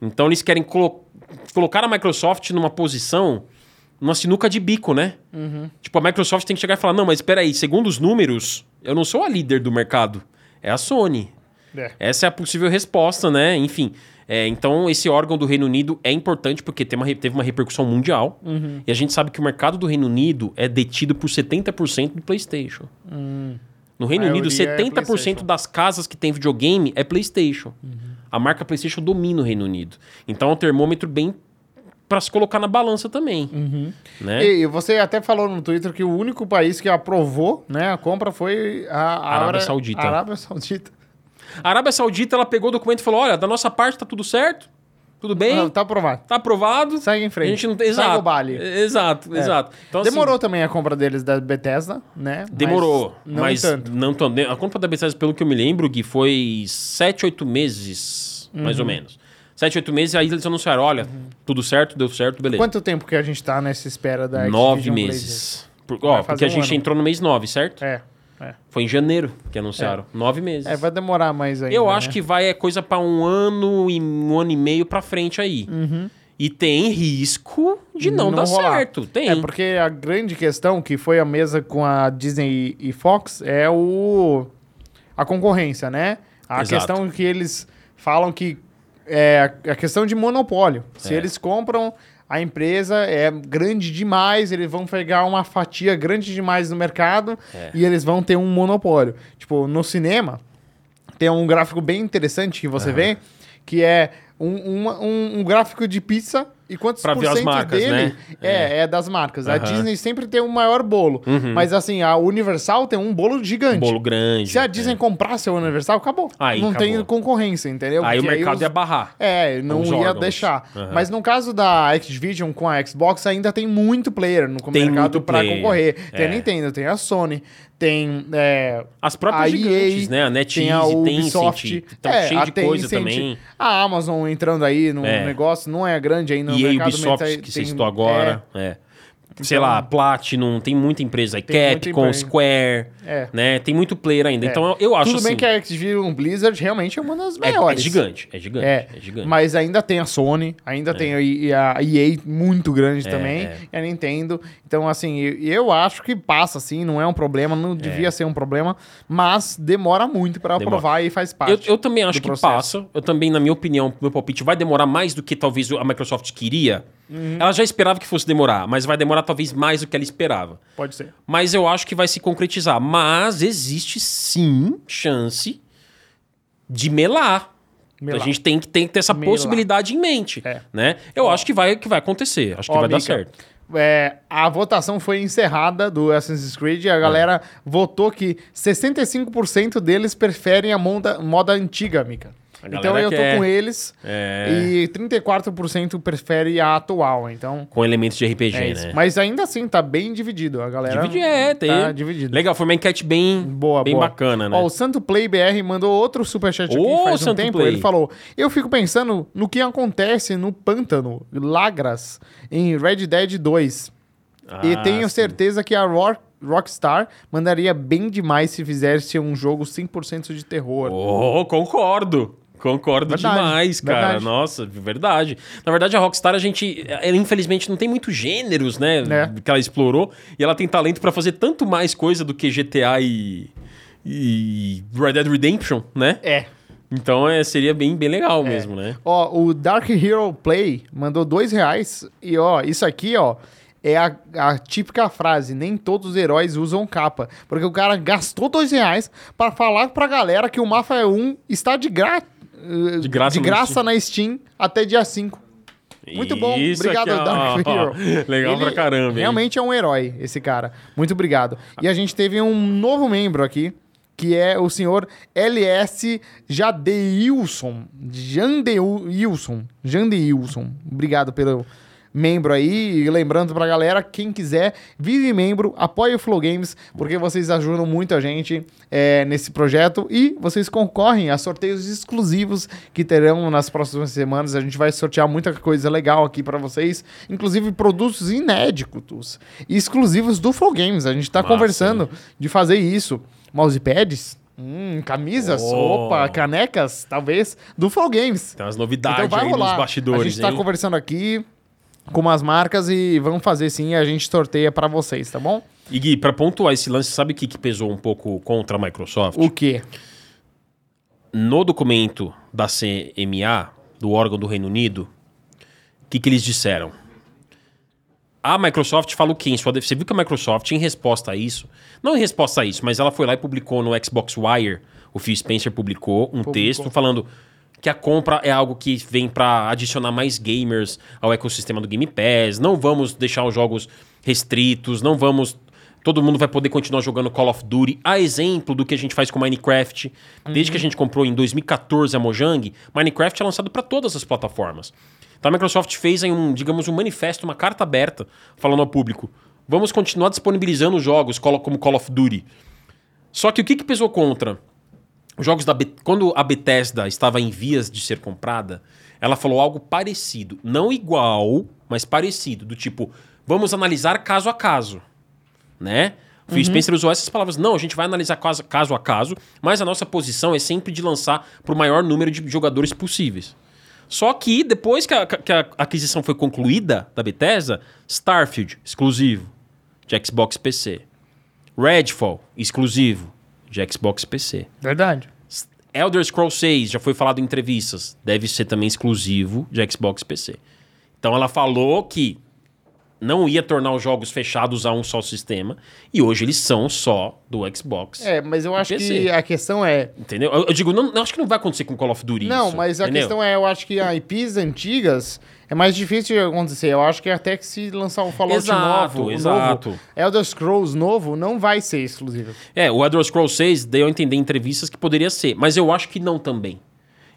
S2: Então eles querem colo- colocar a Microsoft numa posição, numa sinuca de bico, né? Tipo, a Microsoft tem que chegar e falar: não, mas espera aí, segundo os números, eu não sou a líder do mercado, é a Sony.
S1: É.
S2: Essa é a possível resposta, né? Enfim. é, então, esse órgão do Reino Unido é importante porque tem uma re- teve uma repercussão mundial.
S1: Uhum.
S2: E a gente sabe que o mercado do Reino Unido é detido por 70% do PlayStation. No Reino
S1: Hum. A
S2: Unido,
S1: maioria é
S2: 70%
S1: PlayStation. Uhum.
S2: das casas que tem videogame é PlayStation. A marca PlayStation domina o Reino Unido. Então, é um termômetro bem para se colocar na balança também. Né?
S1: Uhum. E você até falou no Twitter que o único país que aprovou né, a compra foi a, a
S2: Arábia
S1: Ara-
S2: Saudita.
S1: Arábia Saudita.
S2: A Arábia Saudita ela pegou o documento e falou: olha, da nossa parte tá tudo certo, tudo bem,
S1: Não,
S2: tá,
S1: tá aprovado.
S2: aprovado.
S1: Segue em frente.
S2: A gente não
S1: Segue
S2: exato,
S1: o baile.
S2: É, Exato, exato. Então, assim,
S1: Demorou também a compra deles da Bethesda, né? Mas
S2: demorou,
S1: não
S2: mas
S1: tanto.
S2: não tanto. A compra da Bethesda, pelo que eu me lembro, Gui, foi 7, 8 meses, mais ou
S1: Uhum.
S2: menos. 7, 8 meses, aí eles anunciaram: olha, tudo certo, deu certo, beleza.
S1: Quanto tempo que a gente tá nessa espera da
S2: Nove
S1: Activision
S2: meses. Por- ó,
S1: Vai fazer
S2: porque a
S1: um
S2: gente
S1: ano.
S2: entrou no mês 9, certo?
S1: Blazer? É, é.
S2: Foi em janeiro que anunciaram. Nove meses.
S1: É, vai demorar mais ainda.
S2: Eu acho
S1: né?
S2: que vai é coisa pra um ano e um ano e meio pra frente aí. E tem risco de não,
S1: Uhum. Não
S2: dar
S1: rolar.
S2: certo. Tem.
S1: É porque a grande questão que foi a mesa com a Disney e Fox é o a concorrência, né? A
S2: Exato.
S1: questão que eles falam que é a questão de monopólio. Se
S2: É.
S1: eles compram a empresa é grande demais, eles vão pegar uma fatia grande demais no mercado
S2: É.
S1: e eles vão ter um monopólio. Tipo, no cinema, tem um gráfico bem interessante que você vê, que é um, uma- um, um gráfico de pizza e quantos
S2: Pra
S1: por
S2: ver as
S1: cento
S2: marcas,
S1: dele
S2: né?
S1: é, é das marcas. A
S2: Aham.
S1: Disney sempre tem um maior bolo, mas assim, a Universal tem um bolo gigante.
S2: Um bolo grande.
S1: Se a
S2: é.
S1: Disney comprasse a Universal, acabou.
S2: Aí,
S1: não tem
S2: acabou.
S1: concorrência, entendeu?
S2: Aí o
S1: Porque
S2: mercado
S1: os-
S2: ia barrar.
S1: é, não
S2: Os
S1: ia
S2: órgãos.
S1: deixar.
S2: Aham.
S1: Mas no caso da Activision com a Xbox, ainda tem muito player no
S2: Tem
S1: mercado
S2: muito
S1: pra
S2: player,
S1: concorrer. Tem
S2: é.
S1: a Nintendo, tem a Sony, tem é,
S2: As próprias
S1: a
S2: gigantes,
S1: EA,
S2: né? A NetEase
S1: tem a
S2: tem
S1: Ubisoft,
S2: incentivo. Então,
S1: é,
S2: cheio
S1: a
S2: de
S1: tem
S2: coisa
S1: incentivo.
S2: também.
S1: A Amazon entrando aí no
S2: É.
S1: negócio, não é grande ainda no
S2: E a
S1: mercado. mas
S2: Ubisoft,
S1: tem-
S2: que você
S1: tem-
S2: citou agora. É. Sei
S1: Então-
S2: lá, Platinum, tem muita empresa aí.
S1: Tem muita
S2: Capcom,
S1: empresa.
S2: Square,
S1: É.
S2: né? Tem muito player ainda.
S1: É.
S2: Então, eu, eu acho
S1: Tudo
S2: assim...
S1: bem que a Activision Blizzard realmente é uma das
S2: é, é
S1: maiores.
S2: gigante, é gigante,
S1: É,
S2: é, gigante.
S1: Mas ainda tem a Sony, ainda tem a e a EA muito grande também,
S2: é.
S1: e a Nintendo. Então, assim, eu- eu acho que passa, assim, não é um problema, não devia ser um problema, mas demora muito pra
S2: Demora.
S1: aprovar e faz parte.
S2: Eu, eu também acho
S1: do
S2: que
S1: processo.
S2: passa. Eu também, na minha opinião, meu palpite vai demorar mais do que talvez a Microsoft queria.
S1: Uhum.
S2: Ela já esperava que fosse demorar, mas vai demorar talvez mais do que ela esperava.
S1: Pode ser.
S2: Mas eu acho que vai se concretizar. Mas existe sim chance de melar. Então,
S1: Melar.
S2: A gente tem que, tem que ter essa
S1: Melar.
S2: possibilidade em mente,
S1: É.
S2: né? Eu acho que vai, que vai acontecer. Acho que
S1: Ó,
S2: vai dar
S1: Mika,
S2: certo.
S1: é, a votação foi encerrada do Assassin's Creed
S2: É.
S1: e a galera votou que 65% deles preferem a moda, moda antiga, Mika.
S2: A galera
S1: Então eu tô
S2: quer.
S1: com eles
S2: É,
S1: e 34% prefere a atual, então...
S2: com elementos de RPG,
S1: É isso.
S2: né?
S1: Mas ainda assim, tá bem dividido. A galera.
S2: Dividir, é, tem.
S1: Tá dividido.
S2: Legal, foi uma enquete bem,
S1: Boa,
S2: bem
S1: boa.
S2: bacana, né?
S1: Ó, o Santo Play BR mandou outro superchat aqui
S2: Ô,
S1: faz um
S2: Santo
S1: tempo.
S2: Play.
S1: Ele falou: Eu fico pensando no que acontece no pântano Lagras em Red Dead 2.
S2: Ah,
S1: e tenho
S2: sim.
S1: certeza que a Rock- Rockstar mandaria bem demais se fizesse um jogo 100% de terror.
S2: Oh, concordo. Concordo
S1: Verdade,
S2: demais, cara.
S1: verdade.
S2: Nossa, verdade. Na verdade, a Rockstar, a gente, ela, infelizmente, não tem muitos gêneros, né?
S1: É.
S2: Que ela explorou. E ela tem talento pra fazer tanto mais coisa do que GTA e, e Red Dead Redemption, né?
S1: É.
S2: Então é, seria bem, bem legal mesmo, né?
S1: Ó, o Dark Hero Play mandou dois reais. E ó, isso aqui, ó, é a, a típica frase: nem todos os heróis usam capa. Porque o cara gastou dois reais pra falar pra galera que o Mafia 1 está de, gra... eh,
S2: De graça
S1: de
S2: no
S1: graça na Steam até dia 5. Muito bom,
S2: Isso
S1: obrigado,
S2: aqui, ó.
S1: Dark Hero.
S2: Legal
S1: Ele
S2: pra caramba. hein?
S1: Realmente é um herói, esse cara. Muito obrigado. E a gente teve um novo membro aqui, que é o senhor LS Jadeilson. Jandeilson. Jandeilson. Obrigado pelo membro aí. E lembrando pra galera, quem quiser, vire membro, apoie o Flow Games, porque vocês ajudam muito a gente é, nesse projeto e vocês concorrem a sorteios exclusivos que terão nas próximas semanas. A gente vai sortear muita coisa legal aqui pra vocês, inclusive produtos inéditos, exclusivos do Flow Games. A gente tá
S2: Massa,
S1: conversando de fazer isso. Mousepads, hum, camisas,
S2: Oh.
S1: opa, canecas, talvez, do Flow Games.
S2: Tem umas novidades aí nos bastidores,
S1: Então A gente tá
S2: hein?
S1: conversando aqui com umas marcas e vamos fazer sim, a gente sorteia pra vocês, tá bom?
S2: E Gui, pra pontuar esse lance, sabe o que, que pesou um pouco contra a Microsoft?
S1: O quê?
S2: no documento da CMA, do órgão do Reino Unido, o que, que eles disseram? A Microsoft falou quem? Sua def- Você viu que a Microsoft, em resposta a isso, não em resposta a isso, mas ela foi lá e publicou no Xbox Wire, o Phil Spencer publicou um texto falando que a compra é algo que vem para adicionar mais gamers ao ecossistema do Game Pass, não vamos deixar os jogos restritos, não vamos Todo mundo vai poder continuar jogando Call of Duty, a exemplo do que a gente faz com Minecraft. Desde que a gente comprou em 2014 a Mojang, Minecraft é lançado para todas as plataformas. Então a Microsoft fez aí um, digamos, um manifesto, uma carta aberta, falando ao público: vamos continuar disponibilizando os jogos colo- como Call of Duty. Só que o que, que pesou contra? Os jogos da Bet- quando a Bethesda estava em vias de ser comprada, ela falou algo parecido, não igual, mas parecido, do tipo, vamos analisar caso a caso, né? O Phil Spencer usou essas palavras. Não, a gente vai analisar caso, caso a caso, mas a nossa posição é sempre de lançar para o maior número de jogadores possíveis. Só que depois que a, que a aquisição foi concluída da Bethesda, Starfield, exclusivo de Xbox PC. Redfall, exclusivo de Xbox PC.
S4: Verdade.
S2: Elder Scrolls 6 já foi falado em entrevistas, deve ser também exclusivo de Xbox PC. Então ela falou que não ia tornar os jogos fechados a um só sistema e hoje eles são só do Xbox.
S1: É, mas eu acho
S2: PC.
S1: que a questão é.
S2: Entendeu? Eu, eu digo, não, não, acho que não vai acontecer com Call of Duty.
S1: não,
S2: isso,
S1: mas a
S2: entendeu?
S1: questão é, eu acho que IPs antigas é mais difícil de acontecer. Eu acho que até que se lançar um Fallout
S2: Exato,
S1: novo,
S2: exato.
S1: novo, Elder Scrolls novo, não vai ser exclusivo.
S2: É, o Elder Scrolls 6 deu a entender em entrevistas que poderia ser, mas eu acho que não também.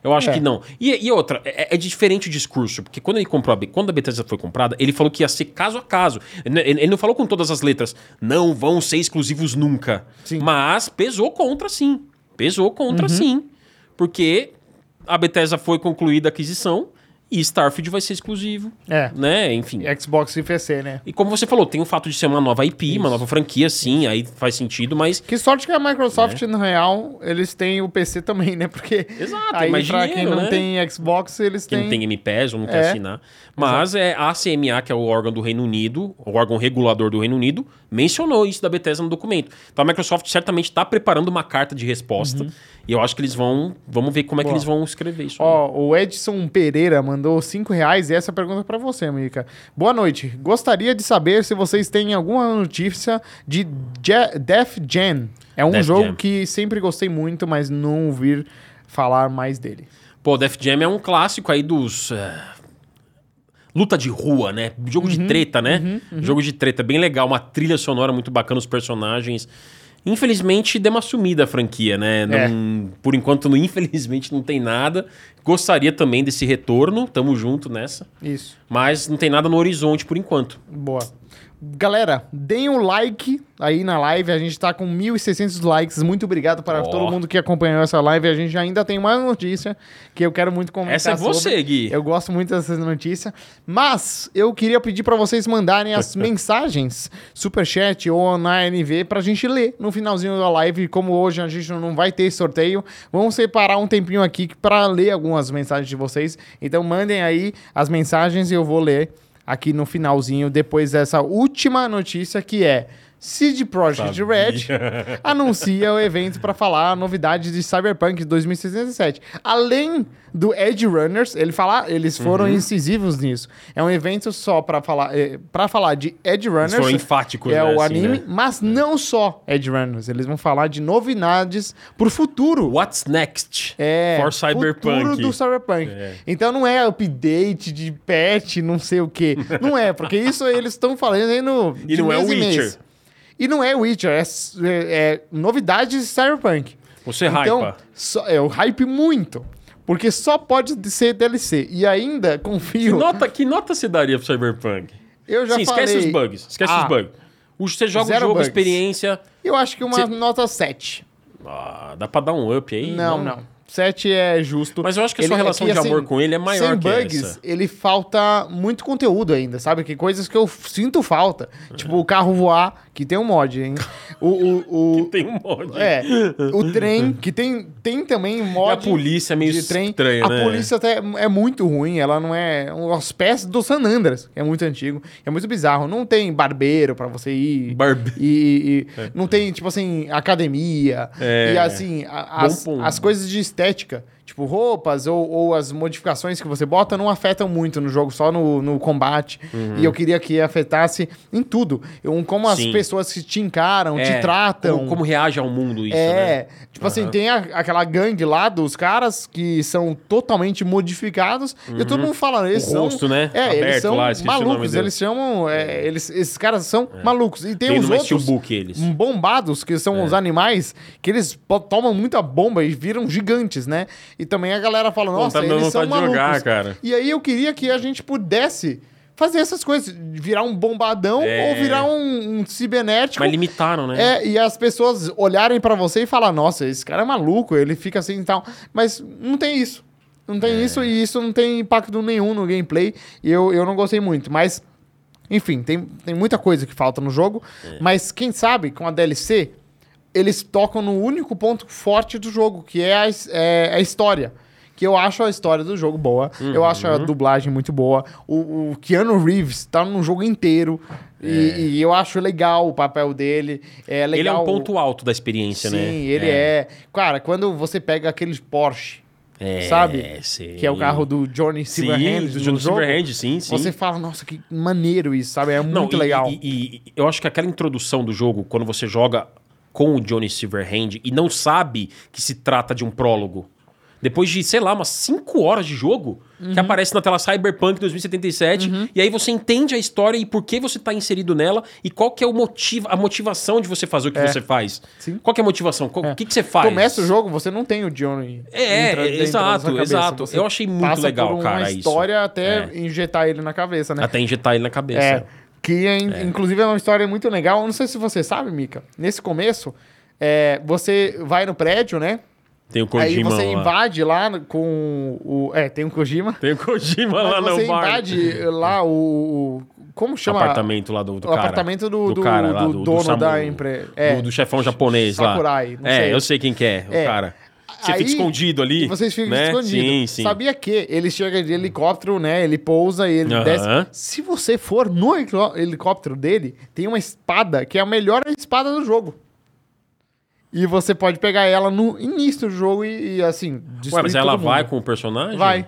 S2: Eu acho
S1: É.
S2: que não. E, e outra, é, é diferente o discurso, porque quando ele comprou a, Be- quando a Bethesda foi comprada, ele falou que ia ser caso a caso. Ele, ele- ele não falou com todas as letras, não vão ser exclusivos nunca.
S1: Sim. Uhum.
S2: Mas pesou contra sim. Pesou contra sim. Porque a Bethesda foi concluída a aquisição e Starfield vai ser exclusivo,
S1: É.
S2: né? Enfim.
S1: Xbox e PC, né?
S2: E como você falou, tem o fato de ser uma nova IP, uma nova franquia, sim, aí faz sentido, mas
S1: Que sorte que a
S2: Né?
S1: Microsoft, no real, eles têm o PC também, né? Porque
S2: Exato,
S1: aí
S2: mais
S1: pra quem
S2: dinheiro,
S1: não
S2: né?
S1: tem Xbox, eles
S2: que
S1: têm...
S2: não tem Game Pass ou não
S1: É.
S2: quer assinar. Mas é, a CMA, que é o órgão do Reino Unido, o órgão regulador do Reino Unido, mencionou isso da Bethesda no documento. Então a Microsoft certamente está preparando uma carta de resposta e eu acho que eles vão. Vamos ver como é que
S1: Uhum. Boa.
S2: eles vão escrever isso. aí.
S1: Ó, o Edson Pereira mandou 5 reais e essa pergunta é pra você, amiga. Boa noite. Gostaria de saber se vocês têm alguma notícia de Je Def Jam. É um
S2: Def
S1: jogo
S2: Jam.
S1: que sempre gostei muito, mas não ouvi falar mais dele.
S2: Pô, Def Jam é um clássico aí dos. é, Luta de rua, né? Jogo
S1: Uhum.
S2: de treta, né? Jogo de treta, bem legal, uma trilha sonora muito bacana, os personagens. Infelizmente, deu uma sumida a franquia, né?
S1: É.
S2: Não- Por enquanto, não- infelizmente, não tem nada. Gostaria também desse retorno, tamo junto nessa.
S1: Isso.
S2: Mas não tem nada no horizonte por enquanto.
S1: Boa. Galera, deem o like aí na live. A gente tá com 1.600 likes. Muito obrigado para
S2: Ó.
S1: todo mundo que acompanhou essa live. A gente ainda tem mais notícia que eu quero muito comentar.
S2: Essa é você,
S1: sobre.
S2: Gui.
S1: Eu gosto muito dessas notícias. Mas eu queria pedir para vocês mandarem as mensagens, superchat ou na NV, pra gente ler no finalzinho da live. Como hoje a gente não vai ter sorteio, vamos separar um tempinho aqui para ler algumas mensagens de vocês. Então mandem aí as mensagens e eu vou ler aqui no finalzinho, depois dessa última notícia que é. CD Projekt Red anuncia o evento para falar a novidade de Cyberpunk 2067. Além do Edge Runners, ele fala, eles foram
S2: Uhum.
S1: incisivos nisso. É um evento só para falar, para falar de Edge Runners.
S2: foram enfáticos,
S1: que é
S2: né,
S1: o
S2: assim,
S1: anime,
S2: né?
S1: mas não só Edge Runners, eles vão falar de novidades pro futuro.
S2: What's next?
S1: É,
S2: For
S1: futuro
S2: Cyberpunk.
S1: do Cyberpunk.
S2: É.
S1: Então não é update de patch, não sei o quê. Não é, porque isso eles estão falando aí no.
S2: E
S1: de
S2: não é
S1: mês em
S2: Witcher.
S1: mês. E não é Witcher, é, s- é, é novidades de Cyberpunk.
S2: Você
S1: Então,
S2: hypa.
S1: só, eu hype muito. Porque só pode ser DLC. E ainda
S2: Que
S1: confio.
S2: nota, que nota você daria pro Cyberpunk?
S1: Eu já
S2: Sim,
S1: falei.
S2: esquece os bugs. Esquece
S1: Ah,
S2: os bugs. O- Você joga o
S1: zero
S2: jogo,
S1: bugs.
S2: experiência.
S1: Eu acho que uma
S2: Cê-
S1: nota 7.
S2: Ah, dá pra dar um up aí?
S1: Não, não. 7 é justo.
S2: Mas eu acho que a sua relação de amor com ele é maior
S1: sem
S2: que
S1: bugs,
S2: essa.
S1: ele falta muito conteúdo ainda, sabe? Que coisas que eu sinto falta. Tipo, o carro voar, que tem um mod, hein? O, o, o-
S2: Tem um monte.
S1: é, o trem, que tem, tem também
S2: E
S1: mod.
S2: a polícia é meio
S1: de trem.
S2: estranha,
S1: a
S2: né?
S1: polícia até é muito ruim, ela não é. Os pés do San Andreas, que é muito antigo, é muito bizarro. Não tem barbeiro pra você ir.
S2: Barbe-
S1: E, e- não tem, tipo assim, academia.
S2: É.
S1: E assim, a-
S2: Bom
S1: as,
S2: ponto.
S1: as coisas de estética, tipo roupas ou, ou as modificações que você bota, não afetam muito no jogo, só no, no combate. E eu queria que afetasse em tudo. Eu, como as
S2: Uhum. Sim.
S1: pessoas que te encaram,
S2: É,
S1: te tratam.
S2: Como, como reage ao mundo isso, né?
S1: Então. É, tipo assim, tem a- aquela gangue lá dos caras que são totalmente modificados e todo mundo fala, eles
S2: Uhum. O
S1: são...
S2: rosto, né?
S1: É, eles
S2: Aberto
S1: são
S2: lá, esqueci o nome
S1: malucos,
S2: dele.
S1: eles chamam... é, eles, esses caras são malucos. E tem,
S2: Tem
S1: os
S2: no
S1: outros
S2: steelbook eles.
S1: um bombados, que
S2: É.
S1: são os animais, que eles po- tomam muita bomba e viram gigantes, né? E também a galera fala, nossa,
S2: tá me dando
S1: eles são
S2: vontade
S1: malucos.
S2: de jogar, cara.
S1: E aí eu queria que a gente pudesse... Fazer essas coisas, virar um bombadão
S2: É.
S1: ou virar um, um cibernético.
S2: Mas limitaram, né?
S1: É, e as pessoas olharem pra você e falar: "Nossa, esse cara é maluco, ele fica assim e tal". Mas não tem isso. Não tem
S2: É.
S1: isso e isso não tem impacto nenhum no gameplay. E eu, eu não gostei muito, mas enfim, tem, tem muita coisa que falta no jogo,
S2: É.
S1: mas quem sabe com a DLC eles tocam no único ponto forte do jogo, que é a, his- é a é história. que eu acho a história do jogo boa, eu acho
S2: Uhum.
S1: a dublagem muito boa. O, o Keanu Reeves tá no jogo inteiro. E, e eu acho legal o papel dele. É legal.
S2: É. Ele é um ponto alto da experiência,
S1: Sim,
S2: né?
S1: ele é. Cara, quando você pega aqueles Porsche,
S2: É,
S1: sabe?
S2: sim.
S1: Que é o carro do Johnny
S2: Sim,
S1: Silverhand.
S2: do
S1: no
S2: Johnny
S1: jogo,
S2: Silverhand, sim, sim.
S1: Você fala, nossa, que maneiro isso, sabe? É
S2: Não,
S1: muito
S2: e-
S1: legal.
S2: E, e- e eu acho que aquela introdução do jogo, quando você joga com o Johnny Silverhand e não sabe que se trata de um prólogo. Depois de, sei lá, umas 5 horas de jogo,
S1: Uhum.
S2: que aparece na tela Cyberpunk 2077, e aí você entende a história e por que você tá inserido nela e qual que é o motivo, a motivação de você fazer o que você faz.
S1: É. Sim.
S2: Qual que é a motivação? Qual- O que, que você faz?
S1: Começa o jogo, você não tem o Johnny.
S2: É,
S1: entra-
S2: é,
S1: dentro da
S2: exato,
S1: sua cabeça.
S2: exato.
S1: Você
S2: Eu achei muito
S1: passa
S2: legal,
S1: por uma
S2: cara, isso. É.
S1: história até injetar ele na cabeça, né?
S2: Até injetar ele na cabeça.
S1: É. Que é, in- inclusive é uma história muito legal. Eu não sei se você sabe, Mika. Nesse começo, é, você vai no prédio, né?
S2: Tem o Kojima
S1: Aí você
S2: lá.
S1: invade lá no- com o. É, tem o Kojima.
S2: Tem o Kojima lá
S1: Mas você
S2: no bar.
S1: invade lá o. o- Como
S2: O
S1: chama?
S2: apartamento lá do, do
S1: o
S2: cara.
S1: apartamento do- do-
S2: lá,
S1: do dono
S2: Samu-
S1: da empre- é.
S2: do, do chefão japonês
S1: Sakurai,
S2: lá.
S1: não
S2: é,
S1: sei.
S2: eu sei quem que é,
S1: É.
S2: o cara. Você
S1: Aí,
S2: fica escondido ali.
S1: Vocês ficam
S2: né?
S1: escondidos.
S2: Sim, sim.
S1: Sabia que ele chega de helicóptero, né? Ele pousa e ele
S2: Aham.
S1: desce. Se você for no helico- helicóptero dele, tem uma espada que é a melhor espada do jogo. E você pode pegar ela no início do jogo e, e, assim, destruir
S2: Ué, mas ela
S1: todo mundo.
S2: vai com o personagem?
S1: Vai.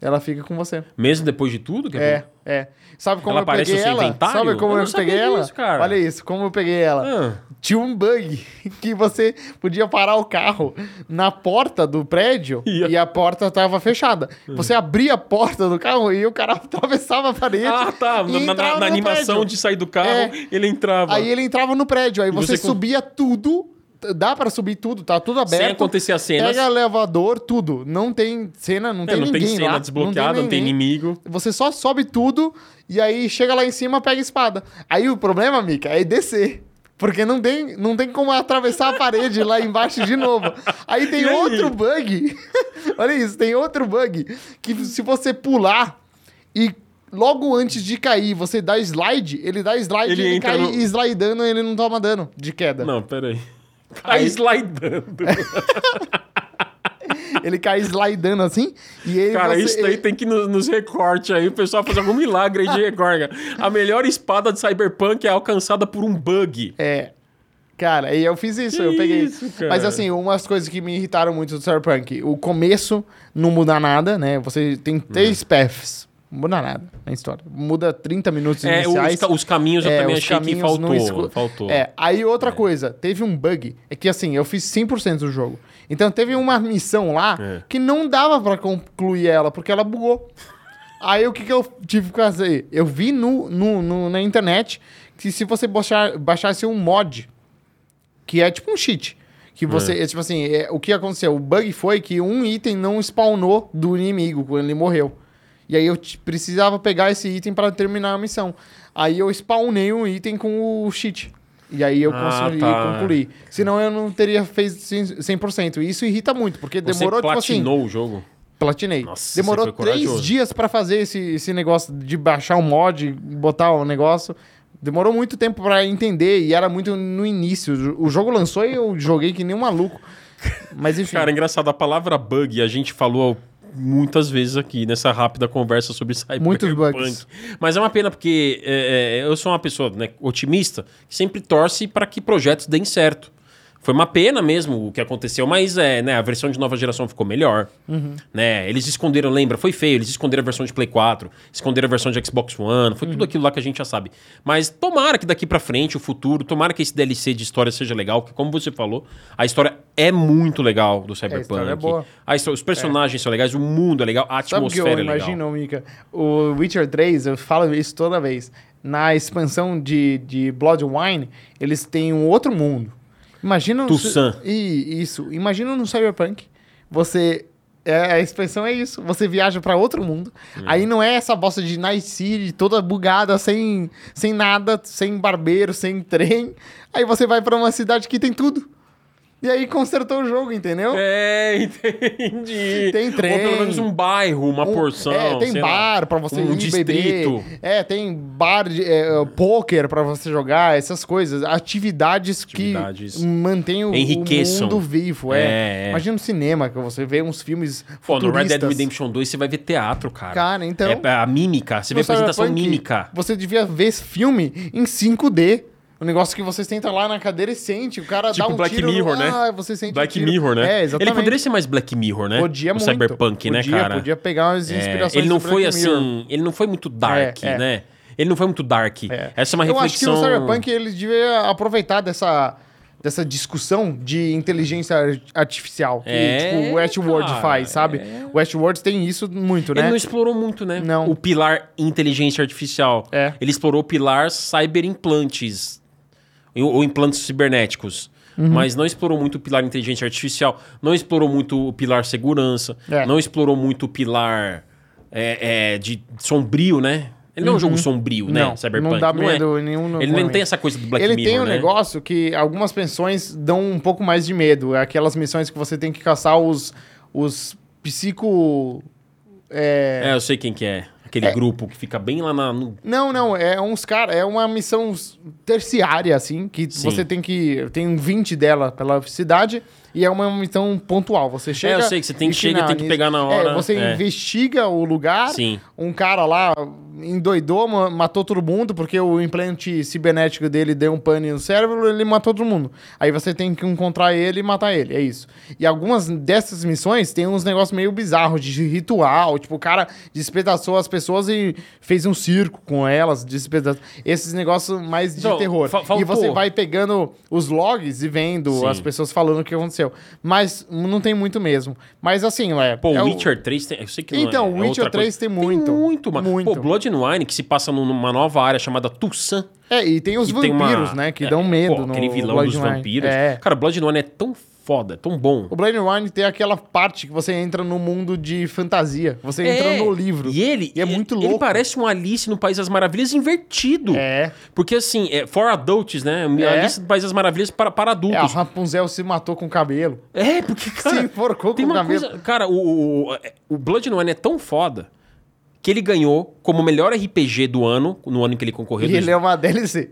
S1: Ela fica com você.
S2: Mesmo depois de tudo? Quer
S1: É,
S2: ver?
S1: é. Sabe como
S2: Ela
S1: eu
S2: aparece
S1: peguei
S2: no seu
S1: ela?
S2: inventário?
S1: Sabe como
S2: Eu
S1: eu,
S2: não sabia
S1: peguei ela?
S2: disso, cara.
S1: Olha isso, como eu peguei ela.
S2: Ah,
S1: Tinha um bug que você podia parar o carro na porta do prédio
S2: Ia. Uhum.
S1: e a porta tava fechada. Você abria a porta do carro e o cara atravessava a parede.
S2: Ah, tá.
S1: e
S2: Na, na-
S1: entrava
S2: na
S1: no
S2: animação
S1: prédio.
S2: de sair do carro,
S1: É.
S2: ele entrava.
S1: Aí ele entrava no prédio, aí você,
S2: você com-
S1: subia tudo. t- Dá pra subir tudo, tá tudo aberto.
S2: acontecer as cenas.
S1: Pega elevador, tudo. Não tem cena, não
S2: É,
S1: tem
S2: não
S1: ninguém
S2: tem cena
S1: lá,
S2: desbloqueada, não tem
S1: ninguém.
S2: inimigo.
S1: Você só sobe tudo e aí chega lá em cima, pega a espada. Aí o problema, Mika, é descer. Porque não tem, não tem como atravessar a parede lá embaixo de novo. Aí tem
S2: E aí?
S1: outro bug. Olha isso, tem outro bug. Que se você pular e logo antes de cair, você dá slide, ele dá slide
S2: Ele
S1: e ele
S2: entra
S1: cai
S2: no-
S1: e slidando ele não toma dano de queda.
S2: Não, peraí. Cai
S1: Aí-
S2: slidando.
S1: Ele cai slidando assim e ele.
S2: Cara,
S1: você-
S2: isso daí tem que ir no- nos recortes aí, o pessoal fazer algum milagre aí de recorte. cara. A melhor espada de Cyberpunk é alcançada por um bug.
S1: É. Cara, e eu fiz isso,
S2: Que
S1: eu peguei.
S2: isso, cara.
S1: Mas assim, umas coisas que me irritaram muito do Cyberpunk. O começo não muda nada, né? Você tem
S2: Hum.
S1: três paths. Não muda nada na história. Muda 30 minutos
S2: É, os,
S1: iniciais.
S2: ca- os caminhos eu
S1: É,
S2: também
S1: os
S2: achei que
S1: caminhos não
S2: faltou.
S1: escu-
S2: Faltou.
S1: É, aí outra coisa, teve um bug, é que assim, eu fiz 100% do jogo. Então teve uma missão lá
S2: É.
S1: que não dava pra concluir ela, porque ela bugou. Aí o que, que eu tive que fazer? Eu vi no, no- no- na internet que se você baixar- baixasse um mod, que é tipo um cheat, que você, é tipo assim, é, o que aconteceu? O bug foi que um item não spawnou do inimigo quando ele morreu. E aí eu t- precisava pegar esse item pra terminar a missão. Aí eu spawnei um item com o cheat. E aí eu
S2: Ah,
S1: consegui
S2: tá.
S1: concluir. Senão eu não teria feito 100%. E isso irrita muito, porque
S2: Você
S1: demorou, tipo assim...
S2: platinou o jogo?
S1: Platinei.
S2: Nossa, você
S1: Demorou
S2: foi
S1: três
S2: corajoso.
S1: dias pra fazer esse, esse negócio de baixar o mod, botar o negócio. Demorou muito tempo pra entender e era muito no início. O jogo lançou e eu joguei que nem um maluco. Mas enfim.
S2: Cara, engraçado, a palavra bug a gente falou muitas vezes aqui nessa rápida conversa sobre Cyberpunk.
S1: Muitos bugs.
S2: Mas é uma pena porque é, é, eu sou uma pessoa né, otimista que sempre torce para que projetos deem certo. Foi uma pena mesmo o que aconteceu, mas é, né, a versão de nova geração ficou melhor.
S1: Uhum.
S2: Né? Eles esconderam, lembra? Foi feio. Eles esconderam a versão de Play 4, esconderam a versão de Xbox One, foi
S1: Uhum.
S2: tudo aquilo lá que a gente já sabe. Mas tomara que daqui pra frente, o futuro, tomara que esse DLC de história seja legal, porque como você falou, a história é muito legal do Cyberpunk.
S1: história é boa.
S2: A histó- os personagens são legais, o mundo é legal, a
S1: Sabe
S2: atmosfera
S1: o que eu
S2: é legal.
S1: imagino, Mika? O Witcher 3, eu falo isso toda vez. Na expansão de, de Bloodwine, eles têm um outro mundo. Imagina... no-
S2: Tussan.
S1: E isso. Imagina no Cyberpunk, você... é, a expansão é isso. Você viaja pra outro mundo. Aí não é essa bosta de Night City toda bugada, sem, sem nada, sem barbeiro, sem trem. Aí você vai pra uma cidade que tem tudo. E aí consertou o jogo, entendeu?
S2: É, entendi.
S1: Tem trem.
S2: Ou pelo menos um bairro, uma
S1: Um-
S2: porção.
S1: É, tem
S2: sei lá.
S1: bar pra você
S2: um
S1: ir
S2: distrito.
S1: beber. É, tem bar de é, poker pra você jogar, essas coisas. Atividades,
S2: Atividades.
S1: que mantêm o, o
S2: Enriqueçam.
S1: mundo vivo. É.
S2: É, é.
S1: Imagina um cinema, que você vê uns filmes
S2: Pô, no Red
S1: futuristas.
S2: Dead Redemption 2 você vai ver teatro, cara.
S1: Cara, então- é
S2: É a mímica, você vê a
S1: Cyberpunk,
S2: apresentação mímica.
S1: Você devia ver esse filme em 5D. O negócio que você senta lá na cadeira e sente. O cara
S2: Tipo
S1: dá um
S2: Black
S1: tiro,
S2: Mirror, né?
S1: Ah, você sente o
S2: Black
S1: tiro.
S2: Mirror, né?
S1: É, exatamente.
S2: Ele poderia ser mais Black Mirror, né?
S1: Podia
S2: o
S1: muito.
S2: Cyberpunk, né,
S1: Podia,
S2: cara?
S1: Podia pegar as
S2: É,
S1: inspirações
S2: ele
S1: do
S2: não foi
S1: Black Mirror.
S2: assim, ele não foi muito dark,
S1: É, é.
S2: né? Ele não foi muito dark. Essa é uma
S1: Eu acho que
S2: reflexão.
S1: no Cyberpunk eles deviam aproveitar dessa, dessa discussão de inteligência ar- artificial que
S2: É,
S1: tipo, o Westworld
S2: cara,
S1: faz, sabe?
S2: é.
S1: O Westworld tem isso muito,
S2: Ele
S1: né?
S2: não explorou muito, né?
S1: Não.
S2: O pilar inteligência artificial.
S1: É.
S2: Ele explorou o pilar cyberimplantes. Ou ou implantes cibernéticos.
S1: Uhum.
S2: Mas não explorou muito o pilar inteligência artificial. Não explorou muito o pilar segurança.
S1: É.
S2: Não explorou muito o pilar é, é, de sombrio, né? Ele não é um jogo sombrio, né?
S1: Uhum. Não,
S2: Cyberpunk.
S1: não dá medo
S2: é.
S1: nenhum, não
S2: Ele não
S1: pra mim.
S2: tem essa coisa do Black
S1: ele
S2: Mirror,
S1: tem um
S2: né?
S1: negócio que algumas pensões dão um pouco mais de medo. É Aquelas missões que você tem que caçar os, os psico. é,
S2: É, eu sei quem que é. Aquele grupo que fica bem lá na... No...
S1: Não, não, é uns cara, é uma missão s- terciária, assim, que
S2: Sim.
S1: você tem que. Tem 20 dela pela cidade, e é uma missão pontual. Você chega.
S2: É, eu sei que você tem que
S1: e
S2: chega e tem que
S1: finaliza.
S2: pegar na hora,
S1: É, você
S2: é.
S1: investiga o lugar.
S2: Sim.
S1: Um cara lá endoidou, ma- matou todo mundo, porque o implante cibernético dele deu um pane no cérebro, ele matou todo mundo. Aí você tem que encontrar ele e matar ele, é isso. E algumas dessas missões tem uns negócios meio bizarros de ritual, tipo, o cara despedaçou as pessoas e fez um circo com elas, despedaçou. Esses negócios mais de
S2: Então,
S1: terror.
S2: fa- faltou.
S1: E você vai pegando os logs e vendo
S2: Sim.
S1: as pessoas falando o que aconteceu. Mas não tem muito mesmo. Mas assim, é.
S2: Pô,
S1: é
S2: o Witcher 3 tem... Eu sei que não é-
S1: Então,
S2: é
S1: o Witcher
S2: outra
S1: 3
S2: coisa.
S1: tem muito.
S2: muito, mano.
S1: Muito.
S2: Pô, Blood and Wine, que se passa numa nova área chamada Tulsan.
S1: É, e tem os
S2: que tem uma-
S1: vampiros, né? Que
S2: é,
S1: dão medo
S2: pô,
S1: no
S2: Aquele vilão
S1: Blood
S2: dos
S1: Wine.
S2: vampiros.
S1: É.
S2: Cara, Blood and Wine é tão foda, é tão bom.
S1: O Blade Wine tem aquela parte que você entra no mundo de fantasia. Você
S2: É.
S1: entra no livro.
S2: E ele
S1: E é muito
S2: Ele
S1: louco.
S2: parece um Alice no País das Maravilhas invertido.
S1: É.
S2: Porque assim, é for adults, né?
S1: É.
S2: Alice no País das Maravilhas para, para
S1: É, a
S2: adultos.
S1: Rapunzel se matou com o cabelo.
S2: É, porque cara,
S1: se enforcou
S2: tem
S1: com o
S2: uma
S1: cabelo.
S2: coisa, cara, o- o, o, o Blood and Wine é tão foda que ele ganhou como melhor RPG do ano, no ano em que ele concorreu.
S1: E ele é uma DLC.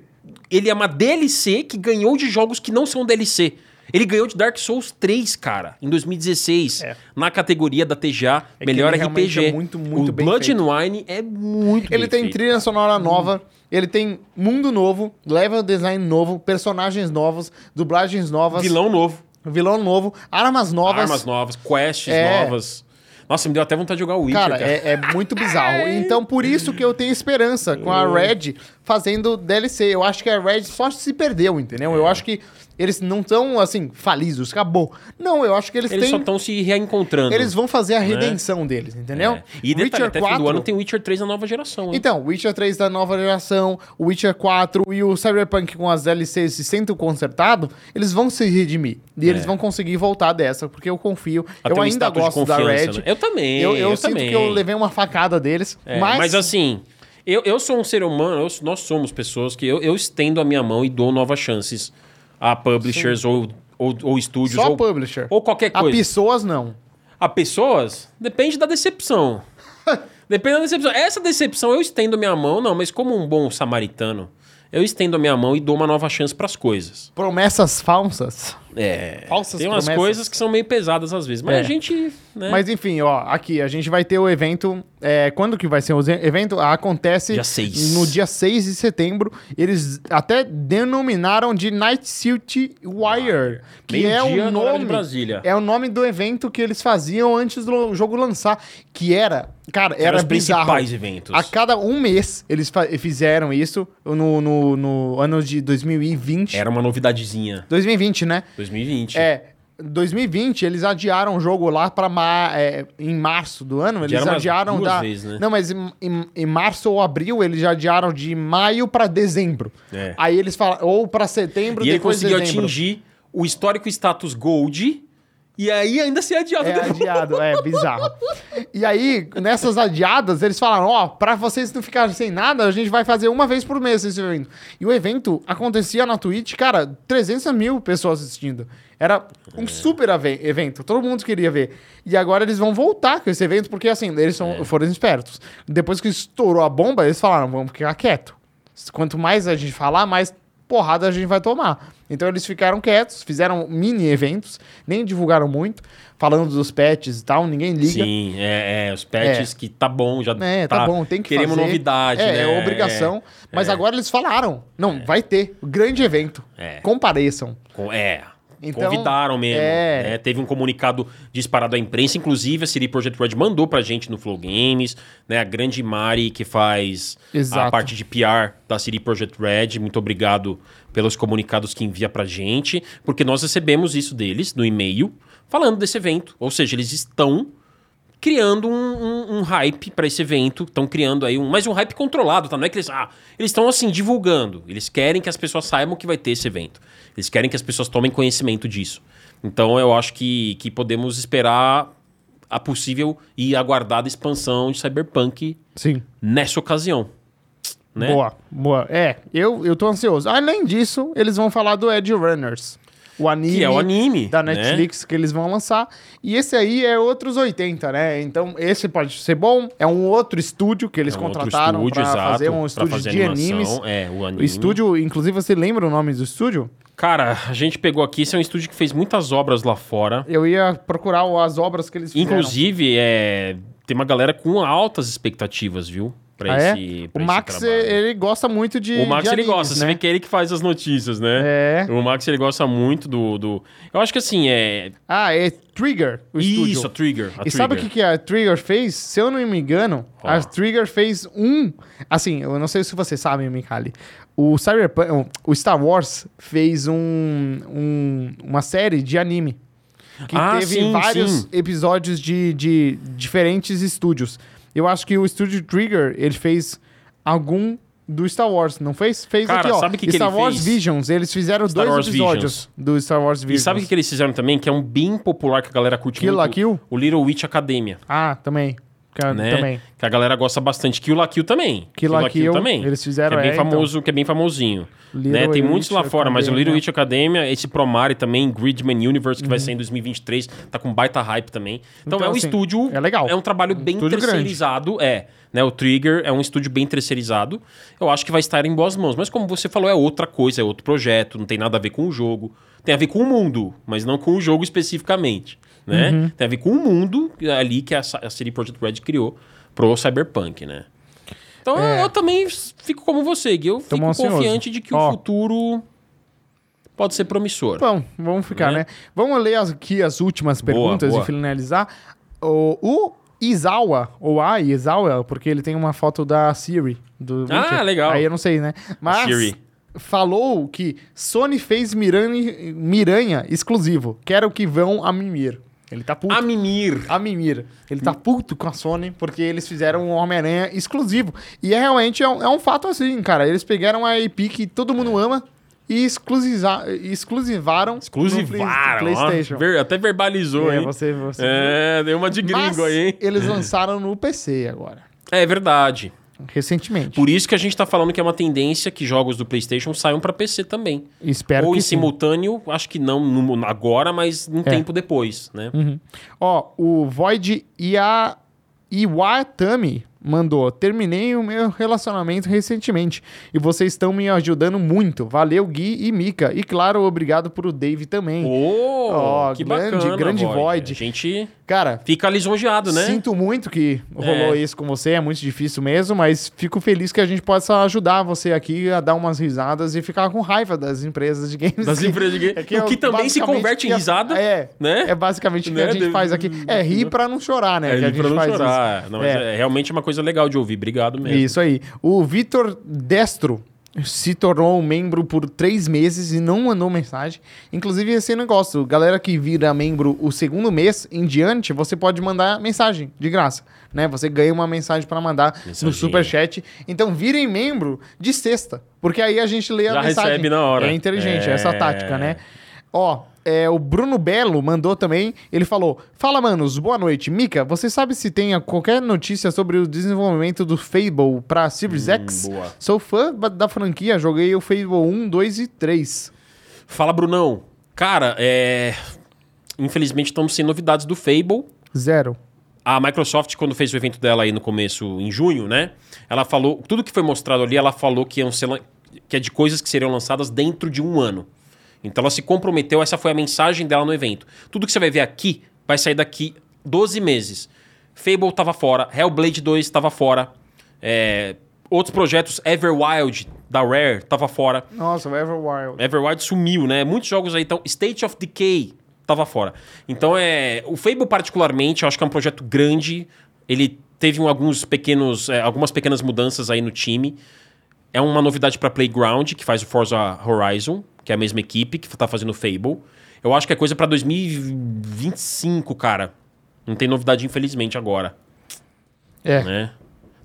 S2: ele é uma DLC que ganhou de jogos que não são DLC. Ele ganhou de Dark Souls 3, cara, em 2016,
S1: É.
S2: na categoria da TGA,
S1: que
S2: melhor
S1: ele realmente
S2: RPG.
S1: é muito, muito
S2: o
S1: bem
S2: Blood
S1: feito.
S2: and Wine é muito
S1: Ele
S2: bem
S1: tem
S2: feito.
S1: trilha sonora nova, ele tem mundo novo, level design novo, personagens novos, dublagens novas,
S2: vilão novo,
S1: vilão novo, armas novas.
S2: armas novas, quests
S1: É.
S2: novas. Nossa, me deu até vontade de jogar o Witcher,
S1: Cara,
S2: cara.
S1: é, é muito bizarro. Então, por isso que eu tenho esperança com
S2: Hum.
S1: a Red fazendo DLC. Eu acho que a Red só se perdeu, entendeu?
S2: É.
S1: Eu acho que eles não estão, assim, falidos, acabou. Não, eu acho que eles,
S2: Eles
S1: têm.
S2: só estão se reencontrando.
S1: Eles vão fazer a redenção deles, entendeu?
S2: É. E detalhe, até fim do ano tem Witcher 3 na nova geração. né? hein?
S1: Então, Witcher 3 da nova geração, Witcher 4 e o Cyberpunk com as DLCs se sendo consertado, eles vão se redimir. E
S2: É.
S1: eles vão conseguir voltar dessa, porque eu confio.
S2: Até
S1: eu
S2: um
S1: ainda
S2: status de
S1: gosto da
S2: confiança,
S1: Red.
S2: né? Eu também,
S1: Eu, eu
S2: eu
S1: sinto
S2: também.
S1: que eu levei uma facada deles,
S2: É,
S1: mas,
S2: mas... assim, eu, eu sou um ser humano, eu- nós somos pessoas que eu, eu estendo a minha mão e dou novas chances a publishers ou, ou, ou estúdios.
S1: só
S2: ou,
S1: publisher.
S2: ou qualquer
S1: A
S2: coisa.
S1: pessoas não.
S2: A pessoas, depende da decepção. depende da decepção. Essa decepção eu estendo a minha mão, não, mas como um bom samaritano, eu estendo a minha mão e dou uma nova chance pras coisas.
S1: Promessas falsas.
S2: É.
S1: Falsas
S2: tem umas
S1: promessas.
S2: coisas que são meio pesadas às vezes, mas
S1: É.
S2: a gente. Né,
S1: Mas enfim, ó, aqui a gente vai ter o evento. é, quando que vai ser o ze- evento? Ah, Acontece
S2: Dia seis.
S1: no dia 6 de setembro. Eles até denominaram de Night City Wire, que é
S2: Meio-dia
S1: o
S2: no horário
S1: nome
S2: de Brasília.
S1: é o nome do evento que eles faziam antes do jogo lançar, que era, cara, era
S2: os
S1: bizarro.
S2: principais eventos.
S1: A cada um mês eles fa- fizeram isso no, no, no ano de 2020.
S2: Era uma novidadezinha.
S1: 2020, né?
S2: 2020.
S1: É. 2020, eles adiaram o jogo lá para em março do ano. Eles
S2: Adiaram umas
S1: adiaram
S2: duas
S1: da.
S2: vezes, né?
S1: Não, mas em, em- em março ou abril, eles já adiaram de maio para dezembro.
S2: É.
S1: Aí eles falam. Ou para setembro,
S2: E ele
S1: depois
S2: conseguiu
S1: dezembro.
S2: atingir o histórico status Gold E aí ainda ser adiado
S1: É
S2: depois.
S1: adiado, é bizarro. E aí, nessas adiadas, eles falaram: ó, pra vocês não ficarem sem nada, a gente vai fazer uma vez por mês esse evento. E o evento acontecia na Twitch, cara, 300 mil pessoas assistindo. Era um super ave- evento, todo mundo queria ver. E agora eles vão voltar com esse evento, porque assim, eles são, foram espertos. Depois que estourou a bomba, eles falaram: vamos ficar quieto. Quanto mais a gente falar, mais porrada a gente vai tomar. Então eles ficaram quietos, fizeram mini eventos, nem divulgaram muito, falando dos patches e tal, ninguém liga.
S2: Sim, é, é, os patches que tá bom, já
S1: É, tá, bom, tem que
S2: Queremos
S1: fazer.
S2: novidade,
S1: é,
S2: né?
S1: É obrigação. Mas agora eles falaram, não, vai ter, grande evento,
S2: É.
S1: compareçam.
S2: Co- É.
S1: Então,
S2: Convidaram mesmo.
S1: é.
S2: né? Teve um comunicado disparado à imprensa, inclusive a Siri Project Red mandou pra gente no Flow Games, né? A grande Mari que faz
S1: Exato.
S2: a parte de PR da Siri Project Red. Muito obrigado pelos comunicados que envia pra gente, porque nós recebemos isso deles no e-mail falando desse evento. Ou seja, eles estão criando um, um- um hype pra esse evento, estão criando aí um, mas um hype controlado, tá? Não é que eles, ah, eles estão assim divulgando, eles querem que as pessoas saibam que vai ter esse evento, eles querem que as pessoas tomem conhecimento disso. Então eu acho que, que podemos esperar a possível e aguardada expansão de Cyberpunk
S1: Sim.
S2: nessa ocasião, né?
S1: Boa, boa. É, eu, eu tô ansioso. Além disso, eles vão falar do Edge Runners. O anime,
S2: Que é o anime,
S1: da
S2: né?
S1: Netflix que eles vão lançar. E esse aí é outros 80, né? Então, esse pode ser bom. É um outro estúdio que eles
S2: É um outro
S1: contrataram pra
S2: estúdio, exato,
S1: fazer um
S2: pra
S1: estúdio
S2: fazer
S1: de animes.
S2: animação, é, o
S1: O
S2: anime.
S1: estúdio, inclusive, você lembra o nome do estúdio?
S2: Cara, a gente pegou aqui, esse é um estúdio que fez muitas obras lá fora.
S1: Eu ia procurar o- as obras que eles fizeram.
S2: Inclusive, é, tem uma galera com altas expectativas, viu? Pra
S1: Ah, é?
S2: esse, pra
S1: o
S2: esse
S1: Max,
S2: trabalho.
S1: ele gosta muito de
S2: O Max
S1: de
S2: ele
S1: animes,
S2: gosta, você
S1: né?
S2: vê que é ele que faz as notícias, né?
S1: É.
S2: O Max ele gosta muito do. do... Eu acho que assim, é.
S1: Ah, é Trigger, o estúdio.
S2: Isso, a Trigger. a
S1: e sabe o que,
S2: Trigger.
S1: que a Trigger fez? Se eu não me engano,
S2: Ó.
S1: a Trigger fez um. Assim, eu não sei se vocês sabem, Mikali. O Cyberpunk. O Star Wars fez um, um- uma série de anime. Que
S2: Ah,
S1: teve
S2: sim,
S1: vários
S2: sim.
S1: episódios de, de diferentes estúdios. Eu acho que o estúdio Trigger, ele fez algum do Star Wars, não fez? Fez
S2: Cara,
S1: aqui, ó.
S2: sabe o que que
S1: Star
S2: ele
S1: Wars
S2: fez?
S1: Visions, eles fizeram
S2: Star
S1: dois
S2: Wars
S1: episódios do Star Wars
S2: E
S1: Visions.
S2: sabe o que, que eles fizeram também? Que é um bem popular que a galera curte
S1: Kill
S2: muito.
S1: la Kill?
S2: O Little Witch Academia,
S1: Ah, também. Ca-
S2: né?
S1: Também.
S2: Que a galera gosta bastante. Kill la Kill também.
S1: Kill la Kill, eles fizeram,
S2: que é bem
S1: é, então.
S2: famoso, Que é bem famosinho.
S1: Little
S2: né? Tem
S1: Witch
S2: muitos lá fora, mas o
S1: Academia.
S2: Little Witch Academia, esse Promare também, Gridman Universe, que vai sair em 2023, tá com baita hype também. Então,
S1: Uhum. Então,
S2: é um
S1: assim,
S2: estúdio...
S1: é legal.
S2: É um trabalho bem
S1: estúdio grande.
S2: terceirizado, é. Né? O Trigger é um estúdio bem terceirizado. Eu acho que vai estar em boas mãos. Mas como você falou, é outra coisa, é outro projeto, não tem nada a ver com o jogo. Tem a ver com o mundo, mas não com o jogo especificamente. Né?
S1: Uhum.
S2: Tem a ver com o mundo ali que a, Sa- a CD Projekt Red criou pro Cyberpunk, né? Então eu- eu também fico como você, Gui. Eu fico
S1: Tamo É. ansioso.
S2: confiante de que
S1: Ó.
S2: o futuro pode ser promissor.
S1: Bom, vamos ficar, né?
S2: Né?
S1: Vamos ler as- aqui as últimas
S2: Boa,
S1: perguntas
S2: boa.
S1: e finalizar. O, o Izawa, ou a Izawa, porque ele tem uma foto da Siri. Do
S2: Ah,
S1: Witcher.
S2: legal.
S1: Aí eu não sei, né? Mas
S2: Siri.
S1: falou que Sony fez Mirani- Miranha exclusivo. Quero que vão a mimir. Ele tá puto.
S2: A mimir.
S1: A Mimir. Ele tá puto com a Sony porque eles fizeram um Homem-Aranha exclusivo. E é realmente é um, é um fato assim, cara. Eles pegaram a IP que todo mundo ama e exclusiza- exclusivaram. no
S2: Exclusivaram.
S1: Play-
S2: ó.
S1: PlayStation.
S2: Ver- até verbalizou,
S1: É,
S2: hein?
S1: você- você-
S2: É, deu uma de gringo
S1: Mas
S2: aí, hein?
S1: eles lançaram no PC agora,
S2: É verdade.
S1: recentemente.
S2: Por isso que a gente tá falando que é uma tendência que jogos do PlayStation saiam pra PC também.
S1: Espero
S2: Ou
S1: que
S2: em
S1: sim. É.
S2: simultâneo, acho que não no- agora, mas um tempo depois, né?
S1: Hum. Ó, o Void Ia... Iwatami mandou: Terminei o meu relacionamento recentemente e vocês estão me ajudando muito. Valeu, Gui e Mika. E claro, obrigado pro Dave também.
S2: Oh,
S1: Ó,
S2: que
S1: grande,
S2: bacana,
S1: grande Void.
S2: A gente
S1: Cara,
S2: fica lisonjeado, né?
S1: sinto muito que rolou isso com você, é muito difícil mesmo, mas fico feliz que a gente possa ajudar você aqui a dar umas risadas e ficar com raiva das empresas de games.
S2: Das
S1: que-
S2: empresas de games.
S1: é
S2: O que também se
S1: basicamente
S2: converte em
S1: que a-
S2: risada,
S1: É,
S2: né?
S1: é basicamente o que
S2: Né?
S1: a gente
S2: Deve-
S1: faz aqui. É rir pra não chorar, né?
S2: É,
S1: que a
S2: pra
S1: gente
S2: não
S1: faz isso.
S2: chorar. Não, mas
S1: É.
S2: é realmente uma coisa legal de ouvir. Obrigado mesmo.
S1: Isso aí. O Vitor Destro se tornou um membro por três meses e não mandou mensagem. Inclusive, esse negócio, galera que vira membro o segundo mês em diante, você pode mandar mensagem de graça, né? Você ganha uma mensagem para mandar no
S2: Mensaginha.
S1: superchat. Então, virem membro de sexta, porque aí a gente lê a
S2: Já
S1: mensagem.
S2: recebe na hora.
S1: É inteligente, essa
S2: É.
S1: tática, né? Ó, É, o Bruno Belo mandou também. Ele falou: Fala, manos, boa noite. Mica, você sabe se tem a- qualquer notícia sobre o desenvolvimento do Fable pra Series X?
S2: boa.
S1: Sou fã ba- da franquia, joguei o Fable 1, 2 e 3.
S2: Fala, Brunão. Cara, é... Infelizmente estamos sem novidades do Fable.
S1: Zero.
S2: A Microsoft, quando fez o evento dela aí no começo, em junho, né? Ela falou. Tudo que foi mostrado ali, ela falou que, iam ser lan- que é de coisas que seriam lançadas dentro de um ano. Então ela se comprometeu, essa foi a mensagem dela no evento. Tudo que você vai ver aqui vai sair daqui 12 meses. Fable tava fora, Hellblade 2 tava fora. é, outros projetos, Everwild, da Rare, tava fora.
S1: Nossa, o Everwild.
S2: Everwild sumiu, né? Muitos jogos aí estão. State of Decay tava fora. Então é. O Fable, particularmente, eu acho que é um projeto grande. Ele teve um- alguns pequenos, é, algumas pequenas mudanças aí no time. É uma novidade para Playground, que faz o Forza Horizon, que é a mesma equipe que tá fazendo o Fable. Eu acho que é coisa para 2025, cara. Não tem novidade, infelizmente, agora,
S1: É.
S2: né?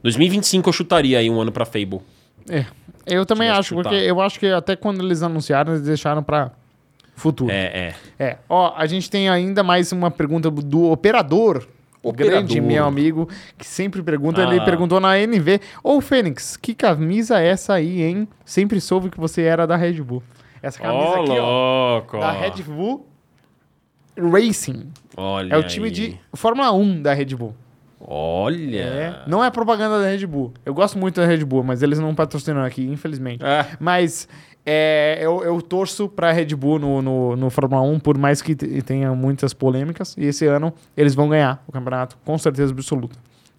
S2: 2025 eu chutaria aí um ano para Fable.
S1: É, eu também
S2: Tivesse
S1: acho,
S2: que chutar.
S1: porque eu acho que até quando eles anunciaram, eles deixaram pra futuro. É.
S2: É, é.
S1: Ó, a gente tem ainda mais uma pergunta do operador. O
S2: Operador.
S1: grande meu amigo, que sempre pergunta,
S2: Ah.
S1: ele perguntou na NV. Ô, Fênix, que camisa é essa aí, hein? Sempre soube que você era da Red Bull. Essa camisa
S2: Ó,
S1: aqui,
S2: louco!
S1: ó, da Red Bull Racing.
S2: Olha
S1: É o time
S2: aí.
S1: de Fórmula 1 da Red Bull.
S2: Olha.
S1: É, não é propaganda da Red Bull. Eu gosto muito da Red Bull, mas eles não patrocinam aqui, infelizmente.
S2: Ah.
S1: Mas é, eu, eu torço pra Red Bull no, no, no Fórmula 1, por mais que te- tenha muitas polêmicas. E esse ano eles vão ganhar o campeonato, com certeza absoluta.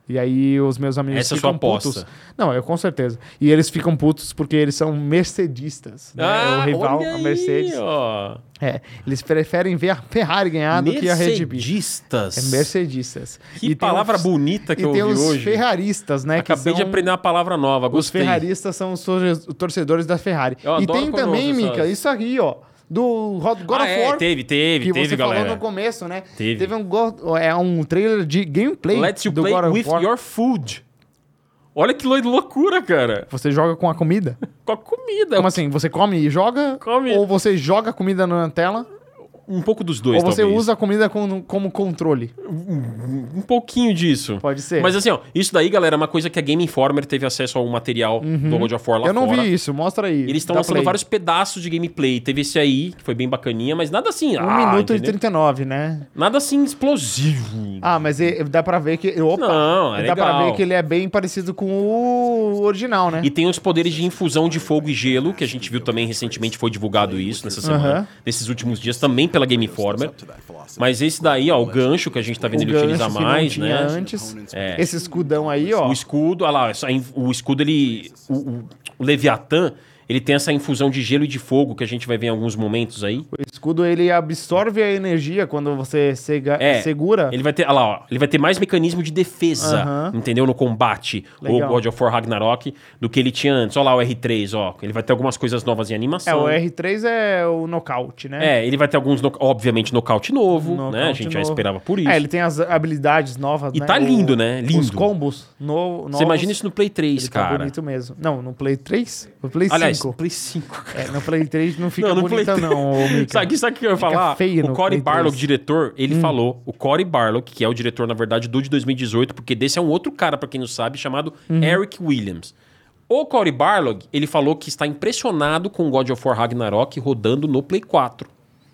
S1: E aí os meus amigos
S2: Essa é
S1: ficam
S2: sua aposta.
S1: putos. Não, eu com certeza. E eles ficam putos porque eles são mercedistas. Né? é o rival,
S2: Ah, olha
S1: a Mercedes.
S2: Aí, ó.
S1: É, eles preferem ver a Ferrari ganhar do que a Red Bull.
S2: Mercedistas.
S1: É mercedistas.
S2: Que
S1: E tem
S2: palavra
S1: uns-
S2: bonita que
S1: e
S2: eu
S1: tem
S2: ouvi
S1: os
S2: hoje.
S1: ferraristas, né?
S2: Acabei
S1: que
S2: de
S1: são-
S2: aprender uma palavra nova,
S1: Os
S2: gostei.
S1: ferraristas são os torce- torcedores da Ferrari.
S2: Eu
S1: E
S2: adoro
S1: tem
S2: quando eu
S1: também,
S2: ouço essas-
S1: Mica, isso aqui, ó. Do Ro- God
S2: ah,
S1: of
S2: é,
S1: War.
S2: teve, teve,
S1: que
S2: teve,
S1: você
S2: galera.
S1: falou no começo, né?
S2: Teve.
S1: um, go- é um trailer de gameplay
S2: Let's you
S1: do
S2: play
S1: God of
S2: with
S1: War.
S2: your food. Olha que loi- loucura, cara.
S1: Você joga com a comida?
S2: Com a comida.
S1: Como assim? Você come e joga?
S2: Come.
S1: Ou você joga a comida na tela?
S2: Um pouco dos dois,
S1: ou você
S2: talvez.
S1: usa a comida como, como controle?
S2: um pouquinho disso.
S1: Pode ser.
S2: Mas assim, ó, isso daí, galera, é uma coisa que a Game Informer teve acesso ao material do God of War lá
S1: Uhum. Eu não
S2: fora.
S1: vi isso, mostra aí.
S2: Eles estão
S1: Dá
S2: lançando
S1: play.
S2: vários pedaços de gameplay. Teve esse aí, que foi bem bacaninha, mas nada assim.
S1: 1
S2: ah,
S1: minuto e
S2: entendeu?
S1: 39, né?
S2: Nada assim explosivo.
S1: Ah, mas e- dá pra ver que. Opa!
S2: Não, é
S1: dá pra
S2: legal.
S1: ver que ele é bem parecido com o original, né?
S2: E tem os poderes de infusão de fogo e gelo, que a gente viu também recentemente, foi divulgado isso nessa semana,
S1: Aham.
S2: nesses últimos dias, também pela Game Informer. Mas esse daí, ó, o gancho que a gente tá vendo
S1: O
S2: ele
S1: gancho
S2: utilizar
S1: que não
S2: mais,
S1: tinha
S2: né?
S1: Antes. Esse escudão aí, ó.
S2: O escudo, olha lá, essa in- o escudo, ele. O, o- o Leviatã, ele tem essa infusão de gelo e de fogo que a gente vai ver em alguns momentos aí.
S1: O escudo ele absorve a energia quando você cega-
S2: É,
S1: segura.
S2: Ele vai ter, olha lá, ó, ele vai ter mais mecanismo de defesa,
S1: Aham.
S2: entendeu? No combate, ou
S1: Legal.
S2: God of War Ragnarok, do que ele tinha antes. Olha lá o R3, ó. Ele vai ter algumas coisas novas em animação.
S1: É, o R3 é o nocaute, né?
S2: É, ele vai ter alguns, noca- obviamente, nocaute novo, né? A gente já esperava por isso.
S1: É, ele tem as habilidades novas,
S2: E
S1: né?
S2: tá lindo, né?
S1: Os
S2: Lindo.
S1: combos no, novos.
S2: Você imagina isso no Play 3,
S1: ele Tá
S2: cara.
S1: bonito mesmo. Não, no Play 3? No Play
S2: Aliás,
S1: 5.
S2: Play 5, cara.
S1: É, no Play 3 não fica
S2: no
S1: bonito,
S2: Play 3.
S1: não, ô, Mika.
S2: Sabe, sabe o que eu ia falar?
S1: feio
S2: o
S1: no Hum.
S2: Cory
S1: Play três.
S2: Barlog, diretor, ele falou. O Cory Barlog, que é o diretor, na verdade, do de 2018, porque desse é um outro cara, pra quem não sabe, chamado
S1: Uhum.
S2: Eric Williams. O Cory Barlog, ele falou que está impressionado com God of War Ragnarok rodando no Play 4.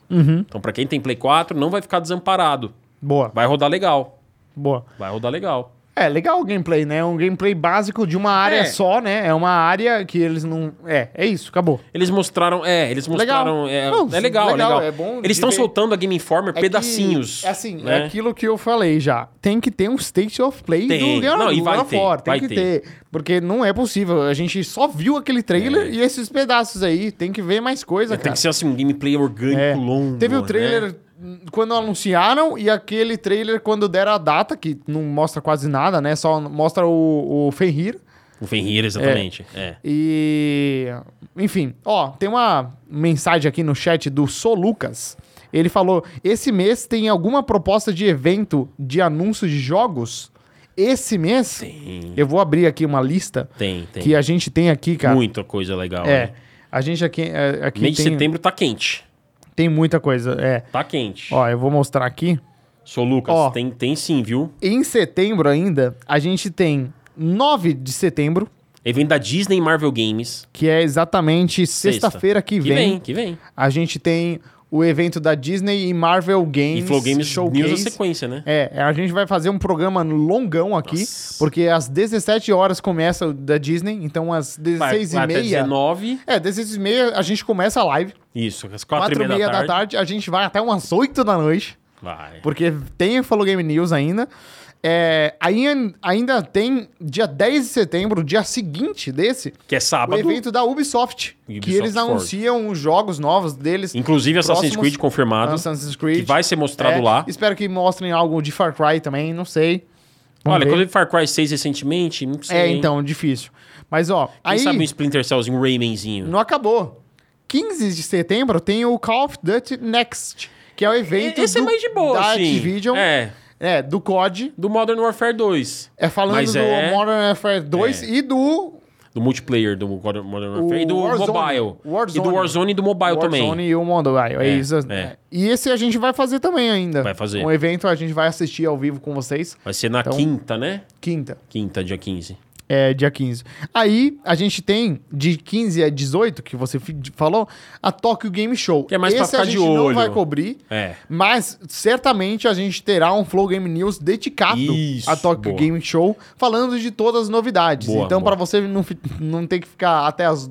S1: Uhum.
S2: Então, pra quem tem Play 4, não vai ficar desamparado.
S1: Boa,
S2: Vai rodar legal.
S1: boa.
S2: Vai rodar legal.
S1: É, legal o gameplay, né? É um gameplay básico de uma área
S2: É.
S1: só, né? É uma área que eles não. É, é isso, acabou.
S2: Eles mostraram, é, eles mostraram, é,
S1: Não,
S2: é
S1: legal,
S2: legal, legal,
S1: é bom de
S2: eles estão
S1: ver.
S2: soltando a Game Informer
S1: É
S2: pedacinhos.
S1: que- é assim,
S2: né?
S1: é aquilo que eu falei já. Tem que ter um state of play
S2: Tem.
S1: do Leonardo
S2: Não, e vai ter,
S1: Tem
S2: vai
S1: que ter. Porque não é possível. A gente só viu aquele trailer e esses pedaços aí. Tem que ver mais coisa,
S2: É. Tem
S1: cara.
S2: que ser assim um gameplay orgânico
S1: É.
S2: longo.
S1: Teve o
S2: né?
S1: trailer hum, quando anunciaram e aquele trailer quando deram a data, que não mostra quase nada, né? Só mostra o, o Fenrir.
S2: O Fenrir, exatamente. É.
S1: E. Enfim, ó, tem uma mensagem aqui no chat do Solucas. Ele falou: esse mês tem alguma proposta de evento de anúncio de jogos? Esse mês?
S2: Tem,
S1: Eu vou abrir aqui uma lista
S2: tem, tem.
S1: que a gente tem aqui, cara.
S2: Muita coisa legal.
S1: É.
S2: Né?
S1: A gente aqui, é, aqui
S2: Mês de
S1: tem,
S2: setembro tá quente.
S1: tem muita coisa. É.
S2: Tá quente.
S1: Ó, eu vou mostrar aqui.
S2: Sou Lucas,
S1: ó.
S2: tem, tem sim, viu?
S1: Em setembro ainda, a gente tem 9 de setembro,
S2: Evento da Disney e Marvel Games.
S1: que é exatamente sexta-feira que,
S2: Que
S1: vem.
S2: vem, que vem.
S1: A gente tem o evento da Disney e Marvel Games.
S2: e Flow Games
S1: Showcase.
S2: News a sequência, né?
S1: É, a gente vai fazer um programa longão aqui,
S2: Nossa.
S1: porque às 17 horas começa o da Disney, então às
S2: Vai-
S1: 16
S2: vai
S1: e
S2: até
S1: meia...
S2: 19.
S1: É, 16 e meia a gente começa a live,
S2: Isso, às 4
S1: 4
S2: e meia, da, tarde.
S1: a gente vai até umas 8 da noite,
S2: Vai.
S1: porque tem o Follow Game News ainda. É, aí an- ainda tem dia 10 de setembro, dia seguinte desse,
S2: Que é
S1: o
S2: sábado.
S1: evento da Ubisoft, que
S2: Ubisoft
S1: eles
S2: Forward.
S1: anunciam os jogos novos deles.
S2: Inclusive Assassin's
S1: próximos-
S2: Creed confirmado.
S1: Assassin's
S2: Que
S1: Creed.
S2: vai ser mostrado
S1: É,
S2: lá.
S1: Espero que mostrem algo de Far Cry também, não sei. Vamos
S2: Olha,
S1: ver.
S2: inclusive Far Cry 6 recentemente, não sei.
S1: É,
S2: hein?
S1: então, difícil. Mas, ó,
S2: Quem
S1: aí
S2: sabe um Splinter Cellzinho, um Raymanzinho.
S1: não acabou. 15 de setembro tem o Call of Duty Next, que é o evento
S2: Esse é
S1: do-
S2: mais de boa,
S1: da
S2: assim.
S1: Activision, é.
S2: É,
S1: do COD,
S2: do Modern Warfare 2.
S1: é falando
S2: Mas
S1: do
S2: é-
S1: Modern Warfare 2
S2: é.
S1: e do
S2: Do multiplayer do Modern Modern Warfare. e do
S1: Warzone.
S2: Mobile.
S1: Warzone.
S2: E do Warzone e do Mobile também.
S1: Warzone e o Mobile, é,
S2: É,
S1: isso.
S2: é.
S1: E esse a gente vai fazer também ainda.
S2: Vai fazer.
S1: Um evento a gente vai assistir ao vivo com vocês,
S2: Vai ser na
S1: Então-
S2: quinta, né?
S1: quinta.
S2: Quinta, dia 15.
S1: É, dia 15. Aí a gente tem de 15 a 18, que você fi- falou, a Tokyo Game Show.
S2: Que é mais pra
S1: Esse
S2: ficar
S1: a gente
S2: de
S1: não
S2: olho.
S1: vai cobrir,
S2: É.
S1: mas certamente a gente terá um Flow Game News dedicado
S2: Isso,
S1: à Tokyo
S2: boa.
S1: Game Show, falando de todas as novidades.
S2: Boa,
S1: então,
S2: boa.
S1: pra você não, fi- não ter que ficar até as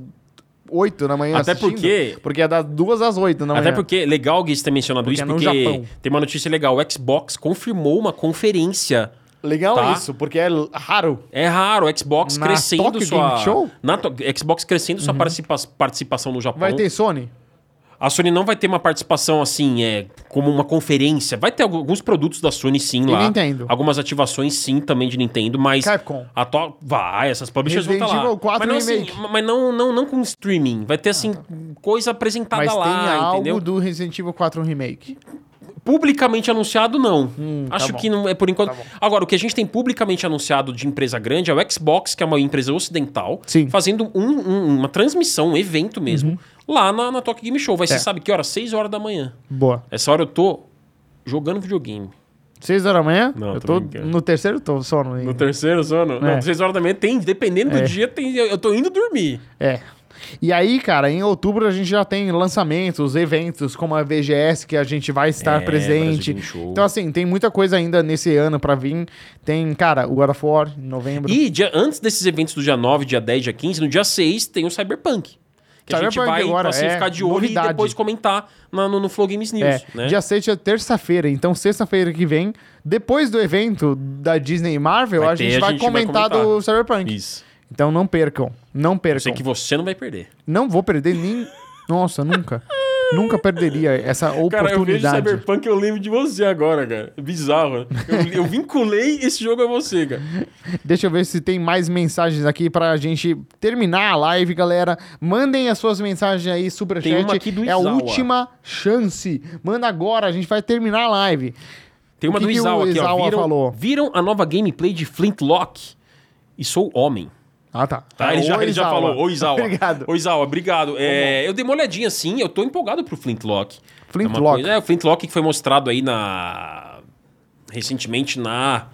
S1: 8 da manhã
S2: Até
S1: assistindo,
S2: porque-
S1: Porque é das 2 às 8 da manhã.
S2: Até porque, legal que você ter mencionado
S1: Então é. Porque
S2: isso,
S1: é no
S2: porque
S1: Japão.
S2: tem uma notícia legal. O Xbox confirmou uma conferência.
S1: Legal
S2: Tá.
S1: isso, porque é l- raro.
S2: É raro, o Xbox
S1: Na
S2: crescendo
S1: Tokyo
S2: sua...
S1: Game Show? Uhum.
S2: Na to- Xbox crescendo sua participa- participação no Japão.
S1: Vai ter Sony?
S2: A Sony não vai ter uma participação assim, é, como uma conferência. Vai ter algu- alguns produtos da Sony sim
S1: E
S2: lá.
S1: Nintendo.
S2: Algumas ativações sim também de Nintendo, mas.
S1: Capcom.
S2: A to... Vai, essas publishers vão
S1: Resident
S2: estar lá.
S1: Evil 4
S2: mas não, assim,
S1: Remake. Ah, tá.
S2: ma- mas não, não, não com streaming. Vai ter assim, coisa apresentada
S1: Mas tem
S2: Tá lá,
S1: algo
S2: entendeu?
S1: do Resident Evil 4 Remake.
S2: Publicamente anunciado, não.
S1: tá
S2: Acho
S1: bom.
S2: que não é por enquanto.
S1: bom.
S2: Agora, o que a gente tem publicamente anunciado de empresa grande é o Xbox, que é uma empresa ocidental,
S1: Sim.
S2: fazendo um- um- uma transmissão, um evento mesmo, lá na, na Tokyo Game Show. Vai
S1: Uhum. É.
S2: ser, sabe que hora? 6 horas da manhã.
S1: Boa.
S2: Essa hora eu tô jogando videogame.
S1: 6 horas da manhã?
S2: Não,
S1: eu
S2: tô
S1: tô
S2: brincando.
S1: no terceiro tô sono. ainda.
S2: No terceiro sono?
S1: É.
S2: Não, seis horas da manhã tem, dependendo do dia, tem, eu, eu tô indo dormir.
S1: É. E aí, cara, em outubro a gente já tem lançamentos, eventos como a VGS que a gente vai estar
S2: É,
S1: Tá presente.
S2: Brasil Game Show.
S1: Então assim, tem muita coisa ainda nesse ano pra vir. Tem, cara, o God of War em novembro.
S2: E dia- antes desses eventos do dia 9, dia 10, dia 15, no dia 6 tem o Cyberpunk. Que a gente
S1: Cyberpunk
S2: vai
S1: agora,
S2: assim,
S1: é,
S2: ficar de olho
S1: novidade.
S2: e depois comentar na- no, no Flow Games News.
S1: É,
S2: né?
S1: Dia 7 é terça-feira, então sexta-feira que vem, depois do evento da Disney e Marvel,
S2: Vai
S1: a,
S2: ter,
S1: gente
S2: a
S1: vai
S2: gente vai
S1: comentar
S2: comentar.
S1: do Cyberpunk.
S2: Isso.
S1: Então não percam, não
S2: Eu sei
S1: percam.
S2: que você não vai perder.
S1: Não vou perder nem. Nossa, nunca. nunca perderia essa
S2: Cara, eu vejo
S1: oportunidade.
S2: Cyberpunk eu lembro de você agora, cara. Bizarro. Eu, eu vinculei esse jogo a você, cara.
S1: Deixa eu ver se tem mais mensagens aqui pra gente terminar a live, galera. Mandem as suas mensagens aí, superchat.
S2: Tem uma aqui do
S1: é a
S2: Izawa.
S1: última chance. Manda agora, a gente vai terminar a live.
S2: Tem uma
S1: O que
S2: do
S1: que o
S2: Izawa aqui, ó.
S1: Izawa
S2: Viram,
S1: falou?
S2: viram a nova gameplay de Flintlock? E sou homem.
S1: Ah, tá.
S2: Tá, ele, já,
S1: Ô,
S2: ele já
S1: Izawa.
S2: falou. Ô, Izawa.
S1: Obrigado.
S2: Ô, Izawa, obrigado. É, eu dei uma olhadinha, sim. Eu tô empolgado pro Flintlock.
S1: Flintlock.
S2: É, uma coisa- é, o Flintlock que foi mostrado aí na... Recentemente na...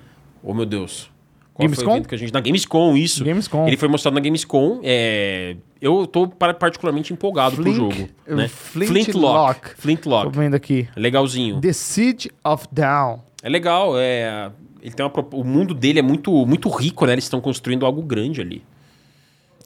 S2: Ô, meu Deus. Qual
S1: Gamescom?
S2: foi o evento que a gente... Na Gamescom, isso.
S1: Gamescom.
S2: Ele foi mostrado na Gamescom. É... Eu tô par- particularmente empolgado
S1: Flink-
S2: pro jogo. Né?
S1: Flintlock.
S2: Flintlock.
S1: Tô
S2: Flintlock.
S1: vendo aqui.
S2: Legalzinho.
S1: The Siege of Down.
S2: É legal, é. Ele tem uma prop- O mundo dele é muito, muito rico, né? Eles estão construindo algo grande ali.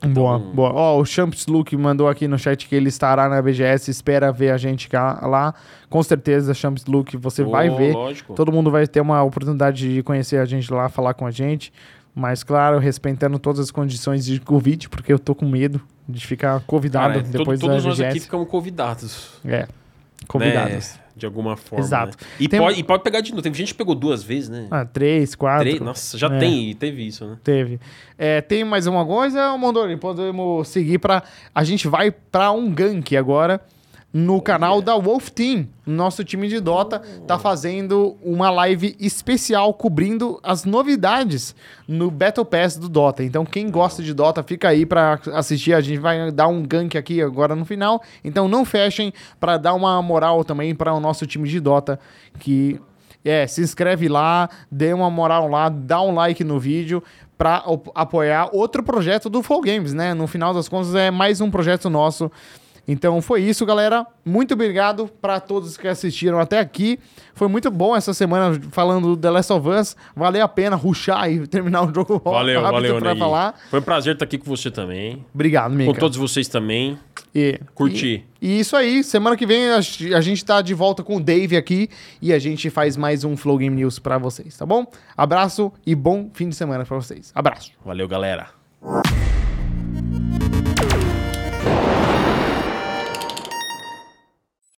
S1: Boa,
S2: Então-
S1: boa. Ó, o Champs Luke mandou aqui no chat que ele estará na BGS, espera ver a gente cá- lá. Com certeza, Champs Luke, você
S2: Ô,
S1: vai ver.
S2: lógico.
S1: Todo mundo vai ter uma oportunidade de conhecer a gente lá, falar com a gente. Mas, claro, respeitando todas as condições de Covid, porque eu tô com medo de ficar convidado
S2: Cara, é, todo-
S1: depois
S2: todos
S1: da
S2: nós aqui
S1: BGS.
S2: ficamos convidados.
S1: É, convidados.
S2: né? De alguma forma.
S1: Exato.
S2: né? E,
S1: Tem- um
S2: pode, e pode pegar de novo. Teve gente que pegou duas vezes, né?
S1: Ah, três, quatro.
S2: Três. Nossa, já
S1: É.
S2: tem, e teve isso, né?
S1: Teve. É, tem mais alguma coisa, Mondoni? Podemos seguir para A gente vai para um gank agora. no canal da Wolf Team. Nosso time de Dota tá fazendo uma live especial cobrindo as novidades no Battle Pass do Dota. Então quem gosta de Dota fica aí pra assistir, a gente vai dar um gank aqui agora no final. Então não fechem pra dar uma moral também para o nosso time de Dota que é, se inscreve lá, dê uma moral lá, dá um like no vídeo para apoiar outro projeto do Flow Games, né? No final das contas é mais um projeto nosso. Então foi isso, galera. Muito obrigado para todos que assistiram até aqui. Foi muito bom essa semana falando do The Last of Us. Valeu a pena ruxar e terminar o jogo
S2: Valeu,
S1: rápido
S2: valeu,
S1: pra
S2: Ney.
S1: falar.
S2: Foi um prazer estar aqui com você também.
S1: Obrigado, Mika.
S2: Com todos vocês também.
S1: E,
S2: Curti.
S1: E, e isso aí, semana que vem a, gente- a gente tá de volta com o Dave aqui e a gente faz mais um Flow Game News pra vocês, tá bom? Abraço e bom fim de semana pra vocês. Abraço.
S2: Valeu, galera.